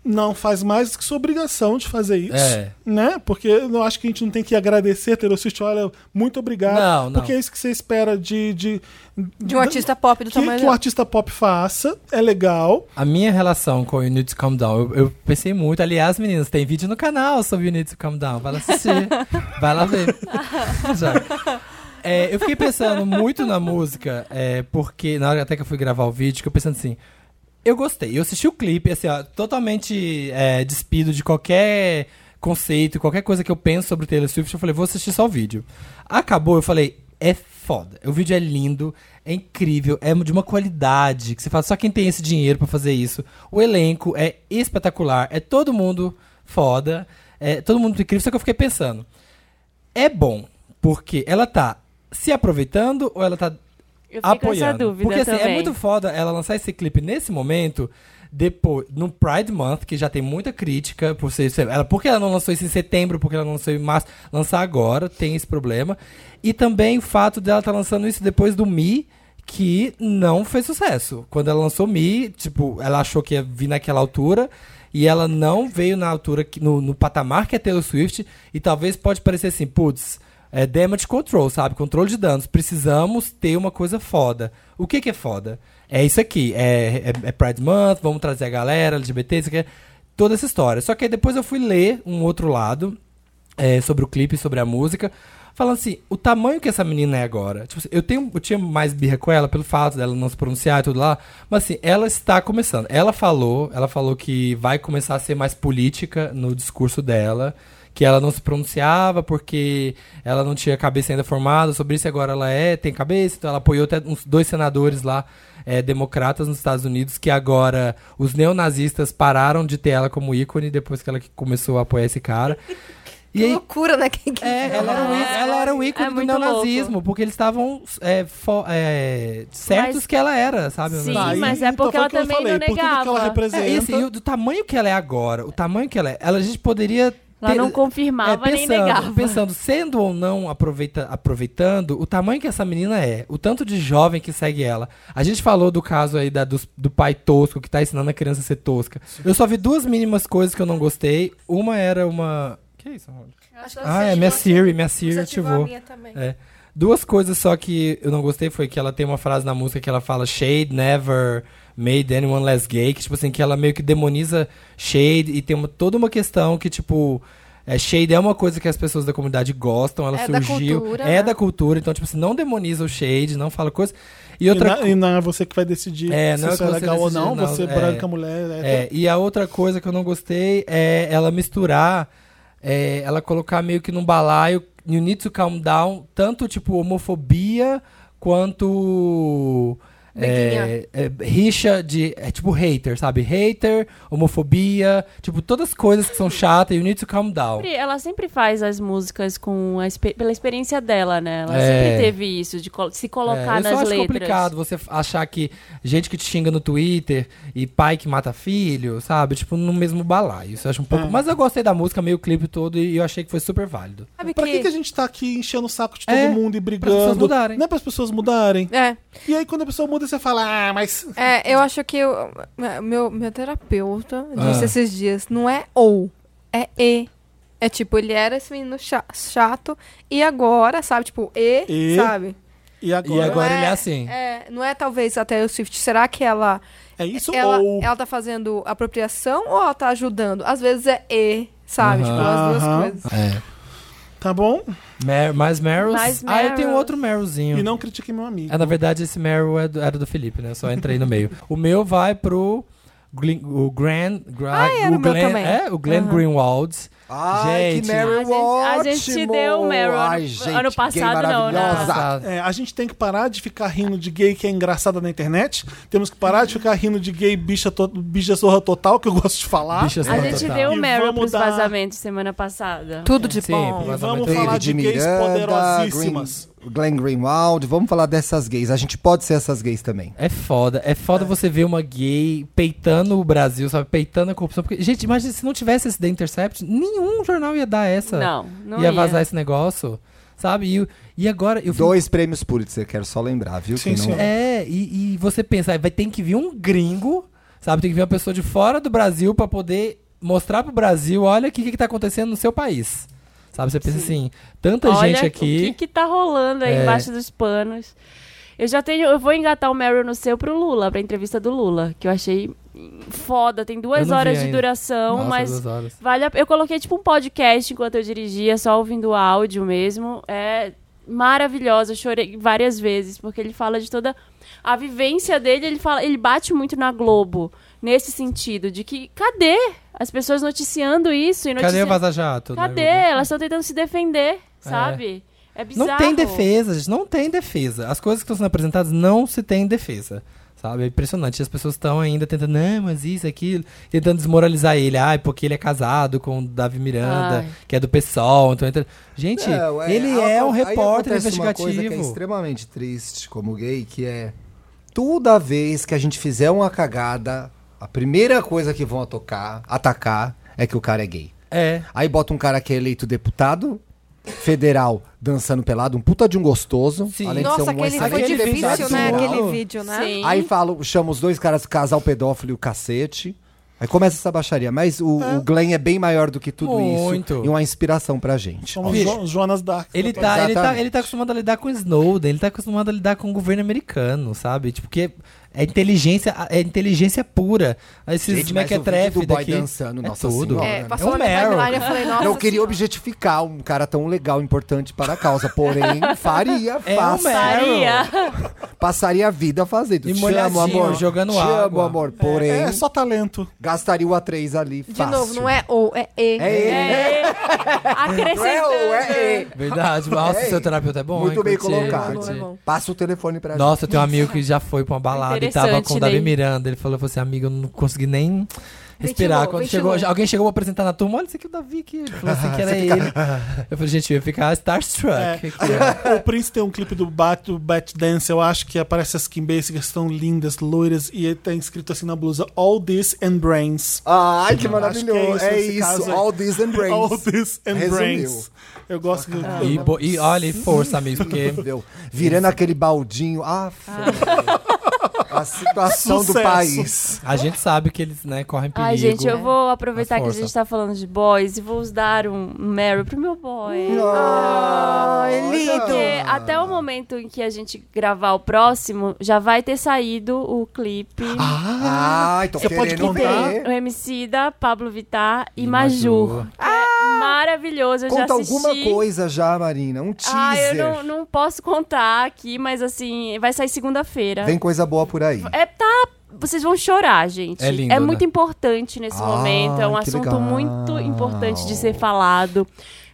não faz mais que sua obrigação de fazer isso. É. Né? Porque eu acho que a gente não tem que agradecer a Taylor Swift. Olha, muito obrigado. Não, não. Porque é isso que você espera de... De, De um artista pop do que, tamanho que um artista pop faça. É legal. A minha relação com o You Need to Calm Down, eu, eu pensei muito. Aliás, meninas, tem vídeo no canal sobre You Need to Calm Down. Vai lá assistir. Vai lá ver. Já. É, eu fiquei pensando muito na música, é, porque na hora até que eu fui gravar o vídeo, que eu pensando assim. Eu gostei. Eu assisti o clipe, assim, ó, totalmente é, despido de qualquer conceito, qualquer coisa que eu penso sobre o Taylor Swift. Eu falei, vou assistir só o vídeo. Acabou, eu falei, é foda. O vídeo é lindo, é incrível, é de uma qualidade que você fala, só quem tem esse dinheiro pra fazer isso. O elenco é espetacular, é todo mundo foda, é todo mundo incrível. Só que eu fiquei pensando, é bom porque ela tá se aproveitando ou ela tá Eu fiquei com essa apoiando. dúvida Porque assim, também. é muito foda ela lançar esse clipe nesse momento, depois, no Pride Month, que já tem muita crítica por ser. ser- Ela, por que ela não lançou isso em setembro? Por que ela não lançou em março? Lançar agora, tem esse problema. E também o fato dela estar lançando isso depois do Mi. Que não fez sucesso. Quando ela lançou Mi, tipo, ela achou que ia vir naquela altura e ela não veio na altura, que- no, no patamar que é Taylor Swift. E talvez pode parecer assim, putz, é damage control, sabe? Controle de danos. Precisamos ter uma coisa foda. O que, que é foda? É isso aqui. É, é, é Pride Month, vamos trazer a galera LGBT, isso aqui. é Toda essa história. Só que aí depois eu fui ler um outro lado é, sobre o clipe, sobre a música. Falando assim, o tamanho que essa menina é agora. Tipo assim, eu, tenho, eu tinha mais birra com ela pelo fato dela não se pronunciar e tudo lá. Mas assim, ela está começando. Ela falou, ela falou que vai começar a ser mais política no discurso dela. Que ela não se pronunciava porque ela não tinha cabeça ainda formada sobre isso. e Agora ela é, tem cabeça. Então ela apoiou até uns dois senadores lá é, democratas nos Estados Unidos que agora os neonazistas pararam de ter ela como ícone depois que ela que começou a apoiar esse cara. E Que aí, loucura, né? Quem que- é, ela era, o, í- ela era o ícone É do muito neonazismo, porque eles estavam é, fo- é, certos Mas- que ela era, sabe? o Sim, nazismo. e- mas é então porque foi ela o que eu também falei, não por Tudo que ela negava. representa. É isso, e o, do tamanho que ela é agora, o tamanho que ela é, ela, a gente poderia. Ela ter- não confirmava é, nem negava. pensando, sendo ou não aproveita- aproveitando, o tamanho que essa menina é, o tanto de jovem que segue ela. A gente falou do caso aí da, dos- do, pai tosco que tá ensinando a criança a ser tosca. Eu só vi duas mínimas coisas que eu não gostei. Uma era uma. Que isso, Rony? Ah, é minha Siri, minha Siri ativou. É. Duas coisas só que eu não gostei foi que ela tem uma frase na música que ela fala shade never made anyone less gay, que tipo assim, que ela meio que demoniza shade e tem uma- toda uma questão que tipo é, shade é uma coisa que as pessoas da comunidade gostam, ela É da surgiu, cultura, é né? da cultura, então tipo assim, não demoniza o shade, não fala coisa. E E, outra na- e não é você que vai decidir É, se não é isso que é você legal ou decidir, não. não, Você é. branca, mulher, É, hétero. e a outra coisa que eu não gostei é ela misturar, é, ela colocar meio que num balaio, you need to calm down, tanto tipo homofobia quanto. É, é, rixa de. É tipo hater, sabe? Hater, homofobia, tipo, todas as coisas que são chatas, you need to calm down. Sempre- ela sempre faz as músicas com a expe- pela experiência dela, né? Ela É. sempre teve isso, de col- se colocar é, eu nas só acho letras. complicado você f- achar que gente que te xinga no Twitter e pai que mata filho, sabe? Tipo, no mesmo balaio. Isso eu acho um Ah. pouco. Mas eu gostei da música, meio clipe todo, e eu achei que foi super válido. Sabe Pra que- que, que a gente tá aqui enchendo o saco de todo É, mundo e brigando? pessoas mudarem. Não é pras pessoas mudarem. É, E aí, quando a pessoa muda, você fala, ah, mas. é, eu acho que eu- meu, meu terapeuta disse Ah. esses dias, não é ou, é e. É tipo, ele era esse menino cha- chato e agora, sabe? Tipo, e, E? sabe? E agora? E agora Não ele é assim. É, não é talvez até o Swift. Será que ela, É isso ela, ou. ela tá fazendo apropriação ou ela tá ajudando? Às vezes é e, sabe? Tipo, as duas Aham. coisas. É. Tá bom? Mer- mais Meryls. Mais Ah, eu tenho Meryls. outro Merylzinho. E não critique meu amigo. Ah, na verdade, esse Meryl é do- era do Felipe, né? Eu Só entrei no meio. O meu vai pro. Glyn- o Grand. Gra- Ah, era o o meu Glenn, também. É, o Glenn Greenwald. Ai, Gente. que é Meryl A ótimo! gente- a gente deu o Meryl ano- Ai, gente, ano que passado, não, né? maravilhosa. Passado. É, a gente tem que parar de ficar rindo de gay que é engraçada na internet. Temos que parar de ficar rindo de gay bicha, to... bicha zorra total, que eu gosto de falar. Bicha A santa gente total. deu o E Meryl vamos pros dar- vazamentos semana passada. Tudo de Sim, bom. E vazamento. vamos falar de David gays Miranda, poderosíssimas. Green- Glenn Greenwald, vamos falar dessas gays. A gente pode ser essas gays também. É foda, é foda você ver uma gay peitando o Brasil, sabe? Peitando a corrupção. Porque, gente, imagina se não tivesse esse The Intercept, nenhum jornal ia dar essa. Não, não ia, ia. vazar esse negócio, sabe? E, e agora. Eu Dois prêmios Pulitzer, quero só lembrar, viu? Sim, Que não- sim. É, e, e você pensa, vai ter que vir um gringo, sabe? Tem que vir uma pessoa de fora do Brasil pra poder mostrar pro Brasil: olha o que, que tá acontecendo no seu país. Sabe? Você pensa assim, tanta Olha gente o aqui. que, que tá rolando aí É. embaixo dos panos. Eu já tenho, eu vou engatar o Meryl no seu pro Lula, pra entrevista do Lula, que eu achei foda, tem Eu não duas vi horas de ainda. duração, Nossa, mas duas horas. Vale a... Eu coloquei tipo um podcast enquanto eu dirigia, só ouvindo o áudio mesmo. É maravilhosa, eu chorei várias vezes, porque ele fala de toda a vivência dele, ele fala, ele bate muito na Globo nesse sentido de que cadê as pessoas noticiando isso e Cadê o noticiando Vaza Jato? né, Cadê? Gugu? Elas estão tentando se defender, sabe? É, bizarro. Não tem defesa, gente. Não tem defesa. As coisas que estão sendo apresentadas não se tem defesa. Sabe? É impressionante. As pessoas estão ainda tentando, não, mas isso, aquilo, tentando desmoralizar ele. Ai, porque ele é casado com o Davi Miranda, Ai. que é do PSOL. Então, entra- Gente, Não, ele a- é um aí repórter acontece uma investigativo. coisa que é extremamente triste como gay, que é toda vez que a gente fizer uma cagada, a primeira coisa que vão atocar- atacar é que o cara é gay. É. Aí bota um cara que é eleito deputado federal dançando pelado, um puta de um gostoso. Sim. Além de ser Nossa, um aquele foi aquele excelente difícil, deputado né? federal. Aquele vídeo, né? Sim. Aí falam, chama os dois caras casal pedófilo e o cacete. Aí começa essa baixaria. Mas o, o Glenn é bem maior do que tudo Muito. isso. E uma inspiração pra gente. Somos Bicho. Jo- Joanas Dark. É Ele tá, ele, tá, Exatamente. ele tá acostumado a lidar com Snowden, ele tá acostumado a lidar com o governo americano, sabe? Tipo, que é inteligência, é inteligência pura. Esses Gente, mas o mequetrefe vídeo do boy daqui. dançando, é nossa tudo. senhora. É, É passou um na minha Meryl. timeline, eu falei, nossa. Não queria senhora. objetificar um cara tão legal, importante para a causa. Porém, faria, É um faça. Meryl. Faria. passaria a vida fazendo. E Te molhadinho, amo, amor. jogando Te amo, água. amor. Porém, É só talento. gastaria o A3 ali. De novo, não é ou, é e. É ele. É. Acrescentando. Não é ou é ele. Verdade, nossa, Ei, seu terapeuta é bom, muito hein? bem Curti, colocado. curti. É bom, é bom. Passa o telefone pra gente. Nossa, eu tenho um amigo que já foi pra uma balada e tava com o Interessante, né? Davi Ney. Miranda. Ele falou falou assim, amigo, eu não consegui nem respirar. Ventilou, Quando ventilou. chegou, alguém chegou pra apresentar na turma, olha, esse aqui é o Davi que ele falou assim que era ele. tá- Eu falei, gente, eu ia ficar starstruck. É. aqui, ó. O Prince tem um clipe do Bat, do Bat Dance, eu acho que aparece as Kim Basic, estão lindas, loiras, e tá escrito assim na blusa: All This and Brains. Ai, que Acho maravilhoso. que é isso é esse isso. caso aí. All this and brains. All This and Resumiu. Brains. Eu gosto que. E, bo- e olha, e força, amigos, porque Entendeu? Virando aquele baldinho. Ah, a situação do Sucesso. país. a gente sabe que eles, né, correm perigo. Ai, gente, eu vou aproveitar Mas que a força. gente tá falando de boys e vou dar um Meryl pro meu boy. é Ai, Porque Ah, é até o momento em que a gente gravar o próximo, já vai ter saído o clipe. Ah, Ai, tô Você pode então querendo que tem ver. o MC da Pablo Vittar e, Maju. É maravilhoso, eu Ah! Conta já assisti. alguma coisa já, Marina. Um teaser. Ah, eu não, não posso contar aqui, mas assim, vai sair segunda-feira. Vem coisa boa por aí. É, tá. Vocês vão chorar, gente. É lindo, é muito né? importante nesse Ah, momento. É um que assunto legal. muito importante de ser falado.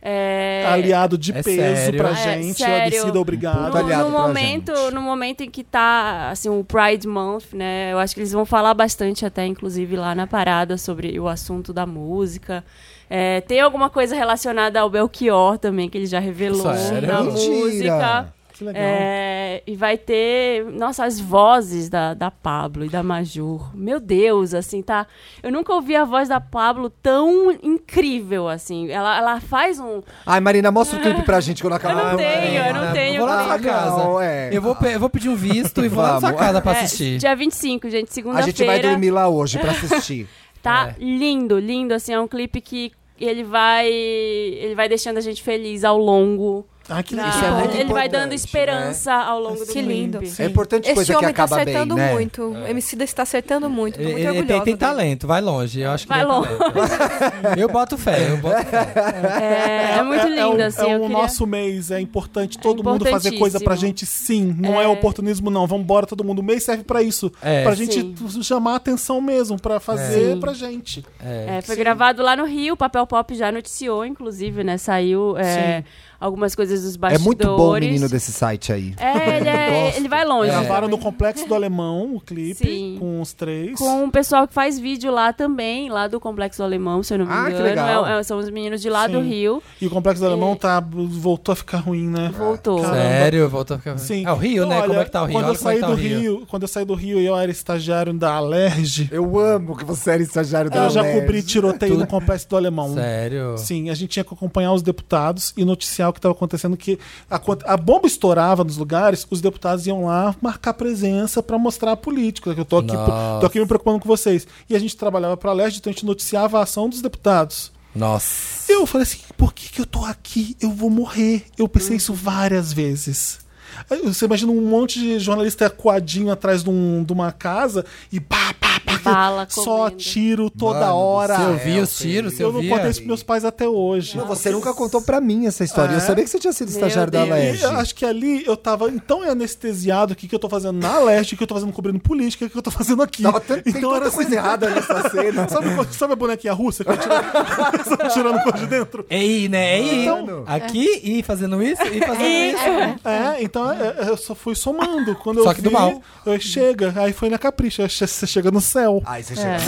É... Aliado de É peso sério. pra É gente, sério. Abicida, Puta obrigado. Tá aliado No, no pra momento, gente. no momento em que tá assim, o Pride Month, né? Eu acho que eles vão falar bastante até, inclusive, lá na parada sobre o assunto da música. É, tem alguma coisa relacionada ao Belchior também, que ele já revelou Sério? na é Mentira. música. Que legal. É, e vai ter, nossa, as vozes da, da Pablo e da Majur. Meu Deus, assim, tá? Eu nunca ouvi a voz da Pablo tão incrível, assim. Ela, ela faz um... Ai, Marina, mostra o clipe pra gente quando acabar. Eu não Ah, tenho, eu não Marina, tenho. Vou lá na sua Não, casa. é. eu, vou, pe- eu vou pedir um visto e vou lá na sua Vamos. casa pra É, assistir. dia 25, gente, A gente vai segunda-feira. dormir lá hoje pra assistir. É. Tá lindo, lindo, assim, é um clipe que ele vai ele vai deixando a gente feliz ao longo. Ah, que da- legal. Isso é muito ele vai importante, dando esperança ao longo do Que lindo. clipe. É importante Esse coisa que homem tá acaba bem, acertando né? muito. O MC da está tá acertando muito. Tô Ele, muito ele orgulhosa. tem, tem dele. talento, vai longe. Eu acho que Vai tem longe. talento. Eu boto fé, eu boto fé. É, é muito é lindo, um- assim. é eu o queria- nosso mês, é importante todo mundo fazer coisa pra gente sim. Não é, É. oportunismo, não. Vambora, todo mundo. O mês serve pra isso. É. pra gente Sim. t- chamar a atenção mesmo, pra fazer Sim. pra gente. É, foi gravado lá no Rio, o Papel Pop já noticiou, inclusive, né? Saiu é, algumas coisas dos É bastidores. muito bom o menino desse site aí. É, ele, é- ele vai longe. Gravaram no Complexo do Alemão o clipe Sim. com os três. com o pessoal que faz vídeo lá também, lá do Complexo Alemão, se eu não me Ah, que engano. legal. É- é- são os meninos de lá do Sim. Rio. E o Complexo do Alemão E- tá, voltou a ficar ruim, né? Voltou. Caramba. Sério, voltou a ficar. Sim. É o Rio, né? Olha, como é que tá o Rio? Quando eu Olha como é saí que tá do o Rio. Rio, quando eu saí do Rio e eu era estagiário da Alerj, Eu amo que você era estagiário da eu já Alerj. cobri tiroteio É Tudo. no Complexo do Alemão. Sério. um Sim, a gente tinha que acompanhar os deputados e noticiar o que estava acontecendo, que a, quan- a bomba estourava nos lugares, os deputados iam lá marcar presença para mostrar a política, que eu tô aqui, Nossa. tô aqui me preocupando com vocês. E a gente trabalhava para a Leste, então a gente noticiava a ação dos deputados. Nossa. Eu falei assim, por que, que eu tô aqui? Eu vou morrer. Eu pensei Uhum. isso várias vezes. Aí Você imagina um monte de jornalista coadinho atrás de, um- de uma casa e pá, pá, Bala, só comendo. É, tiro toda Mano do hora. céu, Eu vi os filho. tiros, eu Eu não vi. contei isso pros meus pais até hoje. Não, você nunca contou pra mim essa história. Eu sabia que você tinha sido estagiário da E Leste. É? eu acho que ali eu tava tão anestesiado o que, que eu tô fazendo na leste, o que eu tô fazendo cobrindo política, o que eu tô fazendo aqui. Tava tendo- tem então tanta era assim, coisa errada nessa cena. Sabe, quando- sabe a bonequinha russa que eu tirando, tirando coisa de dentro? Ei, né? Ei, Então, Mano. aqui e fazendo isso e fazendo isso. É, então é, é, eu só fui somando. Quando Só eu que vi, do mal. eu chega, aí foi na capricha, che- você chega no céu. Ai, você chega.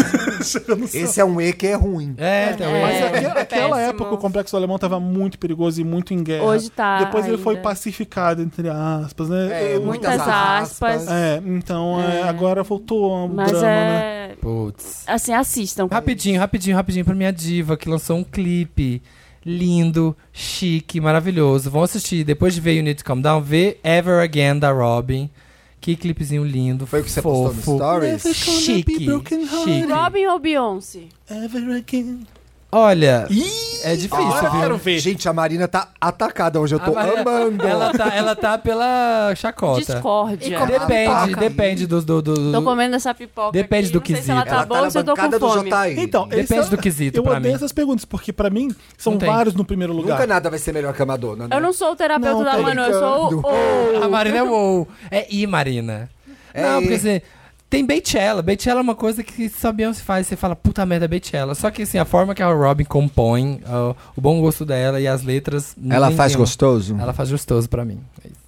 Chega no céu. Esse é um E que é ruim. É, então, Mas é. aque- aquela péssimo. época o complexo alemão tava muito perigoso e muito em guerra. Hoje tá Depois ele foi ainda. pacificado, entre aspas, né? É, Eu- muitas aspas. É, então é, agora voltou um o Mas drama, né? é. Putz. Assim, assistam. Rapidinho, rapidinho, rapidinho pra minha diva que lançou um clipe lindo, chique, maravilhoso. Vão assistir, depois de ver You Need to Calm Down, vê Ever Again da Robin. Que clipezinho lindo, Foi o que você fofo. postou no Stories? Chique, chique. Robin ou Beyoncé? Ever again. Olha, é difícil, viu? Gente, a Marina tá atacada hoje. Eu tô A Maria- amando. Ela tá, ela tá pela chacota. E Discórdia. como- Depende, Pipoca. depende do, do, do- do- Tô comendo essa pipoca. Depende aqui, do não sei quesito. se ela tá Ela boa ou se na eu tô bancada com do fome. JI. Então, Depende essa- do é quesito Eu pra odeio mim. essas perguntas, porque pra mim são Não tem. vários no primeiro lugar. Nunca nada vai ser melhor que a Madonna, né? Eu não sou o terapeuta Não, da tô Manu, eu sou o. brincando. o- A Marina é wow. É I, Marina. É não, I. porque assim, tem Beychella. Beychella é uma coisa que só Beyoncé faz. Você fala, puta merda, Beychella. Só que assim, a forma que a Robin compõe, ó, o bom gosto dela e as letras... Ela faz nenhuma. gostoso? Ela faz gostoso pra mim. É isso.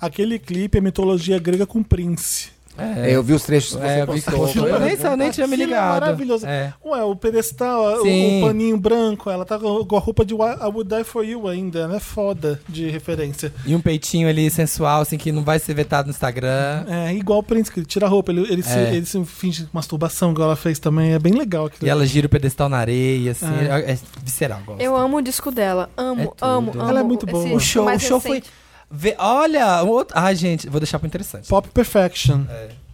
Aquele clipe é mitologia grega com Prince. É, É, eu vi os trechos que você é, eu vi que você postou. né? postou. Eu nem, eu nem tinha me Aquilo é ligado. maravilhoso. É. Ué, o pedestal, o, Sim. o paninho branco, ela tá com a roupa de Why I Would Die For You ainda, né? Foda de referência. E um peitinho ali sensual, assim, que não vai ser vetado no Instagram. É igual o Prince, que ele tira a roupa, ele, ele, se, É. ele se finge masturbação, igual ela fez também. É bem legal aquilo. E ela gira o pedestal na areia, assim. Ah. É, é visceral, gosto. Eu amo o disco dela. É Amo, tudo. amo, amo. Ela é muito boa. esse O show- mais o show foi- recente. Vê- olha, um outro... Ai, gente, vou deixar pro interessante. Pop Perfection.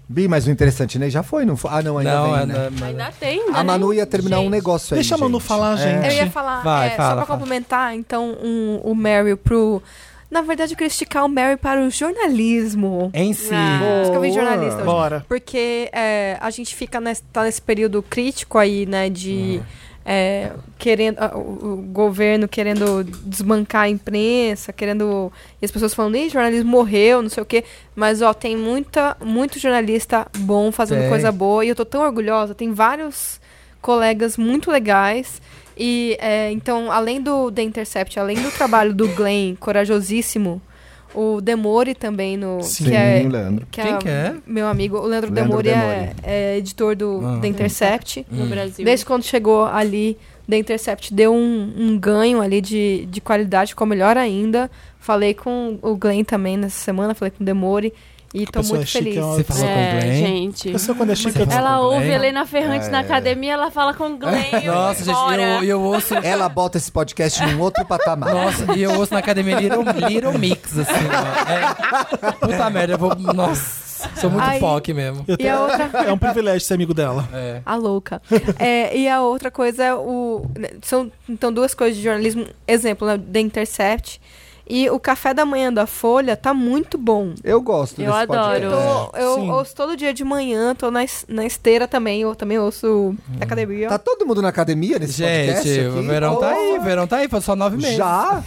Bi, mas o interessante, né? Já foi, não foi? Ah, não, ainda não, vem, é, né? não, é- Ainda tem, né? A Manu ia terminar um negócio aí, Deixa a Manu gente. falar, gente. Eu ia falar, Vai, é, fala, só pra fala. complementar, então, um- o Mary pro... Na verdade, eu queria esticar o Mary para o jornalismo. Em si. Ah. Acho que eu vi jornalista hoje. Bora. Porque é, a gente fica nesse, tá nesse período crítico aí, né, de é, querendo ah, o, o governo querendo desbancar a imprensa, querendo e as pessoas falando, Ih, jornalismo morreu, não sei o quê, mas ó, tem muita muito jornalista bom fazendo Tem. coisa boa e eu tô tão orgulhosa, tem vários colegas muito legais. E é, então, além do The Intercept, além do trabalho do Glenn, corajosíssimo, o Demore também no Sim, que é Leandro. que Quem é, que é? Meu amigo, o Leandro, Leandro Demori é, Demori. é editor do Ah. The Intercept. No Hum. Brasil. Desde quando chegou ali, The Intercept deu um, um ganho ali de, de qualidade, ficou melhor ainda. Falei com o Glenn também nessa semana, falei com o Demori e tô pessoa muito é chique, feliz. é uma- Você falou com o É, Glenn? gente. Pessoa quando é chique, eu- Ela com o ouve Glenn? Helena Ferrantes na academia, ela fala com o Glenn. Nossa, gente, e eu, e eu ouço. Ela bota esse podcast num outro patamar. Nossa, e eu ouço na academia Little, Little Mix, assim, ó. É. Puta merda, eu vou. Nossa, sou muito Aí- POC mesmo. eu E tenho- a outra É um privilégio ser amigo dela. É. A louca. É, e a outra coisa é o. né, São então duas coisas de jornalismo. Exemplo, né, The Intercept. E o café da manhã da Folha tá muito bom. Eu gosto Eu desse podcast. adoro. Tô- eu sim. ouço todo dia de manhã, tô na, es- na esteira também, eu também ouço na academia. Hum. Tá todo mundo na academia nesse podcast Gente, aqui? o verão tá aí, o verão tá aí, foi só nove meses. Já?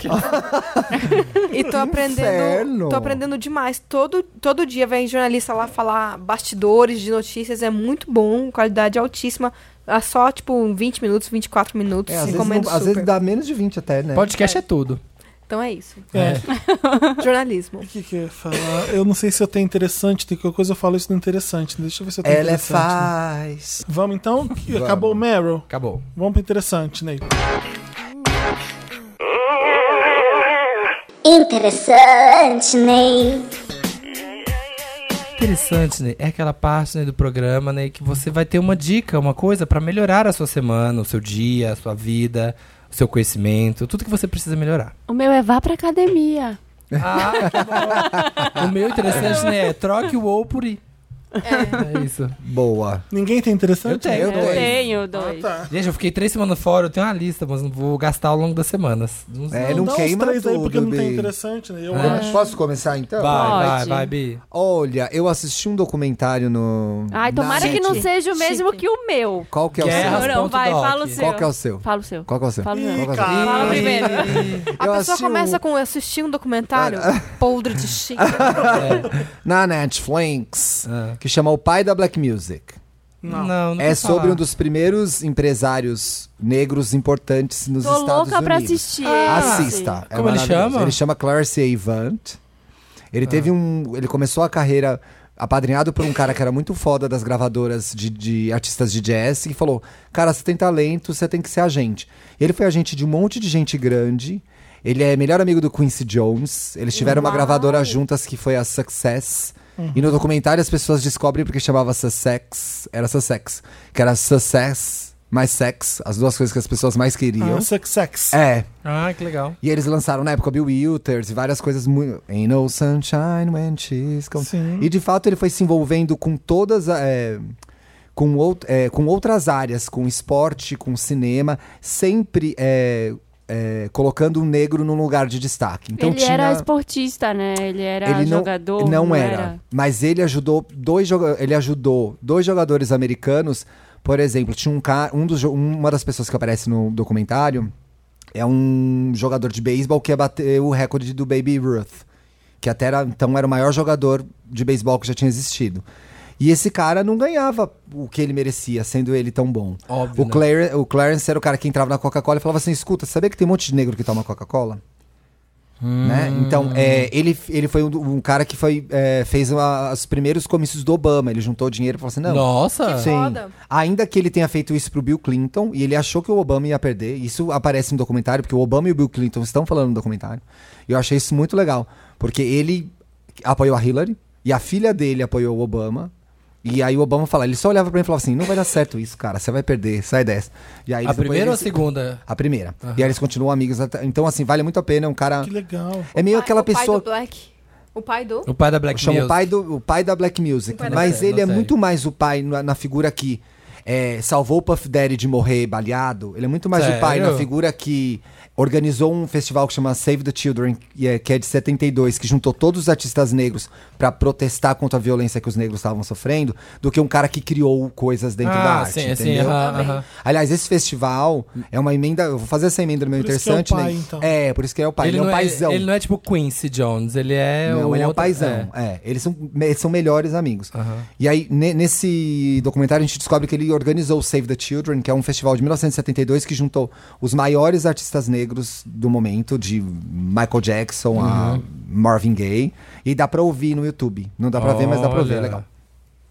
E tô aprendendo. inferno. Tô aprendendo demais. Todo, todo dia vem jornalista lá falar bastidores de notícias, é muito bom, qualidade altíssima. É só, tipo, 20 minutos, 24 minutos. É, às, vezes, recomendo não- às super. vezes dá menos de 20 até, né? Podcast é tudo. Então é isso. É. Jornalismo. O que, que eu ia falar? Eu não sei se eu tenho interessante, tem qualquer coisa eu falo isso no interessante. né? Deixa eu ver se eu tenho é Ela interessante. né? faz. Vamos então? Acabou o Meryl. Acabou. Vamos pro interessante, Ney. Interessante, Ney. Interessante, né? É aquela parte né, do programa, né, que você vai ter uma dica, uma coisa pra melhorar a sua semana, o seu dia, a sua vida, o seu conhecimento, tudo que você precisa melhorar. O meu é vá pra academia. Ah, que bom. O meu interessante, né? É troque o ou por i. É isso. Boa. Ninguém tem interessante? Ah, tá. Eu tenho. Eu Eu dois. tenho dois. Gente, eu fiquei três semanas fora, eu tenho uma lista, mas não vou gastar ao longo das semanas. Uns- É, Não não, dá queima os três aí tudo, É. porque não tem Bi. interessante, né? Eu acho. É. Posso começar então? Vai, vai, Pode. vai, Bi. Olha, eu assisti um documentário no. Ai, na- tomara que não seja o mesmo Chique. que o meu. Qual que é o Guerra. seu? Não, não, vai, Doc. fala o seu. Qual que é o seu? Fala o seu. Qual que é o seu? Fala o Qual seu. que é o seu? Ah, Fala primeiro. A Eu pessoa assisti começa um- com assistir um documentário podre de chique. na Netflix, Ah. que chama O Pai da Black Music. Não, não É vou sobre falar. um dos primeiros empresários negros importantes nos Tô Estados louca Unidos. Ah, pra assistir. esse. Assista. Ah, É Como ele maravilhoso. chama? Ah. Ele chama Clarence Avant. Ele teve um. Ele começou a carreira apadrinhado por um cara que era muito foda das gravadoras de, de artistas de jazz e falou: Cara, você tem talento, você tem que ser agente. E ele foi agente de um monte de gente grande. Ele é melhor amigo do Quincy Jones. Eles tiveram uma gravadora juntas que foi a Success. E no documentário as pessoas descobrem porque chamava Sussex. Era Sussex. Que era Success mais sex. As duas coisas que as pessoas mais queriam. Ah, sex, sex. É. Ah, que legal. E eles lançaram na época Bill Withers e várias coisas muito. Ain't no sunshine when she's gone. Sim. E de fato ele foi se envolvendo com todas. é, com, out, é, com outras áreas, com esporte, com cinema, sempre é, é, colocando o negro num lugar de destaque. Então ele tinha. era esportista, né? Ele era ele não, jogador. não, era. Mas ele ajudou dois joga- ele ajudou dois jogadores americanos. Por exemplo, tinha um cara, um dos, jo- uma das pessoas que aparece no documentário é um jogador de beisebol que ia bater o recorde do Baby Ruth, que até era, então era o maior jogador de beisebol que já tinha existido. E esse cara não ganhava o que ele merecia, sendo ele tão bom. Óbvio, o, né? Clare- o Clarence era o cara que entrava na Coca-Cola e falava assim: escuta, sabia que tem um monte de negro que toma Coca-Cola? né? Hum. Então, é, ele, ele foi um, do- um cara que foi, é, fez uma- os primeiros comícios do Obama. Ele juntou dinheiro e falou assim: não. Nossa. Sim. Foda. Ainda que ele tenha feito isso pro Bill Clinton e ele achou que o Obama ia perder. Isso aparece no documentário, porque o Obama e o Bill Clinton estão falando no documentário. E eu achei isso muito legal. Porque ele apoiou a Hillary e a filha dele apoiou o Obama. E aí o Obama fala, ele só olhava pra mim e falava assim, não vai dar certo isso, cara, você vai perder, sai dessa. E aí A depois primeira ou a eles- segunda? A primeira. E aí eles continuam amigos. até- Então, assim, vale muito a pena, é um cara... Que legal. É meio Pai- aquela o pai pessoa. do Black. O pai do. O pai da Black Chama o Mills. pai, do, o pai da Black Music. pai da mas Black- ele da é série. muito mais o pai na, na figura que é, salvou o Puff Daddy de morrer baleado. Ele é muito mais o pai Sério? na figura que organizou um festival que chama Save the Children, que é, que é de 72, que juntou todos os artistas negros pra protestar contra a violência que os negros estavam sofrendo, do que um cara que criou coisas dentro da Ah, arte. sim, sim. entendeu? aham, aham. Aliás, esse festival é uma emenda. Eu vou fazer essa emenda meio Por isso que é o interessante, pai, né? então. É, por isso que ele é o pai. Ele, é um não paizão. ele não é tipo Quincy Jones, ele é Não, o ele é um outro- paizão. É. eles são, me- são melhores amigos. Aham. E aí, ne- nesse documentário, a gente descobre que ele organizou o Save the Children, que é um festival de 1972 que juntou os maiores artistas negros do momento, de Michael Jackson a Uhum. Marvin Gaye. E dá pra ouvir no YouTube. Não dá pra ver, mas dá pra ouvir. É Olha, legal.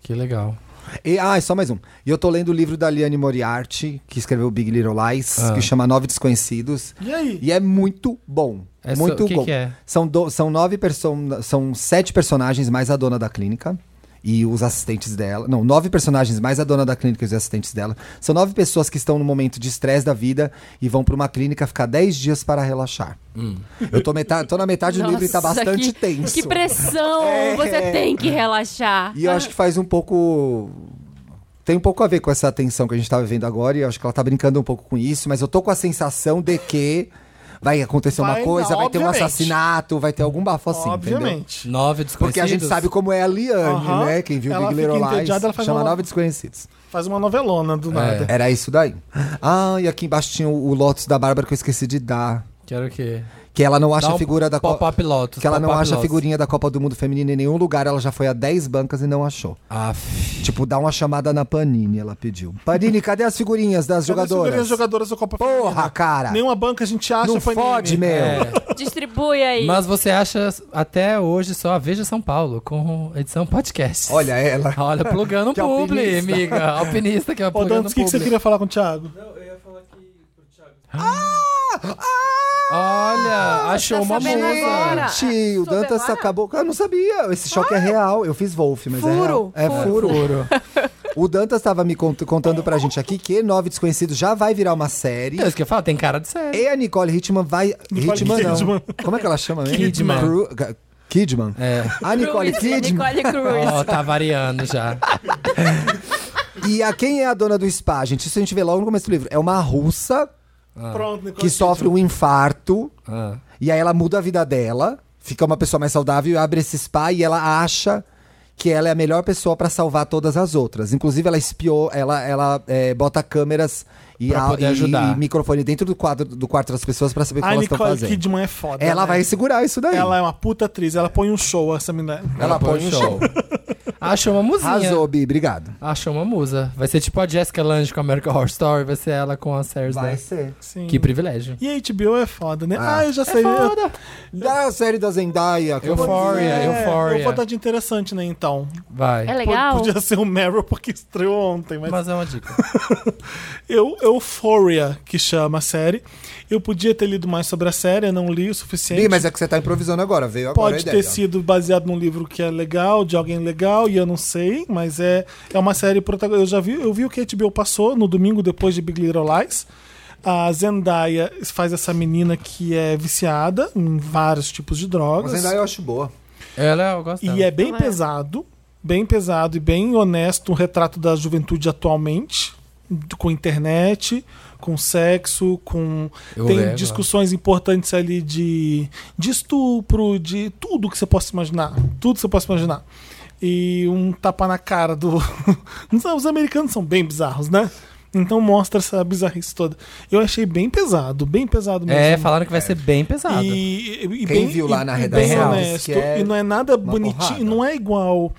Que legal. E, ah, e só mais um. E eu tô lendo o livro da Liane Moriarty, que escreveu Big Little Lies, Ah. que chama Nove Desconhecidos. E aí? E é muito bom. É so- muito o que bom. que é? São, do- são nove personas. São sete personagens mais a dona da clínica. E os assistentes dela. Não, nove personagens mais a dona da clínica e os assistentes dela. São nove pessoas que estão no momento de estresse da vida e vão pra uma clínica ficar dez dias para relaxar. Eu tô, meta- tô na metade do livro e tá Hum. Nossa, bastante que- tenso. É. Que pressão! Você tem que relaxar. E eu Ah. acho que faz um pouco. Tem um pouco a ver com essa tensão que a gente tá vivendo agora, e eu acho que ela tá brincando um pouco com isso, mas eu tô com a sensação de que vai acontecer Vai, uma coisa, vai ter um obviamente. assassinato, vai ter algum bafo assim, entendeu? Obviamente. Nove desconhecidos. Porque a gente sabe como é a Liane, Aham. né? Quem viu Ela Big Little fica Lies, entediada, ela faz chama uma- Nove Desconhecidos. Faz uma novelona É. do nada. Era isso daí. Ah, e aqui embaixo tinha o, o Lotus da Bárbara que eu esqueci de dar. Quero o quê? Que ela não acha Dá um a figura da Copa... Pop-up Lotus. Que ela não pop-up acha a Lotus. figurinha da Copa do Mundo Feminina em nenhum lugar. Ela já foi a 10 bancas e não achou. Aff. Tipo, dá uma chamada na Panini, ela pediu. Panini, cadê as figurinhas das Cadê as figurinhas jogadoras? jogadoras da Copa Porra, Feminina? cara! Nenhuma banca a gente acha não foi fode, meu! É. Distribui aí. Mas você acha até hoje só a Veja São Paulo com edição podcast. Olha ela. Olha, plugando um Que publi, alpinista. amiga. Alpinista que é Ô, plugando Dantas, um o que, que você publi. queria falar com o Thiago? Olha, achou tá uma sabendo agora. musa. Ah, Gente, o Soube Dantas agora? acabou. Eu não sabia. Esse choque é real. Eu fiz Wolf, mas Furo, é real. É furo. O Dantas tava me cont- contando pra gente aqui que Nove Desconhecidos já vai virar uma série. É isso que eu falo, tem cara de sério. E a Nicole Hitman vai. Nicole Hitman não. Kidman. Como é que ela chama mesmo? Kidman. Cru- Ga- Kidman? É. A Nicole Cruz, Kidman. Nicole Cruz. é. Ó, tá variando já. E a quem é a dona do spa, gente? Isso a gente vê logo no começo do livro. É uma russa Pronto, Nicole que sofre um infarto. E aí ela muda a vida dela, fica uma pessoa mais saudável e abre esse spa e ela acha que ela é a melhor pessoa pra salvar todas as outras. Inclusive ela espiou, ela ela é, bota câmeras e, Pra poder e- ajudar. e microfone dentro do quadro do quarto das pessoas pra saber o que A elas estão Nicole fazendo. Kidman é foda. Ela né? vai segurar isso daí. Ela é uma puta atriz, ela põe um show, essa menina. Ela põe um show. Achou uma musinha. Arrasou, Bi, obrigado. Achou uma musa. Vai ser tipo a Jessica Lange com a American Horror Story, vai ser ela com a Sarah ser. Sim. Que privilégio. E a HBO é foda, né? Ah. Ah, eu já sei. Da série da Zendaya. que eu vou Euphoria, dizer. Euphoria. É, Eu vou dar de interessante, né, então. Vai. É legal? Podia ser o Meryl, porque estreou ontem, mas... Mas é uma dica. Eu, Euphoria, que chama a série. Eu podia ter lido mais sobre a série, eu não li o suficiente. Bi, mas é que você tá improvisando agora, veio agora um Pode a ideia. ter sido baseado num livro que é legal, de alguém legal, e eu não sei, mas é, é uma série protagonista. Eu já vi, eu vi o que a HBO passou no domingo depois de Big Little Lies. A Zendaya faz essa menina que é viciada em vários tipos de drogas. Mas Zendaya eu acho boa. Ela, eu gosto E dela. é bem pesado, bem pesado e bem honesto um retrato da juventude atualmente, d- com internet, com sexo, com. Eu tem lembro. discussões importantes ali de, de estupro, de tudo que você possa imaginar. Tudo que você possa imaginar. E um tapa na cara do. Os americanos são bem bizarros, né? Então mostra essa bizarrice toda. Eu achei bem pesado, bem pesado mesmo. É, falaram que vai ser bem pesado. E, e- Quem e bem, viu lá e- na e redação bem disse honesto, que é e não é nada uma bonitinho, porrada. não é igual.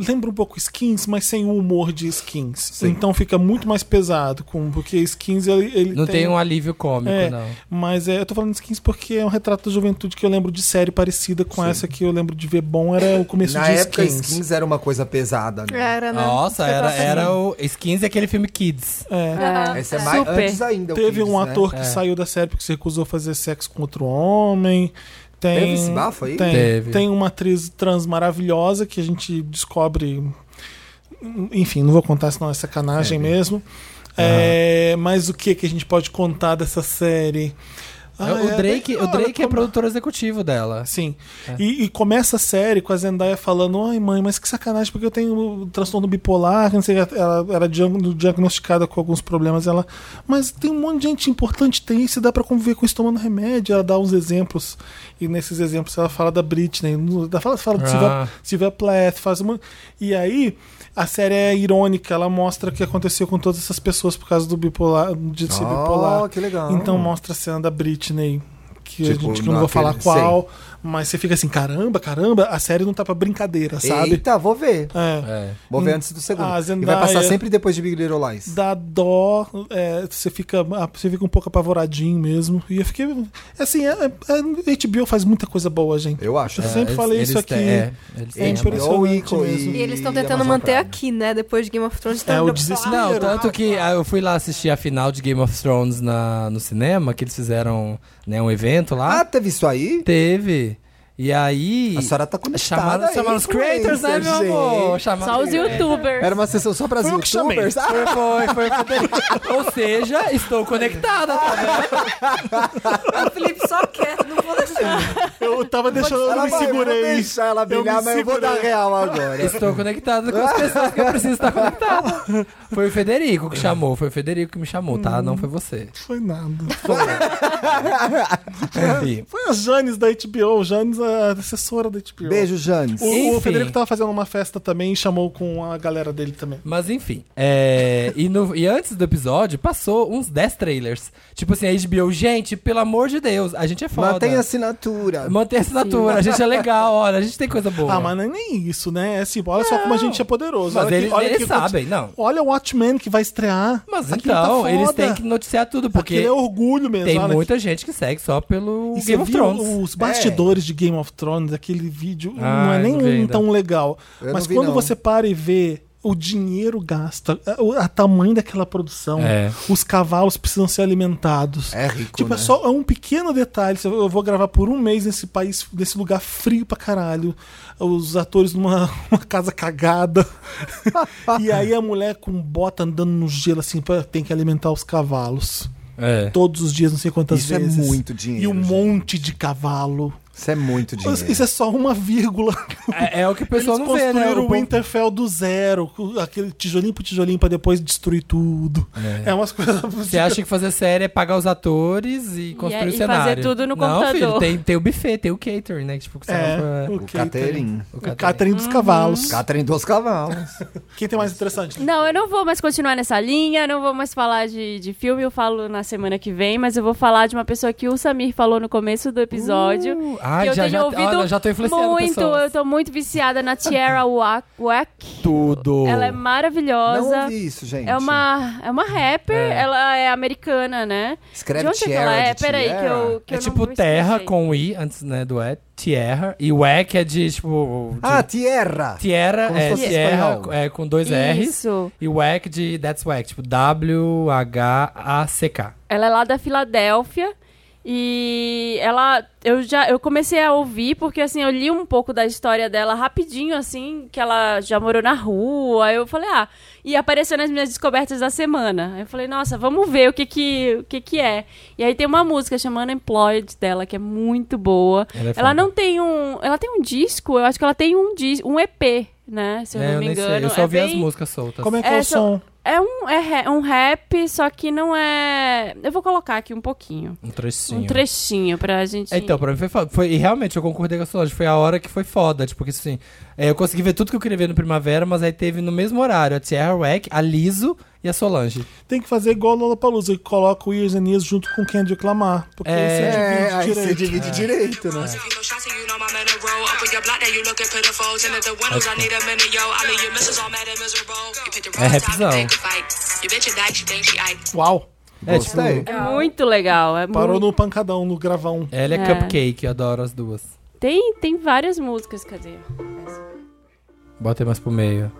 Lembra um pouco skins, mas sem o humor de skins. Então fica muito mais pesado, com, porque skins ele, ele Não tem um alívio cômico, é, não. Mas é, eu tô falando de skins porque é um retrato da juventude que eu lembro de série parecida com essa que eu lembro de ver bom, era o começo Na de época, skins. skins. era uma coisa pesada, né? Era, né? Nossa, Você era, tava era o Skins e aquele filme Kids. É. Esse é mais Super. antes ainda. o Teve Kids, um né? ator É. que saiu da série porque se recusou a fazer sexo com outro homem. Tem, Teve esse bafo aí? Tem, Teve. tem uma atriz trans maravilhosa que a gente descobre. Enfim, não vou contar, senão é sacanagem mesmo. É, mas o que, que a gente pode contar dessa série? Ah, o é Drake, bem- o Drake é Olha, como- produtor executivo dela. Sim. E, e começa a série com a Zendaya falando: ai, mãe, mas que sacanagem, porque eu tenho transtorno bipolar. Não sei, ela era diag- diagnosticada com alguns problemas. Ela, mas tem um monte de gente importante, tem isso, e dá pra conviver com isso tomando remédio. Ela dá uns exemplos, e nesses exemplos ela fala da Britney, no- ela fala, fala do Ah. Silvia, Silvia Plath, faz uma. E aí. A série é irônica, ela mostra o que aconteceu com todas essas pessoas por causa do bipolar, de ser Oh, bipolar. que legal. Então mostra a cena da Britney, que a Tipo, gente que eu não vou naquele- falar qual, mas você fica assim, caramba, caramba, a série não tá pra brincadeira, sabe? Eita, vou ver. É. É. Vou ver antes do segundo. Ah, e Zendaya. vai passar sempre depois de Big Little Lies. Dá dó, é, você, fica, ah, você fica um pouco apavoradinho mesmo. E eu fiquei. Assim, é, é, HBO faz muita coisa boa, gente. Eu acho. né? Eu É sempre falei eles isso aqui. têm- é, eles É têm impressionante. Ou mesmo. E eles estão tentando manter aqui, né? Depois de Game of Thrones. Então, É, tão- o desespero. Não, tanto que ah, eu fui lá assistir a final de Game of Thrones na, no cinema, que eles fizeram né, um evento lá. Ah, teve isso aí? Teve. E aí. A senhora tá conectada. chamaram, aí, chamaram os creators, né, meu gente. amor? Chamaram Só os youtubers. Era uma sessão só para os Foi eu que chamei. youtubers? Ah, Foi, foi, foi. foi. Ou seja, estou conectada, tá vendo? O Felipe só quer, não vou deixar. Eu tava deixando, eu ela me vai, Eu vou segurei. deixar ela brilhar, me mas eu vou dar segurei. real agora. Estou conectada com as pessoas que eu preciso estar conectada. Foi o Federico que chamou, foi o Federico que me chamou, tá? Não foi você. Foi nada. Enfim. Foi a Janis da HBO, Janis, a assessora da HBO. Beijo, Janes. O, Enfim. o Federico tava fazendo uma festa também e chamou com a galera dele também. Mas enfim, é, e, no- e antes do episódio, passou uns 10 trailers. Tipo assim, a HBO, gente, pelo amor de Deus, a gente é foda. Mantém a assinatura. Mantém a assinatura, a gente é legal, olha, a gente tem coisa boa. Ah, mas não é nem isso, né? É assim, olha só como a gente é poderoso. Mas olha eles, olha eles que- sabem, não. Olha o Watchmen que vai estrear. Mas Aquilo então, tá eles foda. têm que noticiar tudo, porque Aquilo é orgulho mesmo. tem olha. muita gente que segue só pelo E você Game of viu Thrones. os bastidores de Game of Thrones, aquele vídeo, Ah, não é eu nem não vi um ainda. tão legal. Eu Mas não vi, quando não. você para e vê o dinheiro gasto, a- o- a tamanho daquela produção, É. os cavalos precisam ser alimentados. É rico, Tipo, né? é só é um pequeno detalhe. Eu eu vou gravar por um mês nesse país, nesse lugar frio pra caralho. Os atores numa uma casa cagada. e aí a mulher com bota andando no gelo assim, pô, tem que alimentar os cavalos. É. Todos os dias, não sei quantas Isso é vezes. muito E dinheiro, um gente. monte de cavalo. Isso é muito dinheiro. Isso é só uma vírgula. É, é o que o pessoal Eles não vê, né? construíram O o povo- Winterfell do zero, com aquele tijolinho pro tijolinho pra depois destruir tudo. É, umas coisas. Você acha que fazer série é pagar os atores e construir é- o e fazer cenário. tudo no não, Filho, computador. tem, tem o buffet, tem o catering, né? Que, tipo, que você É, não- O catering. o O catering. catering dos cavalos. Catering dos cavalos. Quem tem mais interessante? Não, eu não vou mais continuar nessa linha, não vou mais falar de, de filme, eu falo na semana que vem, mas eu vou falar de uma pessoa que o Samir falou no começo do episódio. Ah, que eu já- tenho já- ouvido olha, já tô Uh, influenciando muito, pessoas. eu tô muito viciada na Tierra Wack. Wack. Tudo. Ela é Não maravilhosa. ouvi isso, gente. É uma, é uma rapper, ela é americana, né? Escreve de onde é que ela Tierra, é? de Peraí, que eu. Tierra. Que É eu não tipo me terra expressei. com I, antes né, do E, tierra. E o E que é de, tipo... de- Ah, Tierra! tierra, como se é, fosse tierra espanhol. é, com dois R's. Isso. E whack de That's Whack, tipo W-H-A-C-K. Ela é lá da Filadélfia. E ela, eu já, eu comecei a ouvir porque assim, eu li um pouco da história dela rapidinho assim, que ela já morou na rua. aí Eu falei: "Ah, e apareceu nas minhas descobertas da semana". Aí Eu falei: "Nossa, vamos ver o que que, o que que é". E aí tem uma música chamada Employed dela que é muito boa. Ela é Ela, foda. não tem um, ela tem um disco, eu acho que ela tem um dis, um EP, né, se eu É, não eu me nem engano. sei, eu só é ouvi as bem- músicas soltas. Como é que é, É, o só- som? É um é ra- um rap, só que não é, eu vou colocar aqui um pouquinho. é Um trechinho. Um trechinho pra gente. Então, pra mim foi foda. Foi, e realmente, eu concordei com a Solange. Foi a hora que foi foda. Tipo, porque assim, é, eu consegui ver tudo que eu queria ver no Primavera, mas aí teve no mesmo horário a Tierra Wack, a Liso e a Solange. Tem que fazer igual o Lollapalooza, que coloca o Years and Years junto com quem reclamar. Porque É, aí É, você aí divide você direito. divide direito, né? If you know shots and you know my men are roll Up with your block that you looking pitiful Ten of the windows, I need a minute, yo I mean, your missus all mad and miserable You picked the wrong É time rapzão. to take a fight You bitch a dyke, she think she Ike Uau! É, tipo, Gostei. É muito legal. É Parou muito... no pancadão, no gravão. ela é, É. cupcake, eu adoro as duas. Tem, tem várias músicas, cadê? Bota aí mais pro meio.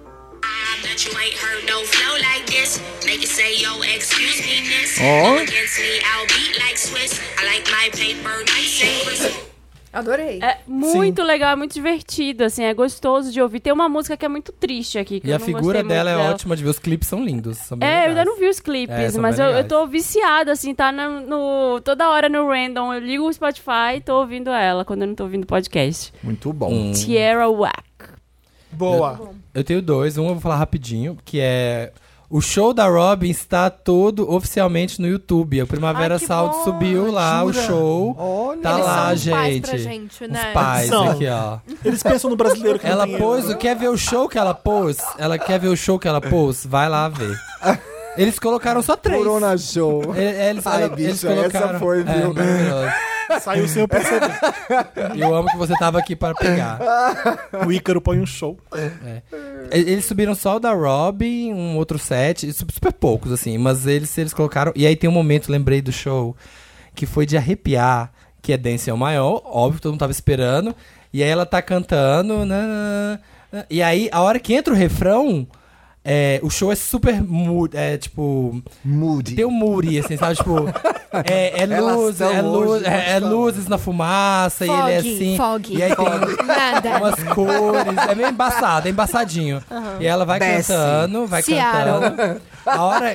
That you ain't heard no flow like this Make it say, yo, excuse me, miss é. Ó. Go Against me, I'll beat like Swiss I like my paper, nice and crisp Adorei. É muito legal, é muito divertido, assim, é gostoso de ouvir. Tem uma música que é muito triste aqui. Que E eu a não figura gostei muito dela é ótima de ver, os clipes são lindos. São bem É, eu ainda legais. não vi os É, clipes, são mas bem eu, eu legais. tô viciada, assim, tá na- no, toda hora no random. Eu ligo o Spotify e tô ouvindo ela quando eu não tô ouvindo podcast. Muito bom. Hum. Tierra Whack. Boa. Eu tenho dois, um eu vou falar rapidinho, que é. O show da Robin está todo oficialmente no YouTube. A Primavera Ai, que Sound bom, subiu lá o jura? show. Olha. tá Eles lá, são os pais gente. pra gente, Os né? pais São. aqui, ó. Eles pensam no brasileiro que não Ela tem pôs, dinheiro. quer ver o show que ela pôs? Ela quer ver o show que ela pôs? Vai lá ver. Eles colocaram só três. Corona Show. E- Eles, um Ai, ela- eles bicho, essa colocaram. foi, É, viu? maravilhoso. Saiu sem eu perceber. eu amo que você tava aqui para pegar. o Ícaro põe um show. E- Eles subiram só o da Robin, um outro set, e sub- super poucos, assim, mas eles, eles colocaram. E aí tem um momento, lembrei do show, que foi de arrepiar, que é Dance Maior, óbvio, todo mundo tava esperando. E aí ela tá cantando. nananana, e aí, a hora que entra o refrão, é, o show é super mood, é tipo. Moody. Tem um muri, assim, sabe? Tipo, é, é Elas luz, tão é, luz, hoje, é, é elas tão. luzes na fumaça, e ele é assim. fog. E aí tem Nada. umas cores, é meio embaçado, é embaçadinho. E ela vai Desce. cantando, vai Seattle. cantando. A hora.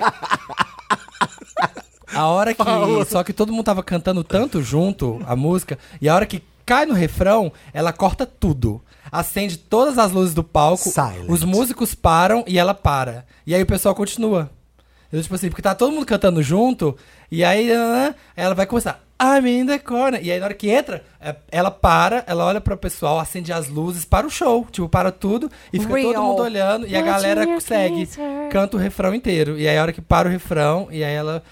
A hora que. Só que todo mundo tava cantando tanto junto a música, e a hora que cai no refrão, ela corta tudo. Acende todas as luzes do palco, Silent. os músicos param e ela para. E aí o pessoal continua. Eu, tipo assim, porque tá todo mundo cantando junto, e aí ah, ela vai começar. I'm in the corner. E aí na hora que entra, é, ela para, ela olha pro pessoal, acende as luzes para o show. Tipo, para tudo. E fica todo Real. mundo olhando. E a galera segue. Canta o refrão inteiro. E aí a hora que para o refrão, e aí ela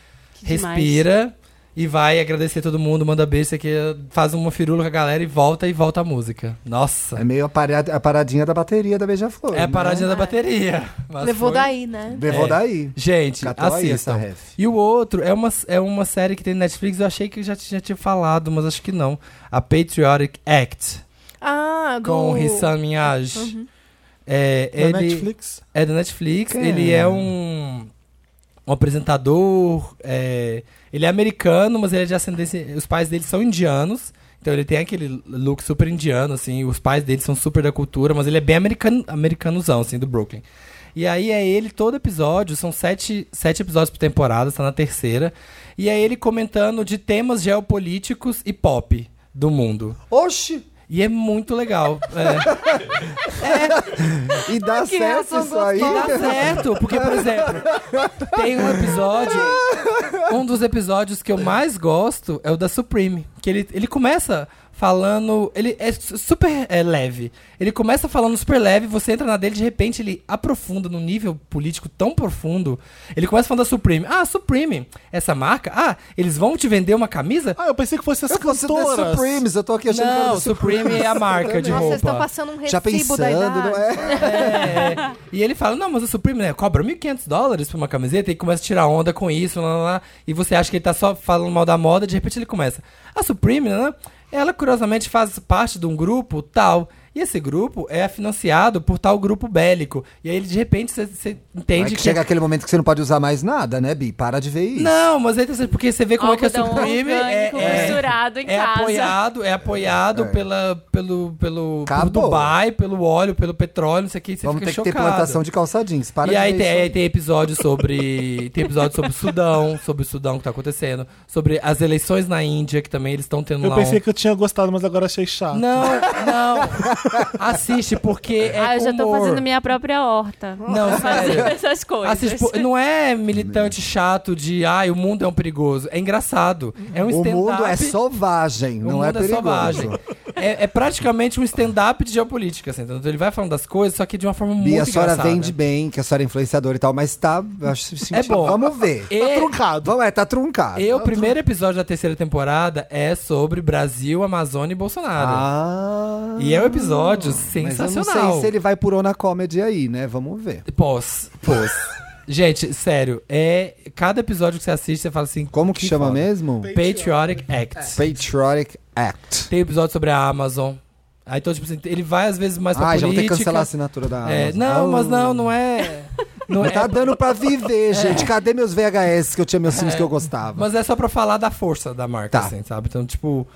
demais. respira e vai agradecer todo mundo, manda beijo, sei que faz uma firula com a galera e volta e volta a música. É Nossa. meio a, parada- a paradinha da bateria da Beija-Flor. É a né? paradinha da bateria. Mas Levou foi- daí, né? Levou É. daí. Gente, Catou aí essa assistam. ref. E o outro é uma, é uma série que tem na Netflix, eu achei que já, tinha- já tinha falado, mas acho que não. A Patriotic Act, Ah, do... Uhum. com Rissam Minhaj. É, Na ele Netflix. é da Netflix, Quem ele é? é um, um apresentador, é, ele é americano, mas ele é de ascendência, os pais dele são indianos, então ele tem aquele look super indiano, assim, os pais dele são super da cultura, mas ele é bem americano, americanozão, assim, do Brooklyn. E aí é ele, todo episódio, são sete, sete episódios por tá temporada, está na terceira. E é ele comentando de temas geopolíticos e pop. do mundo. Oxi! E é muito legal. É. E dá certo isso aí. E dá Tá certo, porque, por exemplo, tem um episódio. Um dos episódios que eu mais gosto é o da Supreme. Que ele, ele começa falando. Ele é su- super é, leve. Ele começa falando super leve, você entra na dele, de repente ele aprofunda num nível político tão profundo. Ele começa falando da Supreme. Ah, Supreme, essa marca? Ah, eles vão te vender uma camisa? Ah, eu pensei que fosse as Eu fosse The cantoras. Supremes, eu tô aqui achando que era Não, The Supremes. Supreme é a marca de Nossa, vocês estão roupa. passando um recibo Já da pensando, idade. não é? É. E ele fala, não, mas o Supreme, né, cobra 1.500 dólares pra uma camiseta e começa a tirar onda com isso, lá, lá, lá. e você acha que ele tá só falando mal da moda, de repente ele começa. A Supreme, né, ela curiosamente faz parte de um grupo tal, e esse grupo é financiado por tal grupo bélico. E aí, de repente, você- você É entende que que... chega aquele momento que você não pode usar mais nada, né, Bi? Para de ver isso. Não, mas é interessante, porque você vê como é que a Algodão Supreme é, orgânico é- misturado em é casa. apoiado, é apoiado pela, pelo, pelo por Acabou. Dubai, pelo óleo, pelo petróleo, isso aqui, você Vamos fica ter que ter chocado. plantação de calça jeans. Para e é de aí ver tem, isso aí tem episódio sobre. tem episódio sobre o Sudão, sobre o Sudão que tá acontecendo, sobre as eleições na Índia, que também eles estão tendo Eu lá. pensei um... que eu tinha gostado, mas agora achei chato. Não, não. Assiste, porque é. ah, eu já tô humor. fazendo minha própria horta. Não, Fazendo sério. essas coisas. Assiste, pô, não é militante chato de ai, o mundo é um perigoso. É engraçado. É um O stand-up. mundo é selvagem, O não é mundo é selvagem. perigoso. É, é praticamente um stand-up de geopolítica, assim, entendeu? Ele vai falando das coisas, só que de uma forma Bi, muito a senhora engraçada. vende bem, que a senhora é influenciadora e tal, mas tá. Acho, É bom. Vamos ver. E- Tá truncado. Vamos, é, tá truncado. E o Tá primeiro episódio da terceira temporada é sobre Brasil, Amazônia e Bolsonaro. Ah. e é um episódio Mas sensacional. eu não sei se ele vai por ona comedy aí, né? Vamos ver. Pós, pós. Gente, sério, é cada episódio que você assiste, você fala assim, Como que, chama foda. mesmo? Patriotic Act. Patriotic Act. Tem episódio sobre a Amazon. Aí então, tipo assim, ele vai às vezes mais pra Ah, já vou ter que política. cancelar a assinatura da Amazon. É, não, Oh. mas não, não é. Não Não é tá dando pra viver, gente. Cadê meus VHS que eu tinha meus filmes que eu gostava? Mas é só pra falar da força da marca, Tá. assim, sabe? Então, tipo,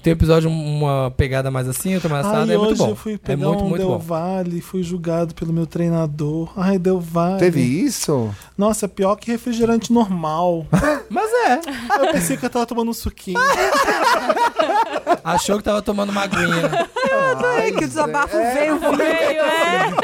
tem um episódio, uma pegada mais assim, outra mais assada, Ai, é muito hoje bom. eu fui é pegar muito, um muito Del bom. Valle, fui julgado pelo meu treinador. Ai, Del Valle. Teve isso? Nossa, pior que refrigerante normal. Mas é, eu pensei que eu tava tomando um suquinho. achou que tava tomando uma aguinha. Ai, que desabafo veio. Veio, é.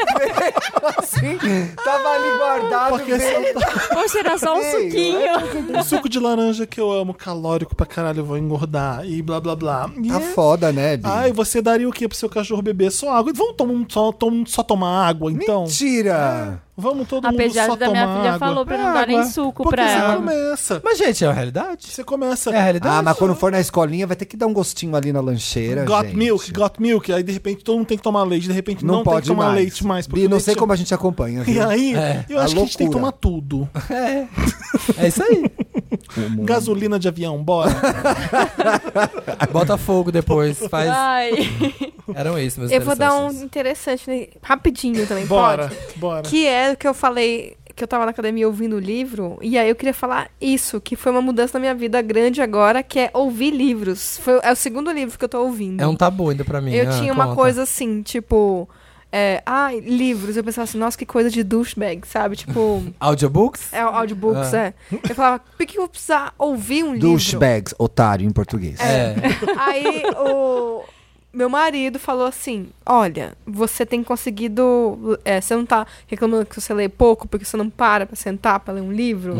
Sim. Tava ali guardado. Porque esse Poxa, era só um Veio, suquinho. o Um suco de laranja que eu amo, calórico pra caralho, eu vou engordar e blá blá blá. E Tá é- foda, né, Bi? Ai, você daria o que pro seu cachorro beber? Só água. Vamos tomar um- só, tom- só tomar água, então? Mentira! Ah, Vamos todo A mundo pediatra só da tomar minha filha água. falou pra É não dar nem água. suco Porque pra você ela. começa. Mas, gente, é uma realidade. Você começa. É a realidade. Ah, mas quando for na escolinha vai ter que dar um gostinho ali na lancheira, Got gente. milk, got milk. Aí de repente todo mundo tem que tomar leite, de repente não, Não, pode tem que tomar mais. leite mais. porque Bi, não leite sei é- como a gente acompanha, E viu? aí, É, eu a acho que a gente tem que tomar loucura. tudo. É. É isso aí. É Gasolina de avião, bora. Bota fogo depois. Faz... Ai. Eram isso, meus Eu vou dar um interessantes. interessante, né? rapidinho também, bora, pode? bora. Que é o que eu falei, que eu tava na academia ouvindo o livro, e aí eu queria falar isso, que foi uma mudança na minha vida grande agora, que é ouvir livros. Foi, é o segundo livro que eu tô ouvindo. É um tabu ainda pra mim. Eu ah, tinha uma conta. coisa assim, tipo. É, ai, livros. Eu pensava assim, nossa, que coisa de douchebag, sabe? Tipo, Audiobooks? é audiobooks, é. Eu falava, por que eu vou precisar ouvir um livro? Douchebags, otário em português. É. Aí o meu marido falou assim: Olha, você tem conseguido. é, você não tá reclamando que você lê pouco porque você não para pra sentar pra ler um livro?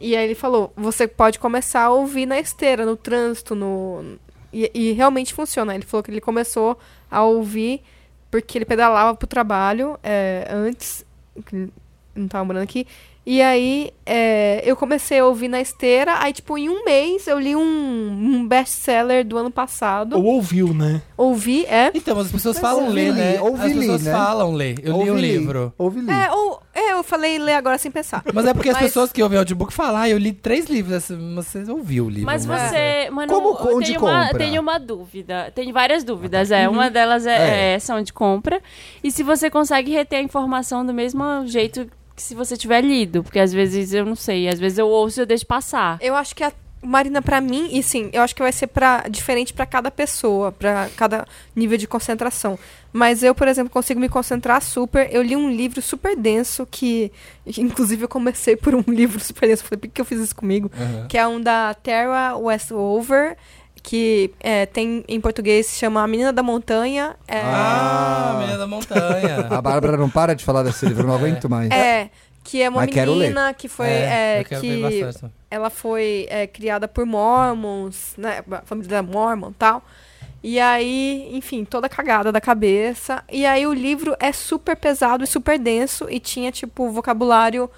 E aí ele falou: Você pode começar a ouvir na esteira, no trânsito, no. E, e realmente funciona. Ele falou que ele começou a ouvir porque ele pedalava pro trabalho é, antes, que ele não tava morando aqui. E aí é, eu comecei a ouvir na esteira, aí tipo, em um mês eu li um, um best-seller do ano passado. Ou ouviu, né? Ouvi, é. Então, mas as pessoas Mas falam ouvi ler, li, né? ouvi As li, pessoas né? falam ler. Eu li Ouvi o livro. Ouvi li. É, ou, é, eu falei ler agora sem pensar. Mas é porque as Mas- pessoas que ouvem audiobook falam, ah, eu li três livros, assim, mas você ouviu o livro. Mas né? você. Mas Como não, eu onde tenho uma, compra? tenho uma dúvida. Tem várias dúvidas. É. Uma delas é, é, são de compra. E se você consegue reter a informação do mesmo jeito que se você tiver lido. Porque às vezes eu não sei. Às vezes eu ouço e eu deixo passar. Eu acho que a Marina, pra mim, e sim, eu acho que vai ser pra, diferente pra cada pessoa, pra cada nível de concentração. Mas eu, por exemplo, consigo me concentrar super. Eu li um livro super denso que, inclusive, eu comecei por um livro super denso. Falei, por que que eu fiz isso comigo? Que é um da Tara Westover, que é, tem em português se chama A Menina da Montanha. É, Ah, Menina da A Montanha. Bárbara não para de falar desse livro, eu não aguento mais. é, que é uma Mas quero menina que foi. é, eu quero ver que bastante. também. ela foi é, criada por mormons, né? a Família da mormon e tal. E aí, enfim, toda cagada da cabeça. E aí o livro é super pesado e super denso. E tinha, tipo, vocabulário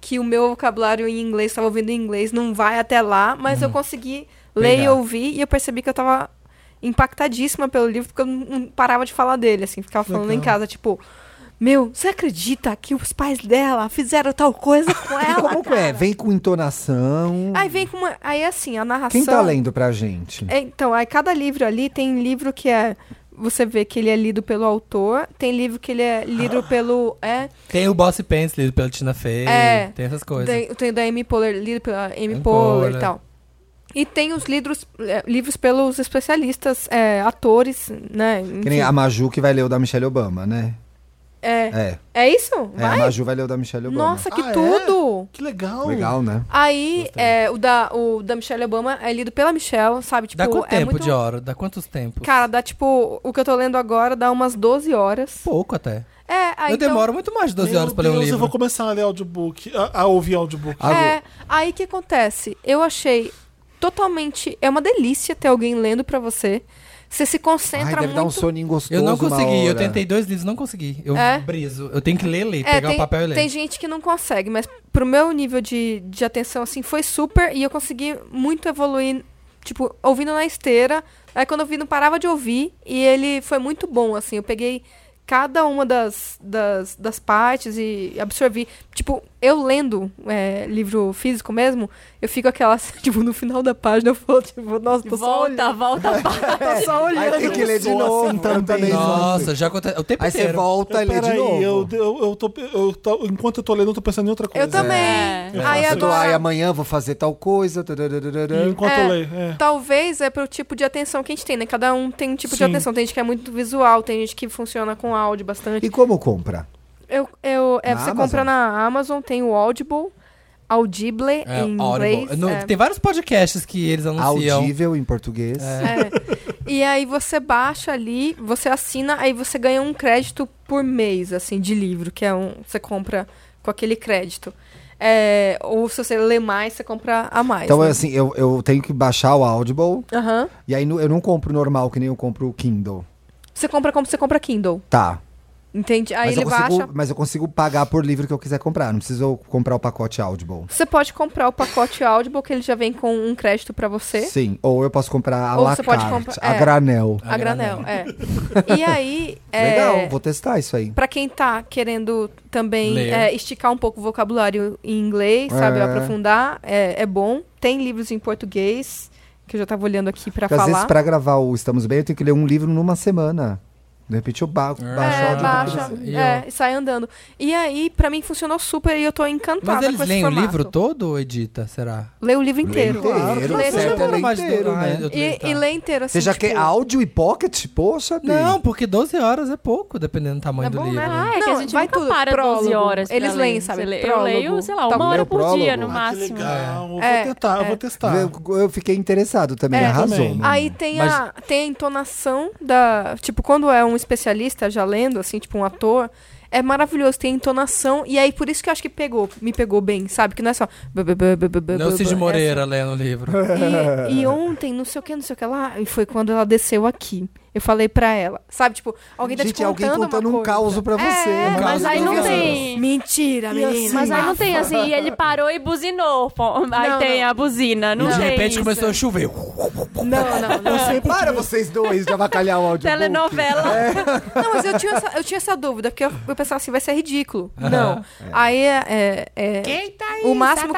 que o meu vocabulário em inglês, estava ouvindo em inglês, não vai até lá. Mas eu consegui ler e Pegar. ouvir. E eu percebi que eu tava impactadíssima pelo livro, porque eu não- não parava de falar dele, assim. Ficava falando em casa, tipo... Meu, você acredita que os pais dela fizeram tal coisa com E ela? como cara? é? Vem com entonação. Aí vem com uma. Aí assim, a narração. Quem tá lendo pra gente? É, então, aí cada livro ali tem livro que é. Você vê que ele é lido pelo autor, tem livro que ele é Ah. lido pelo. É, Tem o Boss Pants lido pela Tina Fey. É. Tem essas coisas. tem, tem da Amy Poehler, lido pela Amy Amy Poehler Poehler. né? e tal. E tem os livros, é, livros pelos especialistas, é, atores, né? Que nem enfim. a Maju que vai ler o da Michelle Obama, né? é, É. é isso? é a Vai? Maju vai ler o da Michelle Obama. Nossa, que Ah, é? tudo! Que legal. Legal, né? Aí, é, o, da, o da Michelle Obama é lido pela Michelle, sabe? Tipo, Dá quanto é tempo muito... de hora? Dá quantos tempos? Cara, dá tipo, o que eu tô lendo agora dá umas 12 horas. Pouco até. É, aí eu então- demoro muito mais de 12 Meu horas pra ler um Deus, livro. Eu vou começar a ler audiobook, a, a ouvir audiobook. É, aí que acontece? Eu achei totalmente. É uma delícia ter alguém lendo pra você. Você se Ai, concentra deve muito. dar um soninho gostoso. Eu não uma consegui, eu hora. tentei dois livros, não consegui. Eu É? briso. Eu tenho que ler, ler, É, pegar tem, o papel e ler. tem gente que não consegue, mas pro meu nível de, de atenção, assim, foi super e eu consegui muito evoluir, tipo, ouvindo na esteira. Aí quando eu vi, não parava de ouvir e ele foi muito bom, assim. Eu peguei cada uma das, das, das partes e absorvi. Tipo, eu lendo é, livro físico mesmo, eu fico aquela, assim, tipo, no final da página eu falo, tipo, nossa, tô só olhando. Volta, volta, Tô só olhando. Aí tem que ler de Eu sou novo assim eu também. sou assim. Nossa, já aconteceu. O tempo Tá Aí você inteiro. volta e lê de Peraí, novo. eu, eu, eu tô, eu tô- enquanto eu tô lendo, eu tô pensando em outra coisa. Eu também. É. Eu Aí faço Você doa, agora... ai, amanhã vou fazer tal coisa. tarararara. E enquanto É. eu leio. É. Talvez é pro tipo de atenção que a gente tem, né? Cada um tem um tipo de Sim. atenção. Tem gente que é muito visual, tem gente que funciona com áudio bastante. E como compra? Eu, eu, é, Na você Amazon? compra na Amazon, tem o Audible, Audible É, em Audible. inglês. No- é. Tem vários podcasts que eles anunciam. Audível em português. É. E aí você baixa ali, você assina, aí você ganha um crédito por mês, assim, de livro, que é um. Você compra com aquele crédito. É, ou se você ler mais, você compra a mais. Então, né? assim, eu, eu tenho que baixar o Audible. Aham. E aí nu- eu não compro normal, que nem eu compro o Kindle. Você compra como você compra Kindle. Tá. Entende? Aí mas, ele eu consigo, baixa. mas eu consigo pagar por livro que eu quiser comprar. Não preciso comprar o pacote Audible. Você pode comprar o pacote Audible, que ele já vem com um crédito pra você. Sim. Ou eu posso comprar a Ou la você pode carte, comprar- a é. granel. A granel, é. E aí, é, Legal, vou testar isso aí. pra quem tá querendo também Ler. é, esticar um pouco o vocabulário em inglês, sabe, É. aprofundar, é, é bom. Tem livros em português, que eu já tava olhando aqui pra Porque às vezes falar. pra gravar o Estamos Bem, eu tenho que ler um livro numa semana. De repente eu ba baixo o É, áudio. baixa, E é, e sai andando. E aí, pra mim, funcionou super e eu tô encantada Mas eles com esse leem o formato. livro todo ou edita, será? Lê o livro inteiro. Inteiro, Lê o certo é inteiro. ler Mas- inteiro, Ai, né? eu- E, e lê inteiro, assim, Você já tipo, quer áudio e pocket? Poxa, Bi. Não, porque 12 horas é pouco, dependendo do tamanho É do bom, né? livro. Ah, É que Não, a gente vai nunca tudo. para 12 Prólogo. horas. pra Eles ler. leem, sabe? Você lê- Eu Prólogo. leio, sei lá, Tá. uma Lê hora o por dia, prólogo. no Ah, que Ah, que máximo. legal. Eu É, vou tentar, eu é. vou testar. Eu, eu fiquei interessado também, É. arrasou. Também. né? Aí tem, Mas- a, tem a entonação da. Tipo, quando é um especialista já lendo, assim, tipo um ator, é maravilhoso, tem a entonação. E aí, por isso que eu acho que pegou, me pegou bem, sabe? Que não é só. bu- bu- bu- bu- bu- bu- Não é o bu- Cid bu- Moreira lendo o livro. é assim. E, e ontem, não sei o que, não sei o que lá, e foi quando ela desceu aqui. Eu falei pra ela, sabe? Tipo, alguém tá Gente, te contando alguém contando uma um coisa. caos pra você. É, Um Mas caos aí não pra você. tem. Mentira, menina. Mas aí não tem assim, e ele parou e buzinou. Pô, Aí Não, tem não. a buzina, não e de tem repente isso. começou a chover. Não, não, não. Para vocês dois de avacalhar o um áudio. Telenovela. É. Não, mas eu tinha essa, eu tinha essa dúvida, porque eu, eu pensava assim, vai ser ridículo. Não. Aí é. é- é- o máximo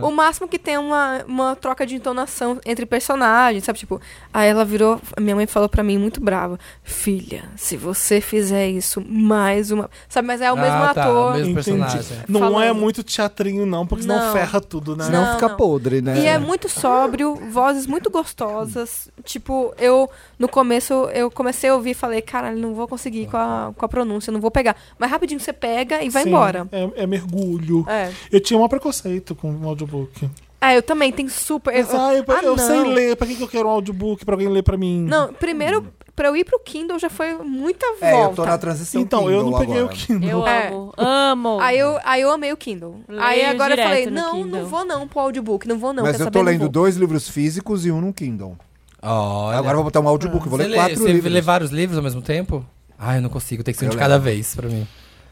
O máximo que tem é uma, uma troca de entonação entre personagens, sabe? Tipo, aí ela virou. Minha mãe falou pra mim muito brava: Filha, se você fizer isso mais uma. Sabe, mas é o mesmo Ah, tá, ator. o mesmo Entendi. personagem. Não Falando. é muito teatrinho, não, porque senão Não. ferra tudo, né? Senão Não, fica não. podre, né? E é muito sóbrio, vozes muito gostosas. Tipo, eu, no começo, eu comecei a ouvir e falei, caralho, não vou conseguir com a, com a pronúncia, não vou pegar. Mas rapidinho você pega e vai Sim, embora. É, é mergulho. É. Eu tinha um preconceito com o audiobook. É, eu também, tem super. Eu, Ah, eu, Ah, eu não. sei ler. Pra que, que eu quero um audiobook pra alguém ler pra mim? Não, primeiro, pra eu ir pro Kindle já foi muita volta. É, eu tô na transição então, eu não Kindle peguei agora. o Kindle. Eu É. amo, amo. Aí eu, aí eu amei o Kindle. Leio aí agora eu direto falei, no não, Kindle. não vou não pro audiobook, não vou não. Mas quer eu tô saber, não lendo vou. dois livros físicos e um no Kindle. Agora eu vou botar um audiobook, eu vou Ah. Você ler lê- quatro você livros. lê vários livros ao mesmo tempo? Ah, eu não consigo, tem que ser um Eu de levo. cada vez pra mim.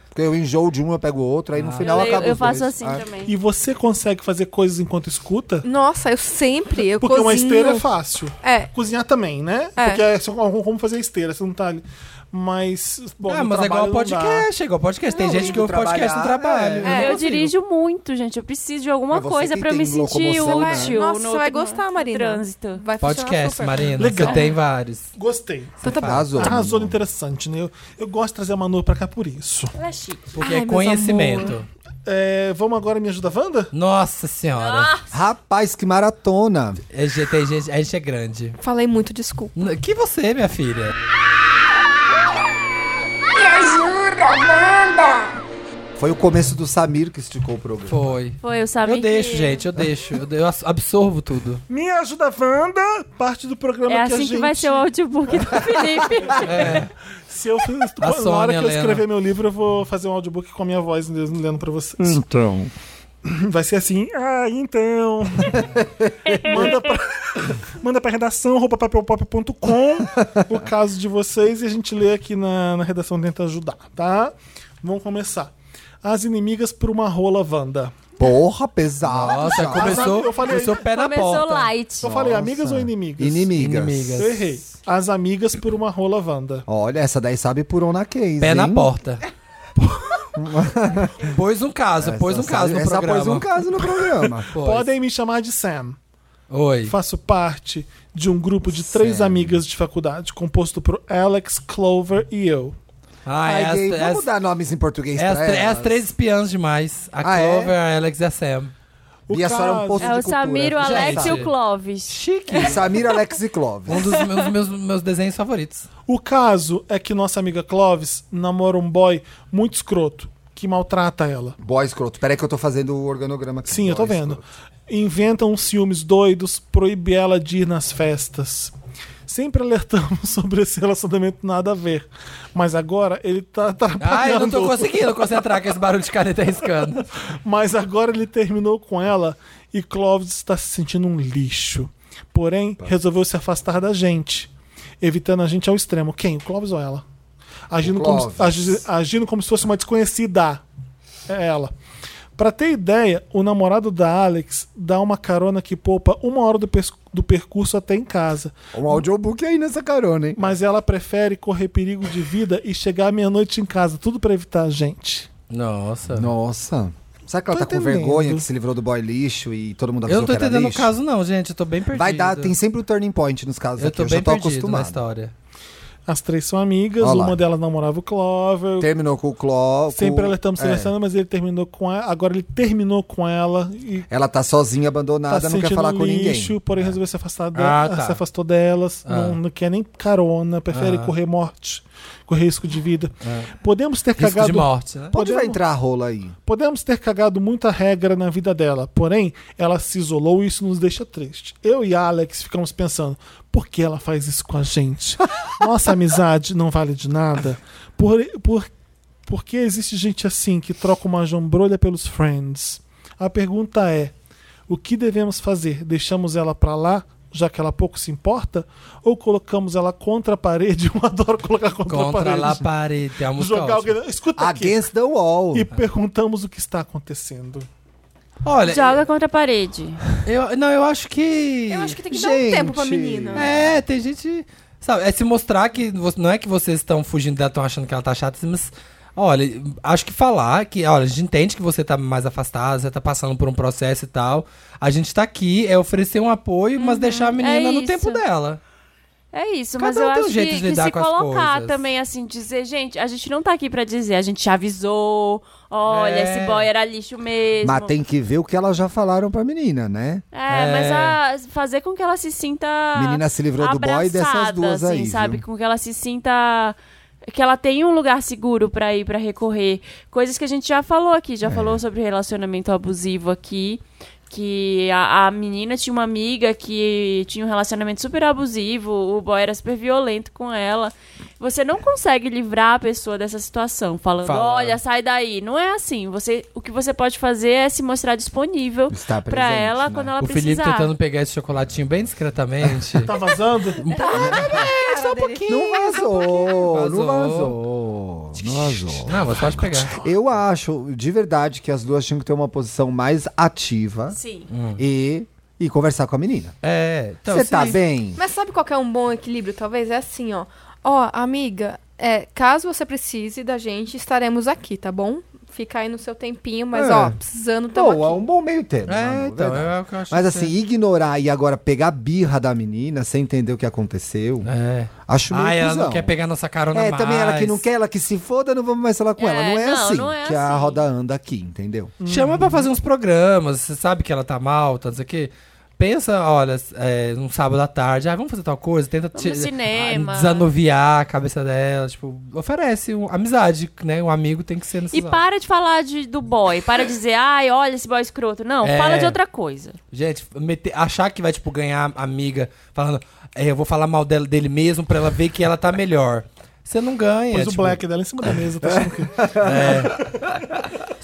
Porque eu enjoo de um, eu pego o outro, Ah. aí no eu, final leio- acaba eu os faço dois. assim Ah, também. E você consegue fazer coisas enquanto escuta? Nossa, eu sempre, eu Porque cozinho. uma esteira é fácil. É. Cozinhar também, né? É. Porque é só como como fazer esteira, você não tá ali. Mas. Bom, ah, no mas é igual trabalho ao não dá. podcast, é igual ao podcast. Tem Não, gente indo que ouve podcast no trabalhar, trabalho. é. não Eu consigo. dirijo muito, gente. Eu preciso de alguma Mas você coisa que pra eu me tem sentir locomoção, né? útil. Nossa, no você vai outro- gostar, Marina. Trânsito. Vai funcionar Podcast, super. Marina. Legal. Você tem vários. Gostei. Então tá bom. Arrasou. Arrasou no interessante, né? Eu, eu gosto de trazer a Manu pra cá por isso. Ela é chique. Porque é Ai, meus conhecimento. É, vamos agora me ajudar, Wanda? Nossa senhora. Ah! Rapaz, que maratona! É, gente- tem gente, a gente é grande. Falei muito, desculpa. N- Que você, minha filha? Me ajuda, Amanda! Foi o começo do Samir que esticou o programa. Foi. Foi, eu sabia Eu deixo, que- gente, eu deixo. Eu, eu as- absorvo tudo. Me ajuda, Wanda! Parte do programa É que a assim gente... que vai ser o audiobook do Felipe. Se eu fiz... A Na hora Sônia, que eu Helena. escrever meu livro, eu vou fazer um audiobook com a minha voz lendo pra vocês. Então. Vai ser assim. Ah, então. manda pra, manda pra redação papelpop.com o caso de vocês e a gente lê aqui na, na redação tenta ajudar, tá? Vamos começar. As inimigas por uma rola Wanda. Porra, pesado. Nossa, Thiago. começou, eu falei- começou pé na Começou porta. light. Eu falei Nossa. amigas ou inimigas? Inimigas. Inimigas. Eu errei. As amigas por uma rola Wanda. Olha, essa daí sabe por onde a case, Pé na hein? porta. pôs um caso, pôs um Essa caso sabe- no essa programa. pôs um caso no programa. Pôs. Podem me chamar de Sam. Oi. Faço parte de um grupo de três Sério? amigas de faculdade, composto por Alex, Clover e eu. Ah, Ai, é as, gay, é as- vamos dar nomes em português é as pra tre- é as elas? três espiãs demais. A Ah, é? Clover, a Alex e a Sam. E a senhora é um caso- poço É o de cultura. Samir, o Alex e Gente. o Clóvis. Chique. Samir, Alex e Um Clóvis. dos meus, meus, meus desenhos favoritos. O caso é que nossa amiga Clovis namora um boy muito escroto que maltrata ela. Boy escroto. Peraí que eu tô fazendo o organograma aqui. Sim, eu tô Boy vendo. escroto. Inventa uns ciúmes doidos, proíbe ela de ir nas festas. Sempre alertamos sobre esse relacionamento nada a ver. Mas agora ele tá atrapalhando. Ai, eu não tô conseguindo concentrar com esse barulho de caneta riscando. Mas agora ele terminou com ela e Clovis está se sentindo um lixo. Porém, Tá. resolveu se afastar da gente, evitando a gente ao extremo. Quem? O Clovis ou ela? Agindo, O como, Clovis. se- agi- agindo como se fosse uma desconhecida. É ela. Pra ter ideia, o namorado da Alex dá uma carona que poupa uma hora do, pes- do percurso até em casa. Um audiobook aí nessa carona, hein? Mas ela prefere correr perigo de vida e chegar à meia-noite em casa. Tudo pra evitar a gente. Nossa. Nossa. Será que ela Tô tá com entendendo. vergonha que se livrou do boy lixo e todo mundo Eu avisou não tô que era entendendo o lixo? caso, não, gente. Eu tô bem perdido. Vai dar, tem sempre o turning point nos casos Eu aqui, tô eu bem já tô perdido tá. na acostumado. história. As três são amigas, Olha lá. uma delas namorava o Clover, Terminou com o Cló. Sempre com- alertamos é. selecionando, mas ele terminou com ela. Agora ele terminou com ela e Ela tá sozinha, tá abandonada, se não quer sentindo falar com lixo, ninguém. É. porém resolveu se afastar dela, Ah, tá. se afastou delas, Ah. não, não quer nem carona, prefere Ah. É. correr morte, correr risco de vida. Podemos ter Risco de cagado, morte, né? Pode vai Podemos- entrar a rola aí? podemos ter cagado muita regra na vida dela, porém ela se isolou e isso nos deixa triste. Eu e a Alex ficamos pensando, por que ela faz isso com a gente? Nossa amizade não vale de nada. Por, por, por que existe gente assim que troca uma jambrolha pelos friends? A pergunta é: o que devemos fazer? Deixamos ela pra lá, já que ela pouco se importa? Ou colocamos ela contra a parede? Eu adoro colocar contra, a Contra parede. lá parede. É uma música Jogar ótima. alguém. Escuta Tá aqui. Against the wall. E perguntamos o que está acontecendo. Olha, Joga contra a parede. eu, não, eu acho que... Eu acho que tem que Gente. dar um tempo pra menina. É, tem gente... Sabe, é se mostrar que... vo- Não é que vocês estão fugindo dela, estão achando que ela tá chata, mas... Olha, acho que falar que... Olha, a gente entende que você tá mais afastada, você tá passando por um processo e tal. A gente tá aqui, é oferecer um apoio, mas deixar a menina no Uhum. É isso. tempo dela. É isso, Cada mas um eu tem um acho jeito que, de que lidar se com as colocar coisas. também, assim, dizer, gente, a gente não tá aqui pra dizer, a gente já avisou, olha, É. esse boy era lixo mesmo. Mas tem que ver o que elas já falaram pra menina, né? É, É. mas a- fazer com que ela se sinta. Menina se livrou do boy e dessas Ah, abraçada, duas assim, aí, sabe? viu? Com que ela se sinta. Que ela tenha um lugar seguro pra ir, pra É. recorrer. Coisas que a gente já falou aqui, já falou sobre relacionamento abusivo aqui. que a, a menina tinha uma amiga que tinha um relacionamento super abusivo, o boy era super violento com ela. Você não consegue livrar a pessoa dessa situação, falando, Fala. olha, sai daí. Não é assim. Você, o que você pode fazer é se mostrar disponível Estar pra presente, ela né? quando ela O precisar. Felipe tentando pegar esse chocolatinho bem discretamente. Tá vazando? só um pouquinho. Não vazou, Vazou. não vazou. Não vazou. Não, você pode pegar. Eu acho, de verdade, que as duas tinham que ter uma posição mais ativa Sim. e, e conversar com a menina. É, Hum. então. Você se- tá bem? Mas sabe qual que é um bom equilíbrio, talvez? É assim, ó. Ó, amiga, é, caso você precise da gente, estaremos aqui, tá bom? Fica aí no seu tempinho, mas É. ó, precisando então tamo Boa, aqui. um bom meio termo. É, Manu, então, verdade. é o que eu acho. Mas que- assim, ignorar e agora pegar a birra da menina sem entender o que aconteceu, É. acho meio Ah, ela cuzão. não quer pegar nossa carona É, mais. também ela que não quer, ela que se foda, não vamos mais falar com É, ela. Não é não, assim não é que a assim. roda anda aqui, entendeu? Chama pra fazer uns programas, você sabe que ela tá mal, tá não sei o quê. Pensa, olha, é, um sábado à tarde, ah, vamos fazer tal coisa, tenta Vamos te- no cinema. ah, desanuviar a cabeça dela, tipo, oferece um- amizade, né? Um amigo tem que ser nesse E para de falar de, do boy. Para de dizer, ai, olha esse boy escroto. Não, É. fala de outra coisa. Gente, meter- achar que vai, tipo, ganhar amiga falando, é, eu vou falar mal dela, dele mesmo pra ela ver que ela tá melhor. Você não ganha. Pôs o tipo, black dela em cima da mesa, tá achando que. Sua Eu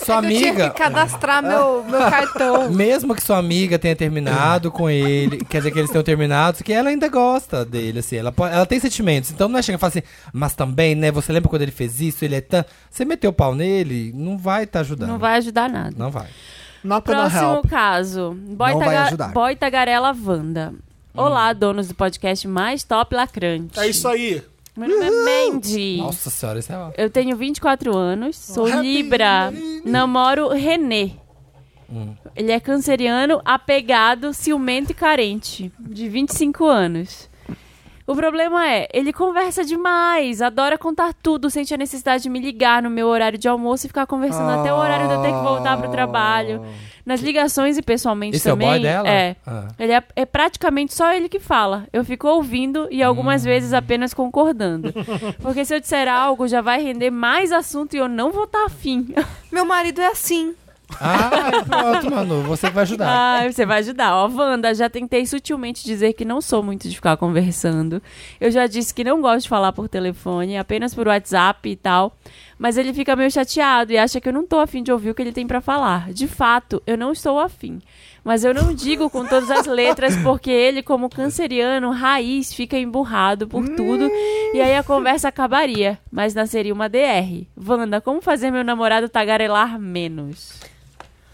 tinha amiga, É que cadastrar meu, meu cartão. mesmo que sua amiga tenha terminado com ele, quer dizer que eles tenham terminado, que ela ainda gosta dele, assim, ela, po- ela tem sentimentos. Então não é chegar e falar assim, mas também, né, você lembra quando ele fez isso, ele é tão... Você meteu o pau nele, não vai tá ajudando. Não vai ajudar nada. Não vai. Not gonna Próximo help. caso. Boy, Não vai taga- ajudar. Boy Tagarela Wanda. Olá, Hum. donos do podcast mais top lacrante. É isso aí. Meu nome é Mandy. Nossa senhora, isso é ó. Eu tenho 24 anos, sou Libra, namoro René. Hum. Ele é canceriano, apegado, ciumento e carente, de 25 anos. O problema é, ele conversa demais, adora contar tudo, sente a necessidade de me ligar no meu horário de almoço e ficar conversando até o horário de eu ter que voltar pro trabalho. Nas ligações e pessoalmente Ah. Esse é o também. boy dela? É. Ah. Ele é, é praticamente só ele que fala. Eu fico ouvindo e algumas vezes apenas concordando. Porque se eu disser algo, já vai render mais assunto e eu não vou estar afim. Meu marido é assim. Ah, pronto, Manu, você que vai ajudar. Ah. Ai, você vai ajudar. Ó, Wanda, já tentei sutilmente dizer que não sou muito de ficar conversando. Eu já disse que não gosto de falar por telefone, apenas por WhatsApp e tal. Mas ele fica meio chateado e acha que eu não tô afim de ouvir o que ele tem pra falar. De fato, eu não estou afim. Mas eu não digo com todas as letras, porque ele, como canceriano, raiz, fica emburrado por tudo. E aí a conversa acabaria. Mas nasceria uma DR. Wanda, como fazer meu namorado tagarelar menos?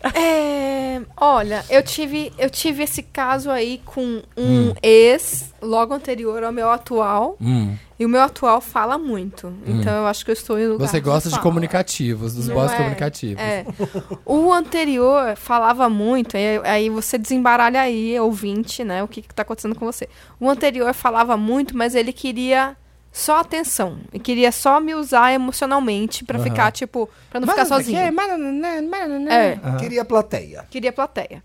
É, olha, eu tive, eu tive esse caso aí com um ex, logo anterior ao meu atual. Hum, E o meu atual fala muito. Então eu acho que eu estou em lugar você gosta de fala. comunicativos, dos Não boss é. comunicativos. É. O anterior falava muito, aí, aí você desembaralha aí, ouvinte, né? O que, que tá acontecendo com você. O anterior falava muito, mas ele queria só atenção. E queria só me usar emocionalmente pra ficar, tipo, pra não ficar sozinho. É. Ah. Queria plateia. Queria plateia.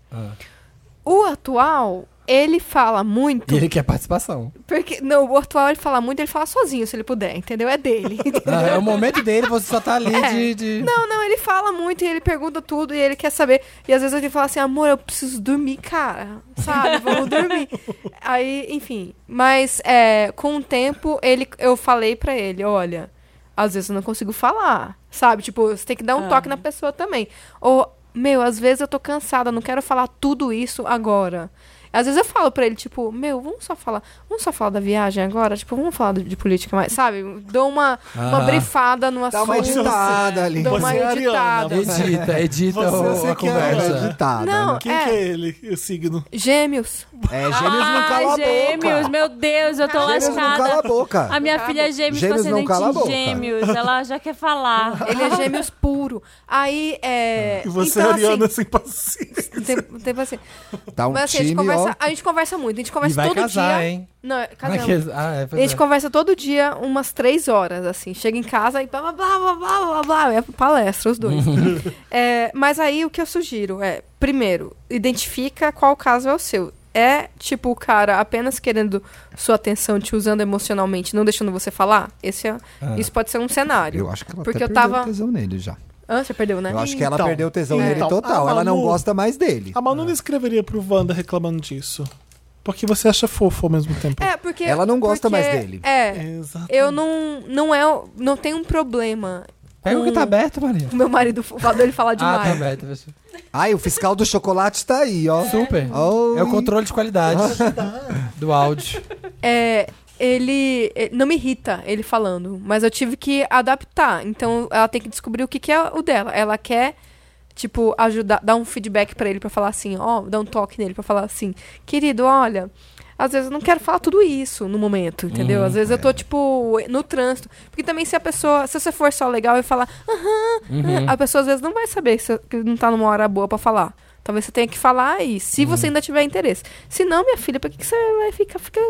O atual, ele fala muito. E ele quer participação. Porque, não, o atual ele fala muito, ele fala sozinho, se ele puder, entendeu? É dele. Ah, é o momento dele, você só tá ali É. de... de- Não, não, ele fala muito e ele pergunta tudo e ele quer saber. E às vezes ele fala assim, amor, eu preciso dormir, cara. Sabe? Vamos dormir. Aí, enfim. Mas é, com o tempo, ele, eu falei pra ele, olha, às vezes eu não consigo falar. Sabe? Tipo, você tem que dar um toque na pessoa também. Ou, meu, às vezes eu tô cansada, não quero falar tudo isso agora. Às vezes eu falo pra ele, tipo, meu, vamos só falar, vamos só falar da viagem agora, tipo, vamos falar do- de política mais, sabe? Dou uma, uma Ah. brifada no assunto. Dá uma editada ali. Dou uma Você é a Tá editada. Edita, edita Você- o- você a que é- conversa. Editada. Não, né? Quem É. que é ele, o signo? Gêmeos. É, gêmeos não cala Ai, a gêmeos, boca. meu Deus, eu tô Gêmeos não cala a lascada. boca. A minha filha é gêmeos, Gêmeos com não ascendente cala a em boca. gêmeos. Ela já quer falar. Ah. Ele é gêmeos puro. Aí, é... E você então, é Ariana assim, sem paciência. tem, tem assim. Tá um Mas assim, a gente, time, conversa, ó. a gente conversa muito. A gente conversa E vai todo casar, dia. hein? Não, é- casamos. um? Naqueles- Ah, é, A pois gente é. conversa todo dia umas três horas, assim. Chega em casa e blá, blá, blá, blá, blá, blá, blá. É palestra, os dois. É, mas aí, o que eu sugiro é... Primeiro, identifica qual caso é o seu. É, tipo, o cara apenas querendo sua atenção, te usando Ah. emocionalmente, não deixando você falar? Esse é- Isso pode ser um cenário. Eu acho que ela Porque até eu perdeu tava- o tesão nele já. Ah, você perdeu, né? Eu acho que ela Então, perdeu o tesão então, dele total. a Ela não Manu- gosta mais dele. A Manu não escreveria pro Wanda reclamando disso. Porque você acha fofo ao mesmo tempo. É, porque. Ela não gosta porque- mais dele. É. Exato. Eu não. Não é. Não tenho um problema. Pega o que tá um com- aberto, Maria. O meu marido, o fato dele falar Ah, tá demais. aberto. Ai, o fiscal do chocolate tá aí, ó. Super. Oh, É o controle de qualidade do áudio. é, ele, eh, não me irrita ele falando, mas eu tive que adaptar. Então ela tem que descobrir o que, que é o dela. Ela quer tipo ajudar, dar um feedback pra ele pra falar assim, ó, dar um toque nele pra falar assim, querido, olha, às vezes eu não quero falar tudo isso no momento, Hum, entendeu? às vezes eu é. tô tipo no trânsito, porque também se a pessoa, se você for só legal e falar, Uhum. aham, Uhum. a pessoa às vezes não vai saber que você que não tá numa hora boa pra falar. Talvez você tenha que falar e se Uhum. você ainda tiver interesse. Se não, minha filha, por que, que você vai ficar, fica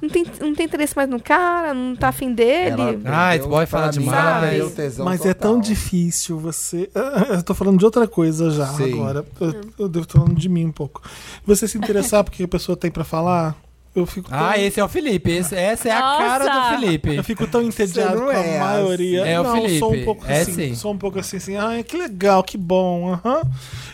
não tem, não tem interesse mais no cara, não tá afim dele. Ah, esse boy fala demais. Mas é tão difícil você. Ah, Eu tô falando de outra coisa já Sim. agora. Eu, Hum. eu devo estar falando de mim um pouco. Você se interessar porque a pessoa tem pra falar, eu fico tão, Ah, esse é o Felipe. Esse- essa é a Nossa! cara do eu Felipe. fico tão entediado não com a é maioria. assim. É o não, sou um Felipe, pouco é assim. sim. Sou um pouco assim, assim. Ah, que legal, que bom. aham.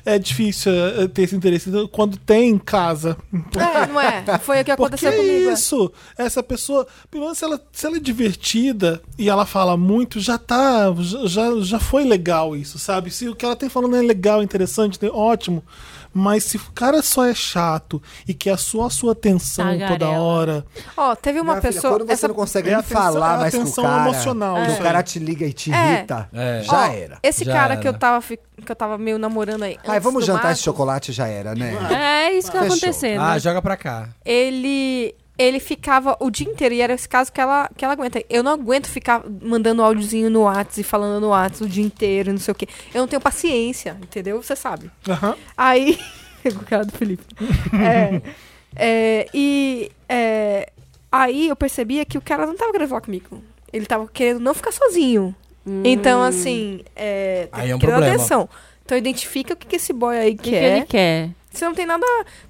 É difícil eh, ter esse interesse quando tem em casa. É, não é? Foi o Porque que aconteceu é comigo. é. isso. Essa pessoa, pelo menos se ela, se ela é divertida e ela fala muito, já tá, já- já, já foi legal isso, sabe? Se o que ela tem falando é legal, interessante, né, ótimo. Mas se o cara só é chato e quer só a sua atenção toda Tagarela. hora, Ó, teve uma pessoa. quando você essa- não consegue é nem atenção- falar é mais com o atenção cara, emocional, que isso o cara aí. te liga e te É. irrita, É. já ó, era. Esse Já cara era. que eu tava fi- que eu tava meio namorando aí. Ai, antes vamos do jantar Marcos, esse chocolate, já era, né? É isso que tá Fechou. acontecendo. Ah, joga pra cá. Ele ele ficava o dia inteiro e era esse caso que ela que ela aguenta. Eu não aguento ficar mandando áudiozinho no WhatsApp e falando no WhatsApp o dia inteiro, não sei o quê. Eu não tenho paciência, entendeu? Você sabe. aham, Aí. o cara do Felipe. É. É, e. é, aí eu percebia que o cara não tava querendo falar comigo. Ele tava querendo não ficar sozinho. Hum. Então, assim. É, tá Aí é um querendo problema. atenção. Então, identifica o que, que esse boy aí O que, que quer. ele quer? Você não tem nada.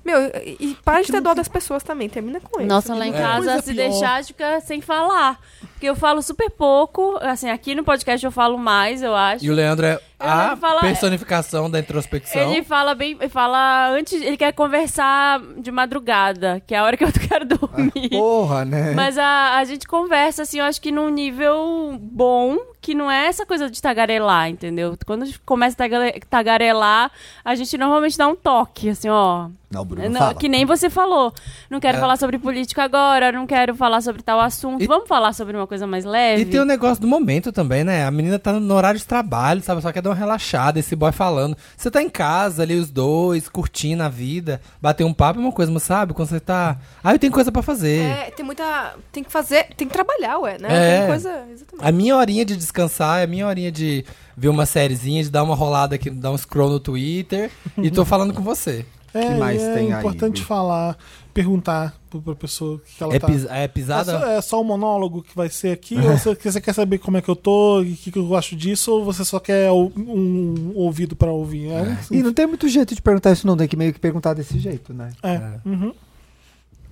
Meu, e, e É para de ter dó das pessoas também. Termina com né? ele. Nossa, lá em casa, coisa se pior. deixar, fica sem falar. Porque eu falo super pouco. Assim, aqui no podcast eu falo mais, eu acho. E o Leandro é a lembro falar- personificação da introspecção. Ele fala bem, ele fala antes, ele quer conversar de madrugada, que é a hora que eu quero dormir. Porra, É. né? Mas a, a gente conversa, assim, eu acho que num nível bom, que não é essa coisa de tagarelar, entendeu? Quando a gente começa a tagare- tagarelar, a gente normalmente dá um toque, assim, ó. Não, é Bruno, Não, fala. que nem você falou. Não quero falar sobre política agora, não quero falar sobre tal assunto. É. E- Vamos falar sobre uma coisa mais leve. E tem um o negócio do momento também, né? A menina tá no horário de trabalho, sabe? Só quer dar uma relaxada, esse boy falando. Você tá em casa ali, os dois, curtindo a vida, bater um papo é uma coisa, mas sabe? Quando você tá. Ah, eu tenho coisa pra fazer. É, tem muita. Tem que fazer. Tem que trabalhar, ué, né? É. Tem coisa. Exatamente. A minha horinha de descansar, é a minha horinha de ver uma sériezinha, de dar uma rolada aqui, dar um scroll no Twitter. e tô falando com você. é, que mais é tem aí, importante Bi? falar, perguntar pro- pra pessoa o que que ela É, tá. pis- é É só, pisada? é só o monólogo que vai ser aqui? ou você, você quer saber como é que eu tô, o que, que eu acho disso, ou você só quer o- um, ouvido pra ouvir? É, um- E não tem muito jeito de perguntar isso, não. Tem que meio que perguntar desse jeito, né? é. Uhum.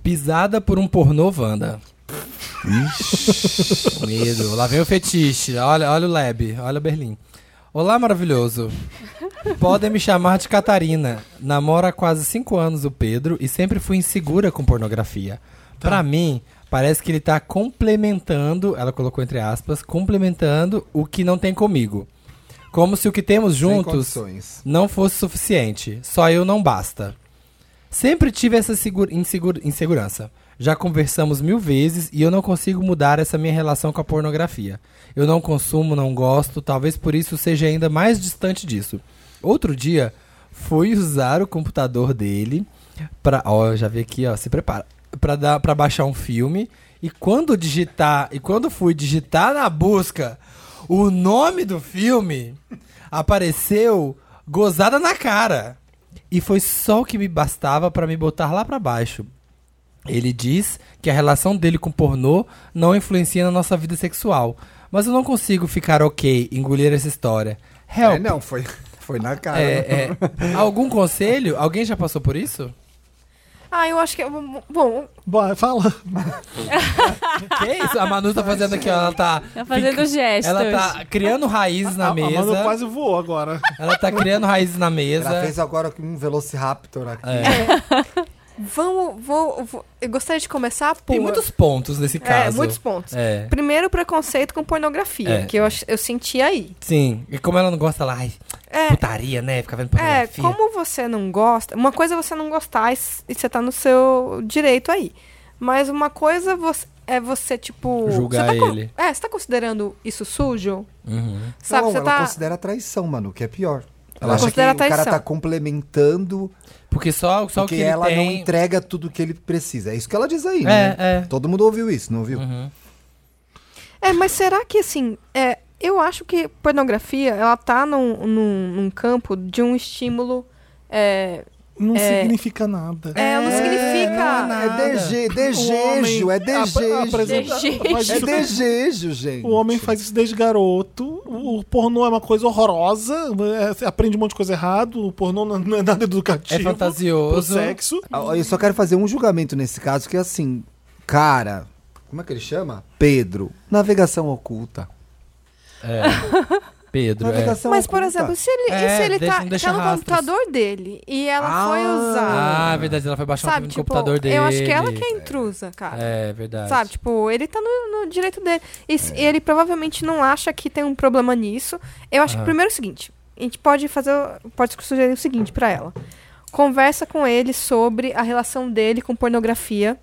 Pisada por um pornô, Wanda. Ixi, medo. Lá vem o fetiche. Olha, olha o Lab, olha o Berlim. Olá, maravilhoso. Podem me chamar de Catarina. Namoro há quase cinco anos o Pedro e sempre fui insegura com pornografia. Tá. Pra mim, parece que ele tá complementando, ela colocou entre aspas, complementando o que não tem comigo. Como se o que temos Sem juntos condições. não fosse suficiente. Só eu não basta. Sempre tive essa segura- insegura- insegurança. Já conversamos mil vezes e eu não consigo mudar essa minha relação com a pornografia. Eu não consumo, não gosto, talvez por isso seja ainda mais distante disso. Outro dia, fui usar o computador dele pra. Ó, eu já vi aqui, ó, se prepara. Pra, dar, pra baixar um filme. E quando digitar. E quando fui digitar na busca o nome do filme, apareceu gozada na cara. E foi só o que me bastava pra me botar lá pra baixo. Ele diz que a relação dele com pornô não influencia na nossa vida sexual. Mas eu não consigo ficar ok, engolir essa história. É, Help. É, não, foi, foi na cara. É, é. Algum conselho? Alguém já passou por isso? Ah, eu acho que. Bom, Bora, fala. Que isso? A Manu tá fazendo aqui, ó. Ela tá. Tá fazendo gestos. Ela tá criando raízes na A Manu mesa. Ah, quase voou agora. Ela tá criando raízes na Ela mesa. fez agora um Velociraptor aqui. É. É, vamos. Vou, vou- eu gostaria de começar por. Tem muitos pontos nesse é, caso. muitos pontos. É. Primeiro, preconceito com pornografia, É. que eu, ach- eu senti aí. Sim. E como ela não gosta lá, ai, É, putaria, né? Fica vendo É, pornografia. como você não gosta, uma coisa é você não gostar e s- e você tá no seu direito aí. Mas uma coisa você- é você, tipo. Julgar você tá con- ele. É, você tá considerando isso sujo? Uhum. Sabe, não, você ela tá. considera traição, mano, que é pior. Ela Ela acha que considera o cara traição. tá complementando Porque só, só o porque que ele ela não tem. entrega tudo que ele precisa. É isso que ela diz aí, É, né? é. Todo mundo ouviu isso, não ouviu? Uhum. É, mas será que assim. é, eu acho que pornografia, ela tá num, num- num campo de um estímulo. É, Não significa nada. é, não significa. É desejo, desejo, é desejo. Mas É isso- desejo, É gente. O homem faz isso desde garoto. O o pornô é uma coisa horrorosa. é, você aprende um monte de coisa errado. O pornô não não é nada educativo. É Tipo, fantasioso. Pro sexo. Ah, Eu só quero fazer um julgamento nesse caso, que é assim, cara. Como é que ele chama? Pedro. Navegação oculta. É. Pedro, é. Navegação Mas, por oculta. exemplo, se ele, É, e se ele deixa- tá, não deixa tá no rastros. computador dele e ela foi usar. Ah, é verdade, ela foi baixar um filme sabe, no tipo, computador dele. eu acho que ela que é intrusa, cara. É, verdade. Sabe, tipo, ele tá no, no direito dele. E se- ele provavelmente não acha que tem um problema nisso. Eu acho que Aham. primeiro é o seguinte, a gente pode fazer, o- pode sugerir o seguinte pra ela. Conversa com ele sobre a relação dele com pornografia.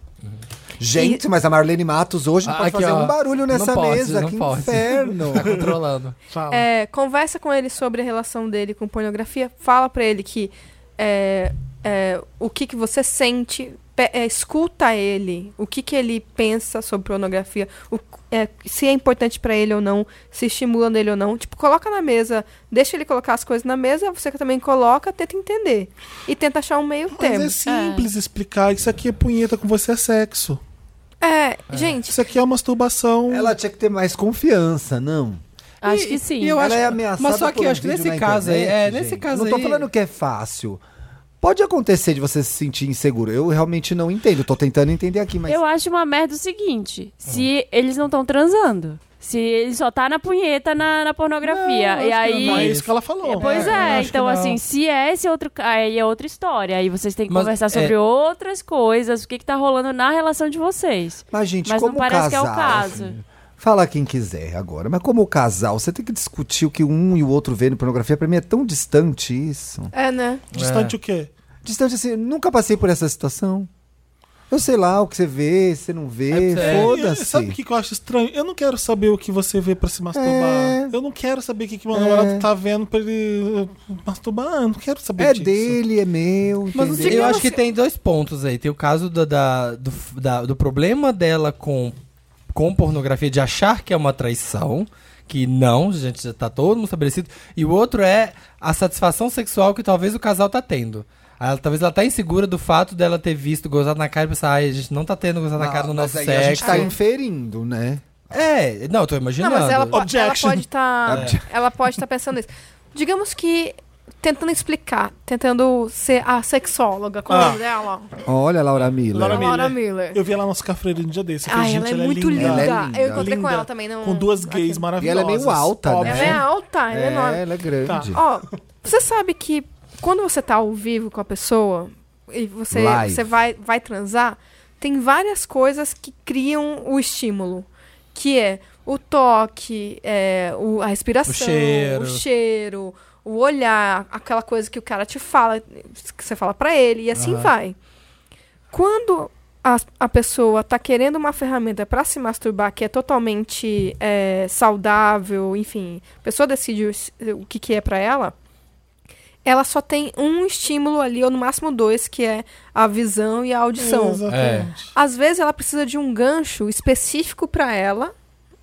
Gente, mas a Marlene Matos hoje não Ah, pode aqui, fazer ó. um Não barulho nessa pode, mesa. não que pode. inferno. Tá controlando. Fala. É, conversa com ele sobre a relação dele com pornografia. Fala pra ele que é, é, o que, que você sente. Pe- é, escuta ele. O que, que ele pensa sobre pornografia. o- é, se é importante pra ele ou não. Se estimula nele ou não. Tipo, coloca na mesa. Deixa ele colocar as coisas na mesa. Você que também coloca. Tenta entender. E tenta achar um meio Mas termo. é simples explicar. Isso aqui é punheta com você é sexo. É, gente. Isso aqui é masturbação. Ela tinha que ter mais confiança, não? Acho E- que sim. e eu Ela acho- é ameaçada Mas só que por um eu acho que vídeo nesse na caso aí. internet, É, nesse gente. caso Não tô aí. falando que é fácil. Pode acontecer de você se sentir inseguro. Eu realmente não entendo. Tô tentando entender aqui, mas. Eu acho uma merda o seguinte: Hum. se eles não estão transando. Se ele só tá na punheta na, na pornografia. e aí. Não é isso que ela falou. Pois eu é, acho que então não. assim, se é esse outro ca- aí é outra história. Aí vocês têm que Mas, conversar é. sobre outras coisas, o que, que tá rolando na relação de vocês. Mas, gente, Mas não como parece que é o casal, caso. assim, Fala quem quiser agora, mas como casal, você tem que discutir o que um e o outro vê no pornografia. Pra mim é tão distante isso. É, né? Distante o quê? Distante assim, nunca passei por essa situação. Eu sei lá o que você vê, você não vê, É, E Sabe o foda-se. que tipo que eu acho estranho? Eu não quero saber o que você vê pra se masturbar. É. Eu não quero saber o que, que meu namorado tá vendo pra ele eh, masturbar. Eu não quero saber É disso. dele, é meu. Mas entendeu? eu acho que tem dois pontos aí. Tem o caso da- da- do, da- do problema dela com, com pornografia, de achar que é uma traição, que não, gente, já tá todo mundo estabelecido. E o outro é a satisfação sexual que talvez o casal tá tendo. Ela- talvez ela tá insegura do fato dela ter visto gozado na cara e pensar, ai, a gente não tá tendo gozado na cara no Ah, mas nosso aí sexo. A gente tá inferindo, né? É, não, eu tô Não, imaginando. mas ela, po- ela Objection. pode estar. Ela pode estar pensando nisso. Digamos que tentando explicar, tentando ser a sexóloga com Ah. a dela, Olha, Laura Miller. Laura a Laura Miller. Miller. Eu vi ela no cafreiro no um dia desse. Eu falei, Ai, gente, ela é muito linda. Ela é linda. Eu encontrei com Linda. ela também. Não... Com duas gays Aqui. E maravilhosas. ela é meio alta, né? Ela é alta, ela é enorme. ela é grande. Ó, você sabe que quando você tá ao vivo com a pessoa e você, Live. você vai, vai transar, tem várias coisas que criam o estímulo. Que é o toque, é, o- a respiração, O cheiro. o cheiro, o olhar, aquela coisa que o cara te fala, que você fala pra ele, e assim vai. Quando a, a pessoa tá querendo uma ferramenta pra se masturbar que é totalmente é, saudável, enfim, a pessoa decide o, s- o que, que é pra ela, ela só tem um estímulo ali, ou no máximo dois, que é a visão e a audição. Exatamente. Às vezes ela precisa de um gancho específico pra ela,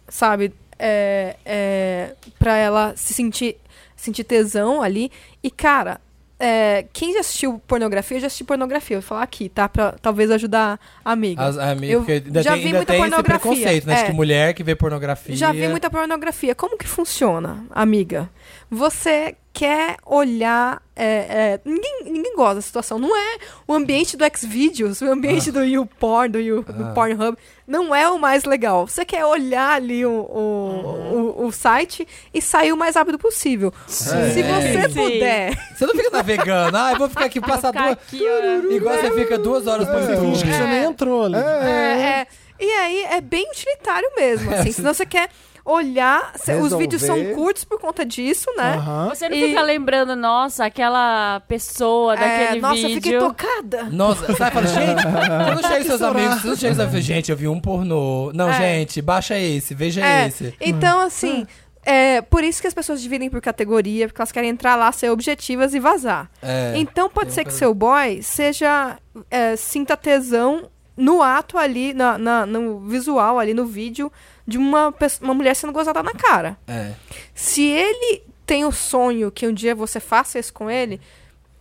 sabe? É, é, para ela se sentir, sentir tesão ali. E, cara, é, quem já assistiu pornografia, eu já assisti pornografia. Eu vou falar aqui, tá? Pra talvez ajudar a amiga. As, a minha- Eu porque ainda já tem, vi ainda muita tem esse pornografia, preconceito, né? é. De que mulher que vê pornografia. Já vi muita pornografia. Como que funciona, amiga? Você quer olhar. é, é, ninguém, ninguém gosta da situação. Não é o ambiente do Xvideos, o ambiente do YouPorn, do, You, do Pornhub, não é o mais legal. Você quer olhar ali o, o, o, o site e sair o mais rápido possível. Se você Sim. puder. Você não fica navegando. Ah, eu vou ficar aqui, passar Ficar duas... aqui, ó. Igual você fica duas É. horas um por Você finge que YouTube. você nem entrou ali. É, é. E aí é bem utilitário mesmo, assim. senão você quer olhar. cê- Os Resolver. vídeos são curtos por conta disso, né? Aham. Você não E- É, fica lembrando, nossa, aquela pessoa daquele nossa, eu fiquei vídeo. tocada. Nossa, sai fala, gente, quando chega seus amigos, quando chega seus amigos, gente, eu vi um pornô. Não, É. gente, baixa esse, veja É, esse. Então, Hum. assim, é por isso que as pessoas dividem por categoria, porque elas querem entrar lá, ser objetivas e vazar. É. Então pode ser que seu boy seja é, sinta tesão no ato ali, na, na- no visual ali, no vídeo, de uma, pessoa- uma mulher sendo gozada na cara. É. Se ele tem o sonho que um dia você faça isso com ele,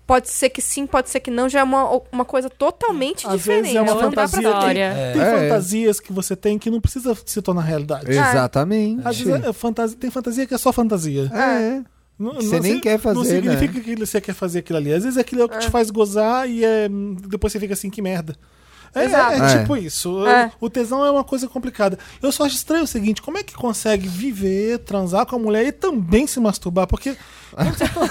pode ser que sim, pode ser que não, já é uma, uma coisa totalmente Às diferente. vezes é uma não dá pra fantasia que- saber. Olha, Tem É. fantasias que você tem que não precisa se tornar realidade. Exatamente. Tá. Às vezes é fantasia- tem fantasia que é só fantasia. É. Não- Você não nem se- quer fazer, Não né? significa que você quer fazer aquilo ali. Às vezes aquilo é o que te faz gozar e é, hum, depois você fica assim, que merda. É, Exato. é É. tipo isso. É. O tesão é uma coisa complicada. Eu só acho estranho o seguinte: como é que consegue viver, transar com a mulher e também se masturbar? Porque Por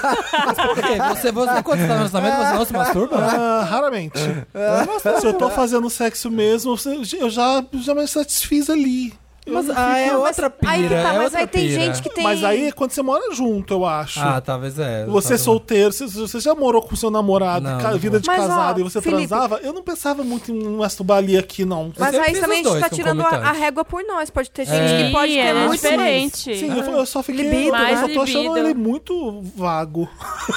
quê? Você, você, quando você tá no relacionamento, você não se masturba? ah, raramente. É. Se eu tô fazendo sexo mesmo, eu já, já me satisfiz ali. Eu Mas não ah, fico- é outra pira, Aí que tá, é mas outra aí tem pira. gente que tem. Mas aí é quando você mora junto, eu acho. Ah, talvez é. Você é Talvez- solteiro, você, você já morou com seu namorado, Não, ca- não. vida de Mas, ó, casado, e você Felipe- transava, eu não pensava muito em masturbar ali aqui, não. Eu Mas sempre aí fiz também a os gente tá dois tirando a, a concomitantes. régua por nós. Pode ter gente É. que pode ter Sim, é muito diferente. Sim, eu, eu só fiquei. Libido, eu só né? tô achando Libido. ele muito vago.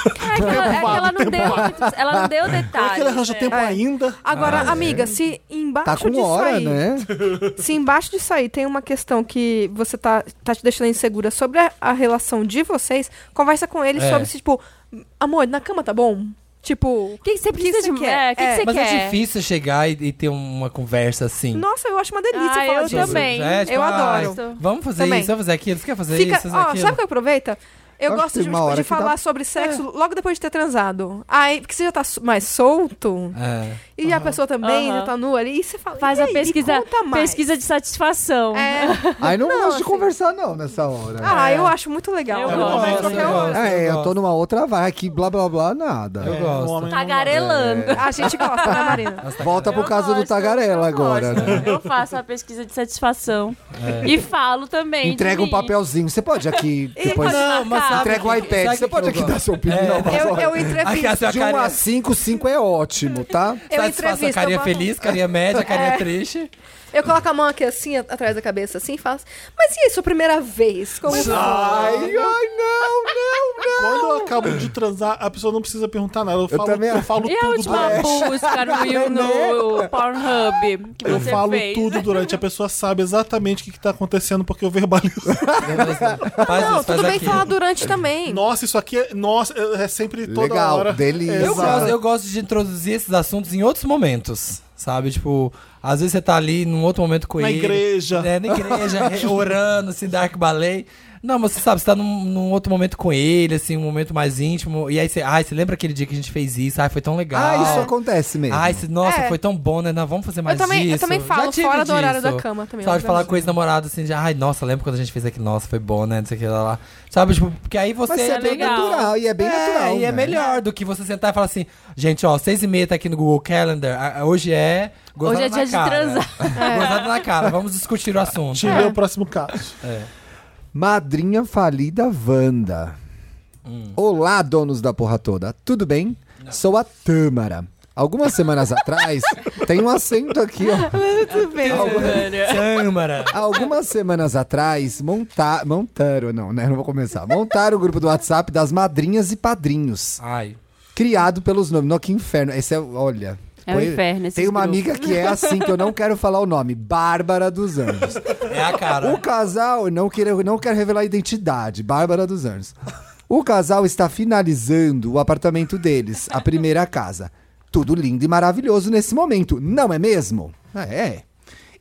é que ela, é que ela não deu, muito- ela não deu Será detalhes. que ele arranja né? tempo Tá, É. ainda? Agora, amiga, se embaixo Ah, Tá com disso hora, aí, né? se embaixo disso aí tem uma questão que você tá, tá te deixando insegura sobre a, a relação de vocês, conversa com ele É. sobre se, tipo, amor, na cama tá bom? Tipo, O que que você precisa você de quer? mulher? O que, que É. você Mas quer? é difícil chegar e, e ter uma conversa assim. nossa, eu acho uma delícia Ah, falar eu disso. também. É, tipo, Eu ah, adoro. Vamos fazer Também. isso, vamos fazer aquilo. Você quer fazer Fica, isso? fazer ó, aquilo? sabe o que aproveita? Eu Acho que gosto tem de, uma tipo, hora de que dá- falar sobre sexo logo depois de ter transado. Aí, porque você já tá su- mais solto, É. e a pessoa também Aham. já tá nua ali, e você fala, Faz e a aí, Me pesquisa, conta mais. pesquisa de satisfação. É, Aí não, Não, gosto de assim- conversar, não, nessa hora. ah, É. eu acho muito legal. Eu Eu gosto. gosto. Eu Qualquer gosto. hora. É, eu tô numa outra vai aqui, blá blá blá, nada. Eu gosto. É, homem Tá não- Tagarelando. É. A gente gosta, né, Marina? Volta pro Eu caso do gosto, Tagarela eu agora, gosto. né? Eu faço a pesquisa de satisfação. É. E falo também. de Entrega um mim. papelzinho. Você pode aqui depois. Não, mas sabe Entrega o que- iPad. sabe Você que pode eu aqui gosto? É, dar sua opinião. mas Eu, olha, eu Aqui a entrevisto. sua de 1 carinha, a 5, 5 é ótimo, tá? Eu satisfação, entrevisto. carinha eu, falo- feliz, carinha média, carinha triste. eu coloco a mão aqui assim, a- atrás da cabeça, assim, e falo assim, mas e aí, sua primeira vez? Como foi? Ai, ai, não, não, não. Quando eu acabo de transar, a pessoa não precisa perguntar nada. Eu falo, também eu acho. falo é E a tudo última durante, busca no, Will- no Pornhub que eu você falo fez? tudo durante. A pessoa sabe exatamente o que, que tá acontecendo, porque eu verbalizo. Faz Não, isso, faz tudo bem aquilo. falar durante também. Nossa, isso aqui é. Nossa, é é sempre toda Legal, hora. É, delícia. Eu Exato. gosto, eu gosto de introduzir esses assuntos em outros momentos, sabe? Tipo, às vezes você tá ali num outro momento com Na ele. igreja. É, na igreja, re- orando, assim, Dark Ballet. Não, mas você sabe, você tá num, num outro momento com ele, assim, um momento mais íntimo. E aí você, ai, você lembra aquele dia que a gente fez isso? Ai, foi tão legal. Ah, isso acontece mesmo. Ai, se- nossa, É. foi tão bom, né? Não, vamos fazer mais também- eu isso. também Já falo tive fora do disso. horário da cama também, Sabe, de falar obviamente. com ex-namorado assim, de, ai, nossa, lembra quando a gente fez aqui? Nossa, foi bom, né? Não sei o que lá. lá. Sabe, tipo, porque aí você... Mas isso é, é bem legal. natural, e é bem natural. E é né? melhor do que você sentar e falar assim, gente, ó, seis e meia tá aqui no Google Calendar, a- a- hoje é... gozada Hoje é na dia de cara. transar. Gozada na cara, vamos discutir o assunto. Te É. lê o próximo caso. Madrinha falida Wanda. Hum. Olá, donos da porra toda. Tudo bem? Sou a Tâmara. Algumas semanas atrás, tem um acento aqui, ó. Câmara. Algumas semanas atrás, monta montaram, não, né? Não vou começar. Montaram o grupo do WhatsApp das madrinhas e padrinhos. Ai, Criado pelos nomes. Não, que inferno. Esse é. Olha. É um Foi- inferno esses Tem uma grupos. amiga que é assim, que eu não quero falar o nome. Bárbara dos Anjos. é a cara. O casal, não quero, não quero revelar a identidade, Bárbara dos Anjos. O casal está finalizando o apartamento deles, a primeira casa. Tudo lindo e maravilhoso nesse momento, não é mesmo? É.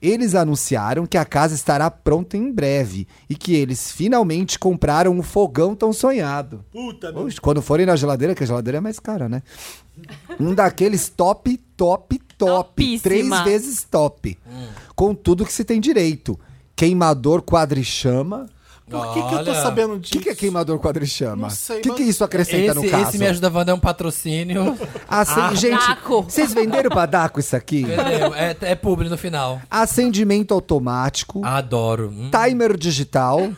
Eles anunciaram que a casa estará pronta em breve e que eles finalmente compraram o fogão tão sonhado. Puta, Oxe, quando forem na geladeira, que a geladeira é mais cara, né? Um daqueles top, top, top. Topíssima. Três vezes top. Com tudo que se tem direito. Queimador quadrichama. por que, que eu tô Olha. sabendo O disso? que, que é queimador quadrichama? Não sei, O que, mas- que isso acrescenta no Esse, caso? esse Me Ajuda Wanda é um patrocínio. Acen- Daco. Gente, vocês venderam pra Daco isso aqui? Entendeu? É, é publi no final. Acendimento automático, Adoro. Hum. timer digital,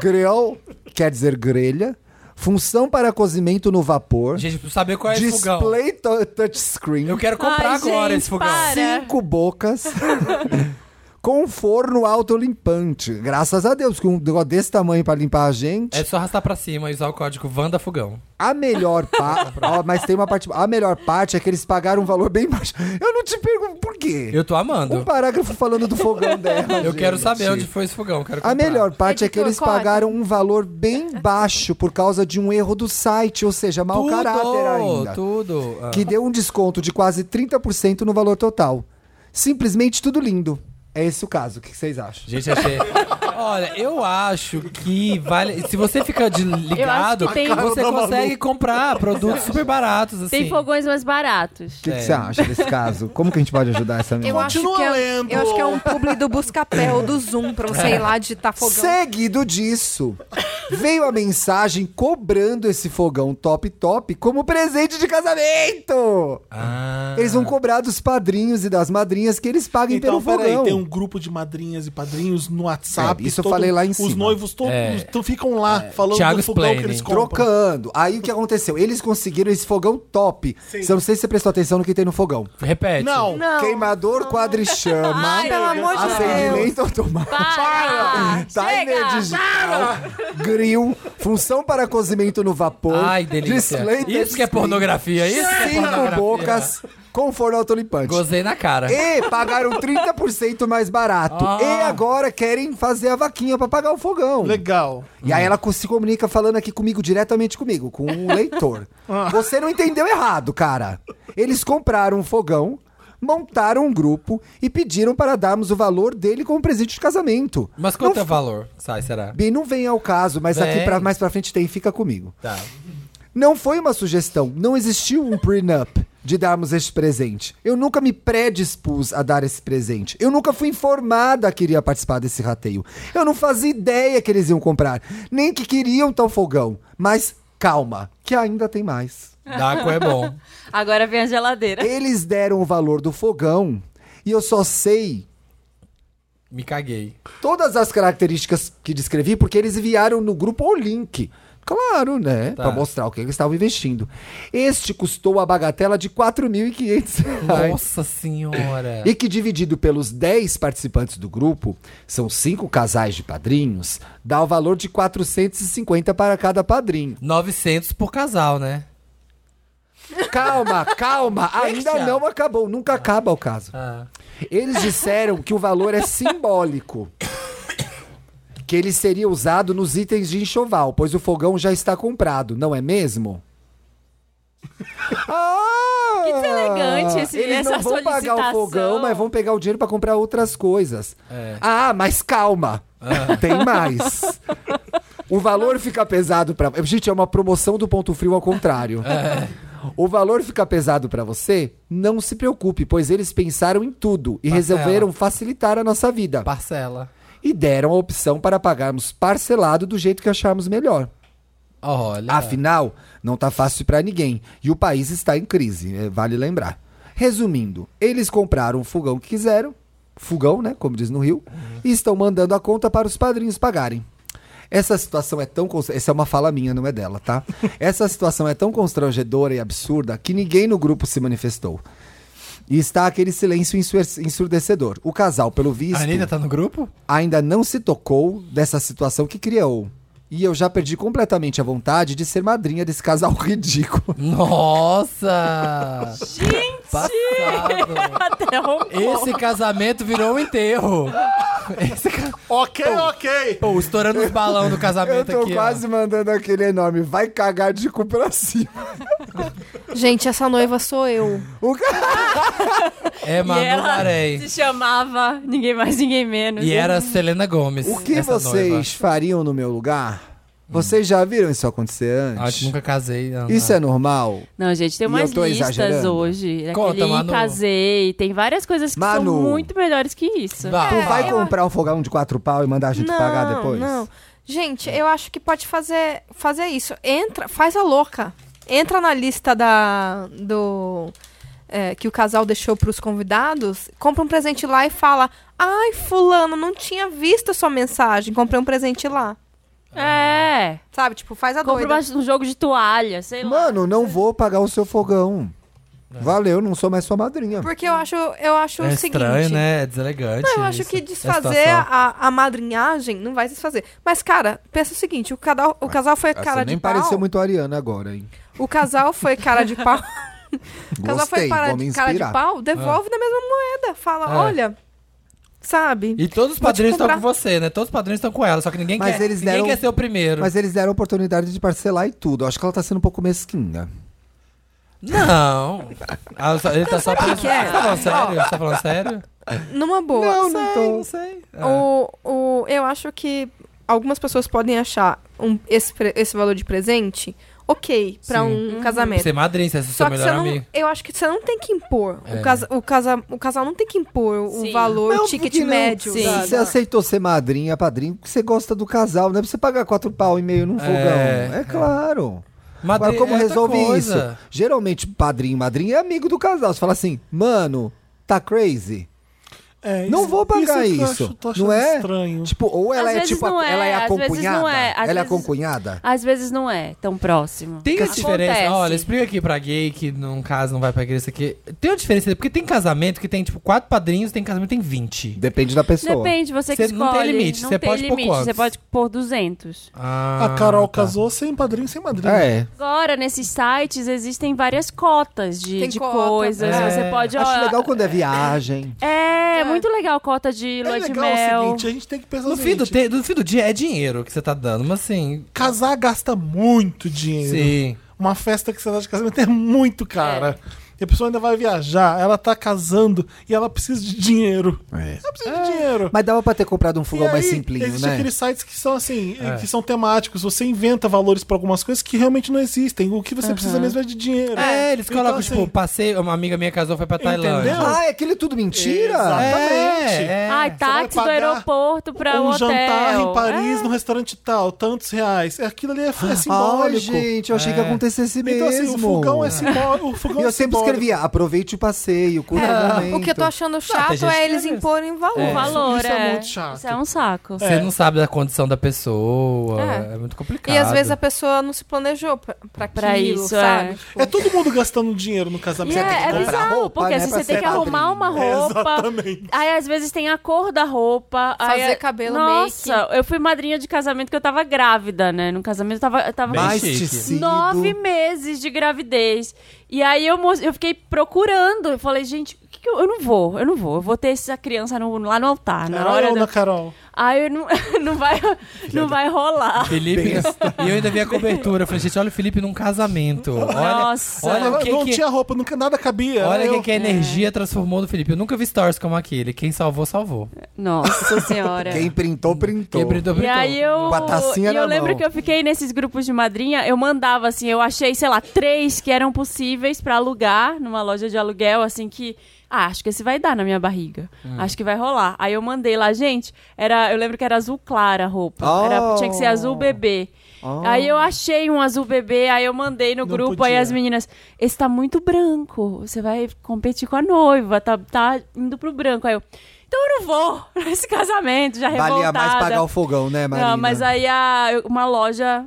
grill, quer dizer grelha, função para cozimento no vapor, Gente, pra saber qual é esse fogão. display tou- touchscreen, Eu quero comprar Ai, agora gente, esse fogão. para. cinco bocas, com um forno autolimpante. Graças a Deus, que um negócio desse tamanho pra limpar a gente. É só arrastar pra cima e usar o código Wanda Fogão. A melhor parte. mas tem uma parte. A melhor parte é que eles pagaram um valor bem baixo. Eu não te pergunto por quê. Eu tô Um amando. parágrafo falando do fogão dela. Eu quero gente. saber onde foi esse fogão. Quero A comprar. melhor parte é que Editor, eles corta. pagaram um valor bem baixo por causa de um erro do site, ou seja, mau Tudo, caráter ainda. Tudo. Ah. Que deu um desconto de quase 30% no valor total. Simplesmente tudo lindo. É esse o caso. O que vocês acham? Gente, achei. Olha, eu acho que vale. Se você fica de ligado, Eu acho que tem- A cara você consegue comprar produtos super baratos, assim. Tem fogões mais baratos. O É. que que você acha desse caso? Como que a gente pode ajudar essa menina? Eu acho, que Continua é, lendo. eu acho que é um publi do Buscapé ou do Zoom pra você É. ir lá tá digitar fogão. Seguido disso, veio a mensagem cobrando esse fogão top top como presente de casamento. Ah. Eles vão cobrar dos padrinhos e das madrinhas que eles paguem Então, pelo fogão. tem um grupo de madrinhas e padrinhos no WhatsApp. É, isso eu falei lá em Os cima. noivos todos É. to- ficam lá falando Thiago do fogão que eles explaining. compram. Trocando. Aí o que aconteceu? Eles conseguiram esse fogão top. Eu não sei se você prestou atenção no que tem no fogão. Repete. Não, Queimador quadrichama. Ai, pelo amor de Acendimento automático. Para! Timer Chega! digital. Grill. Função para cozimento no vapor. Ai, delícia. display Isso que é touchscreen, pornografia, isso que é Cinco pornografia. bocas com forno autolimpante. Gozei na cara. E pagaram 30% mais barato. Ah. E agora querem fazer a vaquinha pra pagar o fogão. legal. E Uhum. aí ela co- se comunica falando aqui comigo, diretamente comigo, com o leitor. Ah. Você não entendeu errado, cara. Eles compraram um fogão, montaram um grupo e pediram para darmos o valor dele como presente de casamento. Mas quanto não, é o valor? Sai, será? Bem, não vem ao caso, mas Vem. aqui pra, mais pra frente tem, fica comigo. Tá. Não foi uma sugestão, não existiu um prenup de darmos este presente. Eu nunca me predispus a dar esse presente. Eu nunca fui informada que iria participar desse rateio. Eu não fazia ideia que eles iam comprar, nem que queriam tal fogão. Mas calma, que ainda tem mais. Daco é bom. Agora vem a geladeira. Eles deram o valor do fogão e eu só sei Me caguei. todas as características que descrevi, porque eles enviaram no grupo o link. Claro, né? Tá. Pra mostrar o que eles estavam investindo. Este custou a bagatela de 4.500 reais. Nossa senhora. E que dividido pelos 10 participantes do grupo, são cinco casais de padrinhos, dá o valor de 450 para cada padrinho. 900 por casal, né? Calma, calma, ainda não acabou, nunca acaba o caso. Ah. Eles disseram que o valor é simbólico. Que ele seria usado nos itens de enxoval, pois o fogão já está comprado, não é mesmo? Ah! Que deselegante esse- Eles não essa vão pagar o solicitação. fogão, mas vão pegar o dinheiro para comprar outras coisas. É. Ah, mas calma. Tem mais. O valor fica pesado para Gente, é uma promoção do ponto frio ao contrário. O valor fica pesado pra você? Não se preocupe, pois eles pensaram em tudo e Parcela. resolveram facilitar a nossa vida. Parcela. E deram a opção para pagarmos parcelado do jeito que acharmos melhor. Olha. Afinal, não tá fácil pra ninguém e o país está em crise, é, vale lembrar. Resumindo, eles compraram o fogão que quiseram, fogão, né, como diz no Rio, e estão mandando a conta para os padrinhos pagarem. Essa situação é tão const- essa é uma fala minha, não é dela, tá? Essa situação é tão constrangedora e absurda que ninguém no grupo se manifestou. E está aquele silêncio ensurec- ensurdecedor. O casal, pelo a visto, Anitta tá no grupo? ainda não se tocou dessa situação que criou. E eu já perdi completamente a vontade de ser madrinha desse casal ridículo. Nossa! Gente! Passado. Até um Esse casamento virou um enterro. Esse ca- Ok, ok. Pô, estourando os balão do Eu casamento tô aqui. ó. quase mandando aquele enorme, vai cagar de cu pra cima. Gente, essa noiva sou eu. É Manu e ela Maré. se chamava Ninguém Mais Ninguém Menos. E era Selena Gomes. O que essa vocês noiva. fariam no meu lugar? Vocês já viram isso acontecer Acho que antes? nunca casei. não, Isso não. é normal? Não, gente, tem E umas eu tô listas exagerando? hoje. É Conta, Aquele Manu. casei, tem várias coisas que Manu. são muito melhores que isso. Vá. Tu vai comprar um fogão de quatro pau e mandar a gente É, não, pagar depois? Não. Gente, eu acho que pode fazer, fazer isso. Entra, faz a louca. Entra na lista da do é, que o casal deixou pros convidados, compra um presente lá e fala: "Ai, fulano, não tinha visto a sua mensagem, comprei um presente lá". É. Sabe? Tipo, faz a Tá Compra doida. uma- um jogo de toalha, sei lá. Mano, não vou pagar o seu fogão. Valeu, não sou mais sua madrinha. Porque eu acho, eu acho É o seguinte, estranho, né? É deselegante. Não, eu acho isso, que essa desfazer situação. a, a madrinhadagem não vai desfazer. Mas, cara, pensa o seguinte: o casal, o casal foi Essa cara nem de pau. pareceu muito a Ariana agora, hein? O casal foi cara de pau. o casal Gostei, foi para vou me de, cara de inspirar. pau, devolve na mesma moeda. Fala, É. olha, sabe? E todos os Vou te padrinhos estão comprar. com você, né? Todos os padrinhos estão com ela, só que ninguém, Mas quer, eles ninguém deram- quer ser o primeiro. Mas eles deram a oportunidade de parcelar e tudo. Eu acho que ela tá sendo um pouco mesquinha. Não. Ah, só- ele tá só sabe o pensando. que que é? Você tá falando sério? Você tá falando sério? Numa boa. Assim, não tô. Não sei. Ah. O, o, eu acho que algumas pessoas podem achar um- esse, pre- esse valor de presente ok pra Sim. um Pra casamento. ser madrinha, você é seu Só que melhor você não, amigo. eu acho que você não tem que impor. É. O, casa, o, casa, o casal não tem que impor o Sim. valor, Não, o ticket porque não. médio. É. Se Sim. da- Você da- aceitou ser madrinha, padrinho, porque você gosta do casal. Não é pra você pagar quatro pau e meio num É, fogão. É, é. claro. Madri- Agora, como é outra resolve coisa. isso? Geralmente, padrinho e madrinha é amigo do casal. Você fala assim, mano, tá crazy? É, Não isso- vou pagar que eu isso. acho- tô achando não é? estranho. Tipo, ou ela Às é vezes tipo, a- não é, ela é a às vezes concunhada. não é, às ela é a vezes- concunhada? Às vezes não é tão próximo. Tem a Acontece. diferença. Olha, explica aqui pra gay que num caso não vai pra igreja isso aqui. Tem uma diferença, porque tem casamento que tem, tipo, quatro padrinhos, tem casamento que tem 20. Depende da pessoa. Depende, você que Você escolhe. não tem limite, Não você tem pode pôr limite, quantos? Você pode pôr 200. Ah, A Carol tá. casou sem padrinho, sem madrinha. É. Agora, nesses sites, existem várias cotas de, Tem de cota. coisas. É. Você pode... Acho ó, legal quando é viagem. É, É. muito legal cota de É lua de legal mel. o seguinte, a gente tem que pensar No o fim, seguinte, do te- no fim do dia é dinheiro que você tá dando, mas assim. casar gasta muito dinheiro. Sim. Uma festa que você dá de casamento é muito cara. E a pessoa ainda vai viajar, ela tá casando e ela precisa de dinheiro. Ela precisa de dinheiro. Mas dava pra ter comprado um E fogão mais aí, simplinho, existem né? aqueles sites que são assim, eh, que são temáticos. Você inventa valores pra algumas coisas que realmente não existem. O que você precisa mesmo é de dinheiro. É, eles Então, colocam, tipo, assim, passei. Uma amiga minha casou, foi pra Tailândia. Entendeu? Ah, é aquele tudo mentira? Exato. É, Exatamente. é. Ai, táxi do pagar aeroporto pra um um hotel. jantar em Paris, É. num restaurante tal, tantos reais. É, Aquilo ali é, é Ai, simbólico. gente, eu achei que É. acontecesse mesmo. então, assim, o fogão é simbólico. O fogão E é eu sempre simbólico. escrevia, aproveite o passeio, curta o momento. É, O que eu tô achando tem chato gente é que eles é. imporem valor. O valor isso é muito chato. Isso é um saco. Você não sabe da condição da pessoa. É, É. muito complicado. E às vezes a pessoa não se planejou pra, pra, Pra aquilo, isso, sabe? é. Tipo, É todo mundo gastando dinheiro no casamento. E é, é comprar bizarro, roupa, né, porque assim, pra você tem ser que arrumar uma padrinho. roupa. Exatamente. Aí às vezes tem a cor da roupa. aí, Fazer é- cabelo, Nossa, eu fui madrinha de casamento que eu tava grávida, né? No casamento eu tava, eu tava Bem Mais chique. tecido. nove meses de gravidez. E aí eu, mos- eu fiquei procurando. Eu falei, gente, o que que eu, eu não vou, eu não vou. Eu vou ter essa criança no- lá no altar. Na Carol, hora da- Ana Carol. Aí eu não, não, vai, não vai rolar. Felipe. E eu ainda vi a cobertura. Eu falei, gente, olha o Felipe num casamento. Olha, Nossa. olha o Ela não que, que, tinha roupa, nunca nada cabia. olha o que, Eu- que é a energia transformou no Felipe. Eu nunca vi stories como aquele. Quem salvou, salvou. Nossa senhora. Quem printou, printou. Quem brindou, E brindou. aí eu. Com a tacinha e na eu lembro mão. que eu fiquei nesses grupos de madrinha, eu mandava assim, eu achei, sei lá, três que eram possíveis pra alugar numa loja de aluguel, assim que. Ah, acho que esse vai dar na minha barriga. Acho que vai rolar. Aí eu mandei lá, gente, era, eu lembro que era azul clara a roupa. Oh. Era, tinha que ser azul bebê. Aí eu achei um azul bebê, aí eu mandei no grupo, aí podia. as meninas, esse tá muito branco, você vai competir com a noiva, tá, tá indo pro branco. Aí eu, então eu não vou nesse casamento, já Valia É revoltada. mais pagar o fogão, né, Marina? Não, mas aí a- eu- uma loja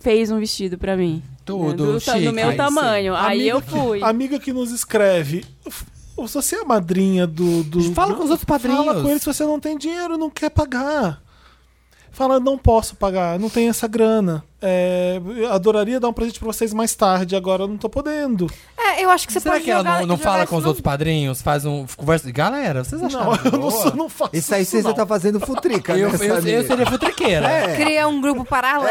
fez um vestido pra mim. Tudo, do, ta- do chique. meu Aí tamanho. Aí Amiga eu que- fui. Amiga que nos escreve. f- Você é a madrinha do. do Fala do- com os outros padrinhos. Fala com eles se você não tem dinheiro, não quer pagar. Fala, não posso pagar, não tenho essa grana. é, eu adoraria dar um presente pra vocês mais tarde, agora eu não tô podendo. É, eu acho que você Será pode que ela jogar- não, não jogar fala isso com os no- outros padrinhos? Faz um. Conversa. Galera, vocês acharam? Não, eu não, sou, não faço Isso aí você não. já tá fazendo futrica, Eu, né, eu, eu, Samir? seria futriqueira. É. Cria um grupo paralelo.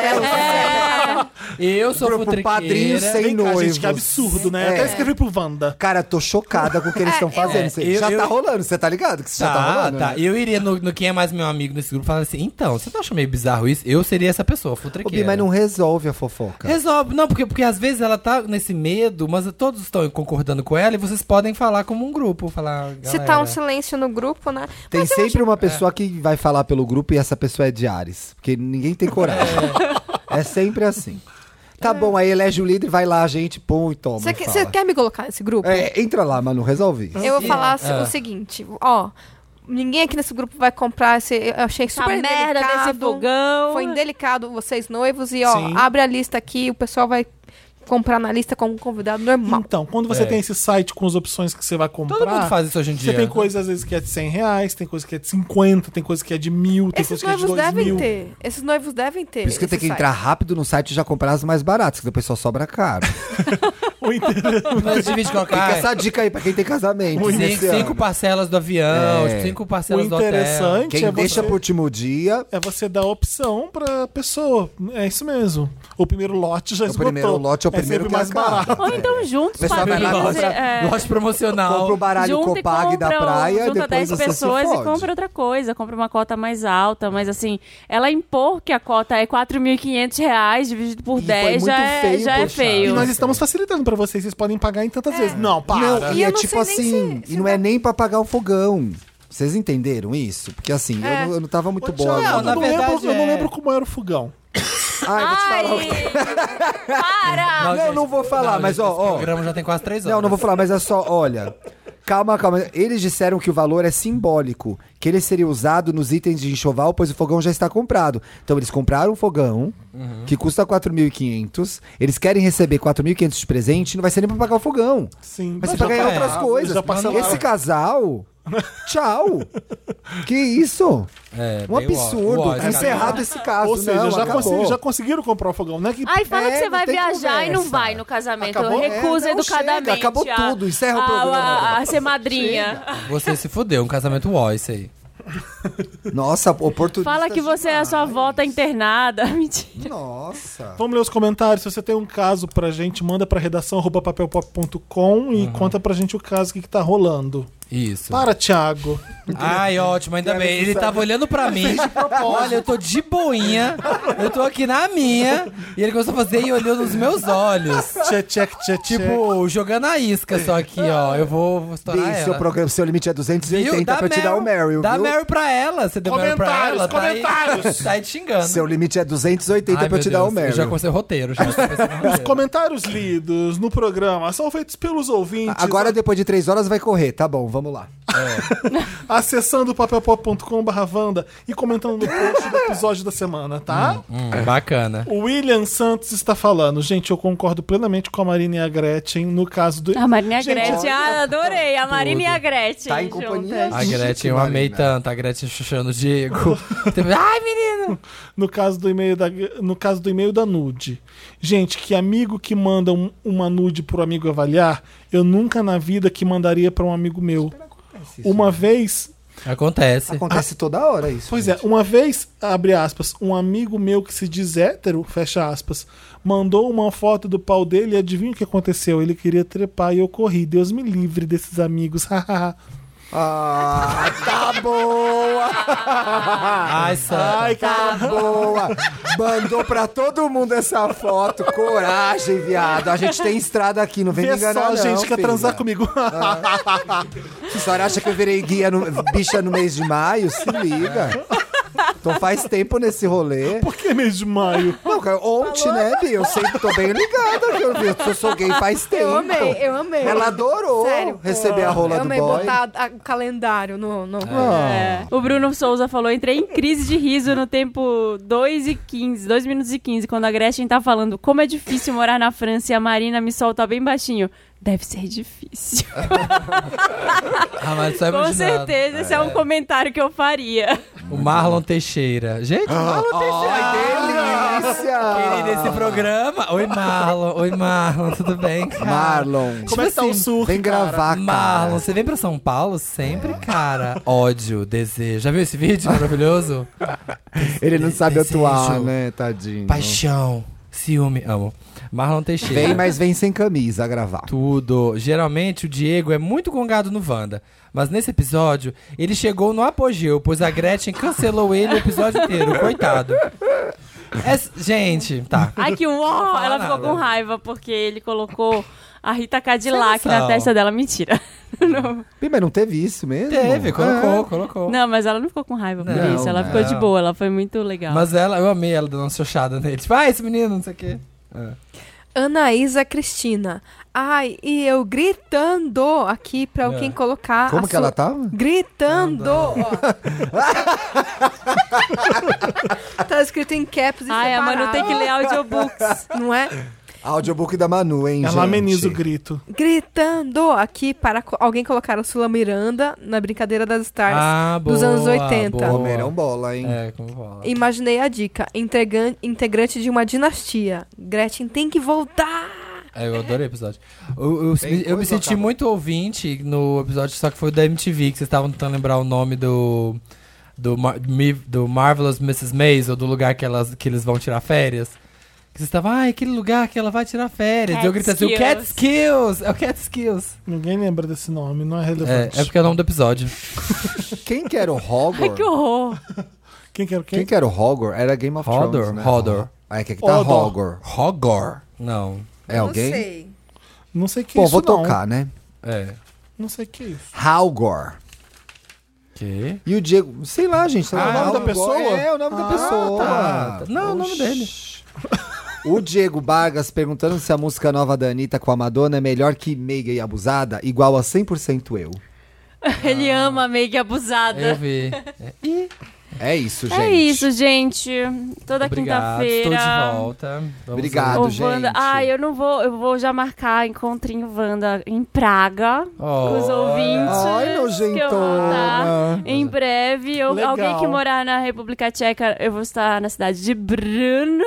Eu sou Grupo futriqueira. padrinho sem- Vem cá, gente, noivos. que absurdo, É. né? Até escrevi pro Wanda. Cara, tô chocada com o que eles estão fazendo. Você eu- já tá eu- rolando, você tá ligado que isso já tá Tá, rolando. tá. né? Eu iria no, no Quem é Mais Meu Amigo nesse grupo falando assim: então, você não acha meio bizarro isso? Eu seria essa pessoa, Ô, futriqueira. Bi, mas não resolve a fofoca. Resolve, não, porque, porque às vezes ela tá nesse medo, mas todos estão concordando com ela e vocês podem falar como um grupo. Falar, Se "Galera, tá um silêncio no grupo, né? Tem Mas eu sempre uma pessoa que vai falar pelo grupo e essa pessoa é de Ares. Porque ninguém tem coragem. É, sempre assim. Tá bom, aí elege o líder, vai lá, gente, põe e toma. Você e que- fala. você quer me colocar nesse grupo? É, entra lá, Manu, resolve. isso. Eu É. vou falar assim, Ah. o seguinte, ó. Ninguém aqui nesse grupo vai comprar esse. Eu achei Essa super merda delicado. desse fogão. Foi indelicado vocês noivos e ó, Sim. abre a lista aqui, o pessoal vai comprar na lista como um convidado normal. Então, quando você É. tem esse site com as opções que você vai comprar. Todo mundo faz isso hoje em dia. Você tem coisa, às vezes, que é de 100 reais, tem coisa que é de 50, tem coisa que é de mil, tem Esses coisa que é de noivos dois devem mil. ter. Esses noivos devem ter. Por isso que esse tem que site. entrar rápido no site e já comprar as mais baratas, que depois só sobra caro. Ou inteiro. Mas divide com a Ah, Fica é. cara. essa dica aí pra quem tem casamento. Cinco, nesse ano. cinco parcelas do avião, É. cinco O parcelas do hotel. interessante Quem é deixa você, pro último dia, é você dar opção pra pessoa. É isso mesmo. O primeiro lote já é o esgotou. primeiro lote, é o sempre primeiro que mais acaba. barato. Ou então juntos, Pessoal, vai lá, padrinhos. compra- é, Lote promocional. Compra o baralho junta e Copag da compra um- praia e junta depois 10 você pessoas se e fode. compra outra coisa, compra uma cota mais alta, mas assim, ela impor que a cota é 4.500 reais dividido E por foi 10 já muito é, feio, já é poxa. E feio. nós estamos facilitando pra vocês, vocês podem pagar em tantas vezes. Não, para. Não, E e eu é não tipo sei nem assim, se- se e não dá- é nem pra pagar o fogão. Vocês entenderam isso? Porque assim, É. eu, não, eu não tava muito Ô, boa. Thiago, Não, eu, na não lembro, verdade eu não é. lembro como era o fogão. Ai, vou te falar. o que- Para! Não, eu não vou falar, mas ó, O ó. programa já tem quase três horas. Não, não vou falar, mas é só, olha. Calma, calma. Eles disseram que o valor é simbólico, que ele seria usado nos itens de enxoval, pois o fogão já está comprado. Então eles compraram um fogão, que custa 4.500, eles querem receber 4.500 de presente, não vai ser nem pra pagar o fogão. Sim. Vai Mas ser já pra ganhar pagaram, outras coisas. tá- já parcelaram. Esse casal, tchau. que isso? É, Um bem absurdo. ó- ó, esse Encerrado cara- esse caso. Ou seja, não, já, acabou. consegui- já conseguiram comprar o fogão, né? Que Aí fala É, que você não vai tem viajar e não conversa. vai no casamento. Acabou? Recusa É, não, chega, educadamente. acabou a- tudo, encerra o a- programa. A, a ser madrinha. Você se fudeu, um casamento ó, isso aí. Nossa, oportunidade. Fala que você é a sua avó tá internada. Mentira. Nossa. Vamos ler os comentários. Se você tem um caso pra gente, manda pra redação arroba papelpop.com e conta pra gente o caso, o que, que tá rolando. Isso. Para, Thiago. Ai, ótimo, ainda bem. Ele tava olhando pra mim. Olha, eu tô de boinha. Eu tô aqui na minha. E ele começou a fazer e olhou nos meus olhos. Tchê, tchê, tchê, tchê. Tipo, jogando a isca só aqui, ó. Eu vou, vou estourar Bi, seu, ela. programa, seu limite é 280 pra eu te dar o Meryl, Dá viu? Meryl pra ela. Você deu Meryl pra Comentários, ela. tá aí- comentários. Tá aí te xingando. Seu limite é 280 Ai, pra meu eu te dar o Deus, Meryl. Eu já comecei o roteiro. Já comecei o Os roteiro. comentários lidos no programa são feitos pelos ouvintes. Agora, depois de três horas, vai correr. Tá bom, vamos lá. acessando papelpop.com/vanda e comentando no post do episódio da semana, tá? Hum, bacana. O William Santos está falando. Gente, eu concordo plenamente com a Marina e a Gretchen no caso do. A Marina e a Gente, Gretchen. Ah, adorei. A Marina e a Gretchen. Tá em companhia. juntas. A Chique, Gretchen, eu amei Marina. tanto. A Gretchen chuchando o Diego. Teve- Ai, menino! No caso do e-mail da, no caso do e-mail da nude. Gente, que amigo que manda um- uma nude pro amigo avaliar, eu nunca na vida que mandaria pra um amigo meu. né? Uma vez, Acontece. Acontece toda hora isso. pois é, uma vez, abre aspas, um amigo meu que se diz hétero, fecha aspas, mandou uma foto do pau dele e adivinha o que aconteceu? Ele queria trepar e eu corri. Deus me livre desses amigos. Ah, tá boa, Ai, Santa. Ai, cara. tá boa. Mandou pra todo mundo essa foto. Coragem, viado. A gente tem estrada aqui, não vem Vê me enganar só, não, gente, quer é filha. transar comigo. A senhora acha que eu virei guia no, bicha no mês de maio? Se liga. Então faz tempo nesse rolê. Por que é mês de maio? Não, cara, ontem, né, Bi? Eu sei que tô bem ligada que eu, vi, que eu sou gay faz tempo. Eu amei, eu amei. Ela adorou Sério. receber a rola eu do amei boy. Ah. botar a- o calendário no. no... É. O Bruno Souza falou: entrei em crise de riso no tempo 2 e 15, 2 minutos e 15, quando a Gretchen tá falando como é difícil morar na França e a Marina me solta bem baixinho. Deve ser difícil. Ah, mas só Com imaginando. é É. certeza, esse é um comentário que eu faria. O Marlon Teixeira. Gente, o Marlon Ai, delícia! Querida, esse programa. Oi, Marlon. Oi, Marlon. Tudo bem, cara? Tipo assim, Marlon, Como é que tá o surf? vem gravar, cara. Marlon, você vem pra São Paulo sempre, cara? Ódio, desejo. Já viu esse vídeo maravilhoso? Ele não sabe Desejo. atuar, né, tadinho. Paixão, ciúme. Amo. Marlon Teixeira. Vem, mas vem sem camisa gravar. Tudo. Geralmente o Diego é muito gongado no Wanda. Mas nesse episódio, ele chegou no apogeu, pois a Gretchen cancelou ele o episódio inteiro. Coitado. Essa- gente, tá. Ai, que uó! fala Ela ficou nada. com raiva porque ele colocou a Rita Cadillac é Sem noção. na testa dela. Mentira. Não, Bem, mas não teve isso mesmo? É. Teve, colocou, colocou. não, mas ela não ficou com raiva por Não, isso. Ela não. ficou de boa, ela foi muito legal. Mas ela, eu amei ela dando uma xoxada nele. Tipo, ah, esse menino, não sei o quê. Anaísa Cristina. Ai, e eu gritando aqui pra alguém colocar. Como a que ela tá? sua- tava? Gritando! ó. tá escrito em caps e Ai, a separado, Manu tem que ler audiobooks. Não é? Audiobook da Manu, hein, gente? Ela ameniza o grito. Gritando aqui para co- alguém colocar a Sula Miranda na brincadeira das stars. Ah, dos anos 80. boa. Comerão bola, hein? É, como fala. Imaginei a dica. Integra- integrante de uma dinastia. Gretchen tem que voltar! É, eu adorei o episódio. Eu, eu- Tem eu me coisa, senti Otávio? muito ouvinte no episódio, só que foi o da MTV, que vocês estavam tentando lembrar o nome do. Do, Mar- Mi- do Marvelous Mrs. Maisel, do lugar que, elas, que eles vão tirar férias. Que vocês estavam, ah, aquele lugar que ela vai tirar férias. eu gritei assim, o Cat Skills! É o Cat Skills! Ninguém lembra desse nome, não é É, relevante. é porque é o nome do episódio. Quem que era o Ai, Hogor? que horror. Quem que era quem? Quem que era o Hogor? Era Game of Hodor, Thrones, né? Hodor. Ah, É, que aqui tá Hodor. Hogor. Hogor. Não. É alguém? sei. Não sei que é Bom, isso vou não. tocar, né? É. Não sei que é isso. Halgor. Que? E o Diego, sei lá, gente. sei lá, Ah, é o nome da Halgor. pessoa? É, o nome da pessoa. tá. Não, o nome dele. O Diego Vargas perguntando se a música nova da Anitta com a Madonna é melhor que Meiga e Abusada, igual a 100% eu. Ele ama a Meg abusada. Eu vi. É isso, gente. É isso, gente. Toda Obrigado. Estou quinta-feira. de volta. Vamos Obrigado. Ô, Wanda. gente. Ai, eu não vou, eu vou já marcar encontrinho Wanda em Praga com os Olha. ouvintes. Ai, que eu vou nojentona. estar em breve. Eu- Legal. alguém que morar na República Tcheca, eu vou estar na cidade de Brno.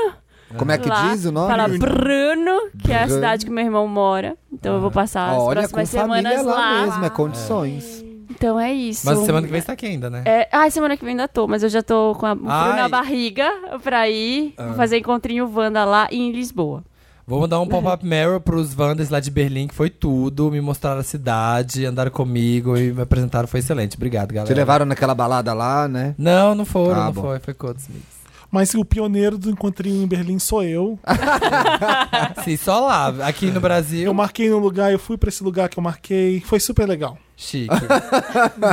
Como é que lá, diz o nome? Fala Brno, que é Brno. a Ah. cidade que meu irmão mora. Então eu vou passar as Olha, com próximas família é semanas lá, lá. Ah. mesmo, é condições. Então é isso. Mas semana que vem está aqui ainda, né? É, ai, semana que vem ainda tô, mas eu já tô com a, um frio Ai. na barriga pra ir Vou fazer encontrinho Wanda lá e em Lisboa. Vou mandar um pop-up Meryl pros Wanders lá de Berlim, que foi tudo. Me mostraram a cidade, andaram comigo e me apresentaram. Foi excelente. Obrigado, galera. Te levaram naquela balada lá, né? Não, não foram, Ah, não bom. foi. Foi com outros amigos. Mas se o pioneiro do encontrinho em Berlim sou eu. Ah, Sim, só lá. Aqui no Eu Brasil, marquei no lugar, eu fui pra esse lugar que eu marquei. Foi super legal. chique.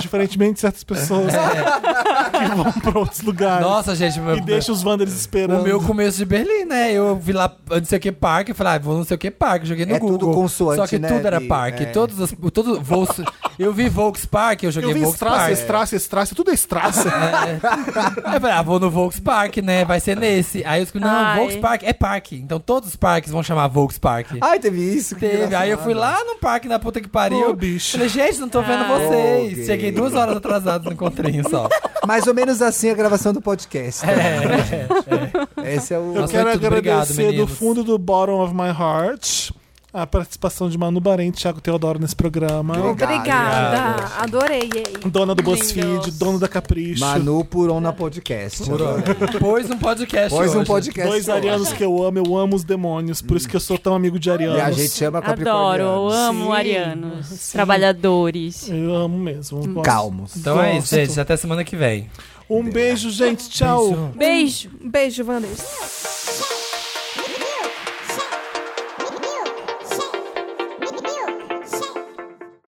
Diferentemente de certas pessoas que vão pra outros lugares. É. Nossa, gente, meu, e deixa os Wanderers esperando. o meu começo de Berlim, né? Eu vi lá não sei o que parque, eu falei, ah, vou não sei o que parque, joguei no É tudo Google. consoante, Só que né, tudo era Bi? parque. É. Todos os. Todos, Volks- eu vi Volkspark, eu joguei eu vi Strasse, Volkspark. Strasse, Strasse, tudo é Strasse. Aí eu falei, ah, vou no Volkspark, né? Vai ser nesse. Aí eu escutei, não, Ai. Volkspark é parque. Então todos os parques vão chamar Volkspark. Ai, teve isso. que Teve. engraçado. Aí eu fui lá no parque na puta que pariu. Ô, bicho. Falei, gente, não tô vendo vocês. Ok. Cheguei duas horas atrasado no encontrinho só. Mais ou menos assim a gravação do podcast. né? É. Esse é o... Eu Nossa, quero muito obrigado, agradecer do meninos. fundo do bottom of my heart a participação de Manu Bahrein e Thiago Teodoro nesse programa. Obrigado. Obrigada. Adorei. Dona do BuzzFeed, Lindos. dono da Capricho. Manu por on na podcast. Por hora. Pôs um podcast Pôs um hoje. podcast. Dois hoje. arianos que eu amo, eu amo os demônios, por isso que eu sou tão amigo de arianos. E a gente chama Adoro, eu Capricorniano. amo Sim, arianos, sim. trabalhadores. Eu amo mesmo. eu gosto. Calmos. Então é isso, Gosto. gente. Até semana que vem. Um beijo, gente. Tchau. Beijo. Beijo. Beijo, Wanders.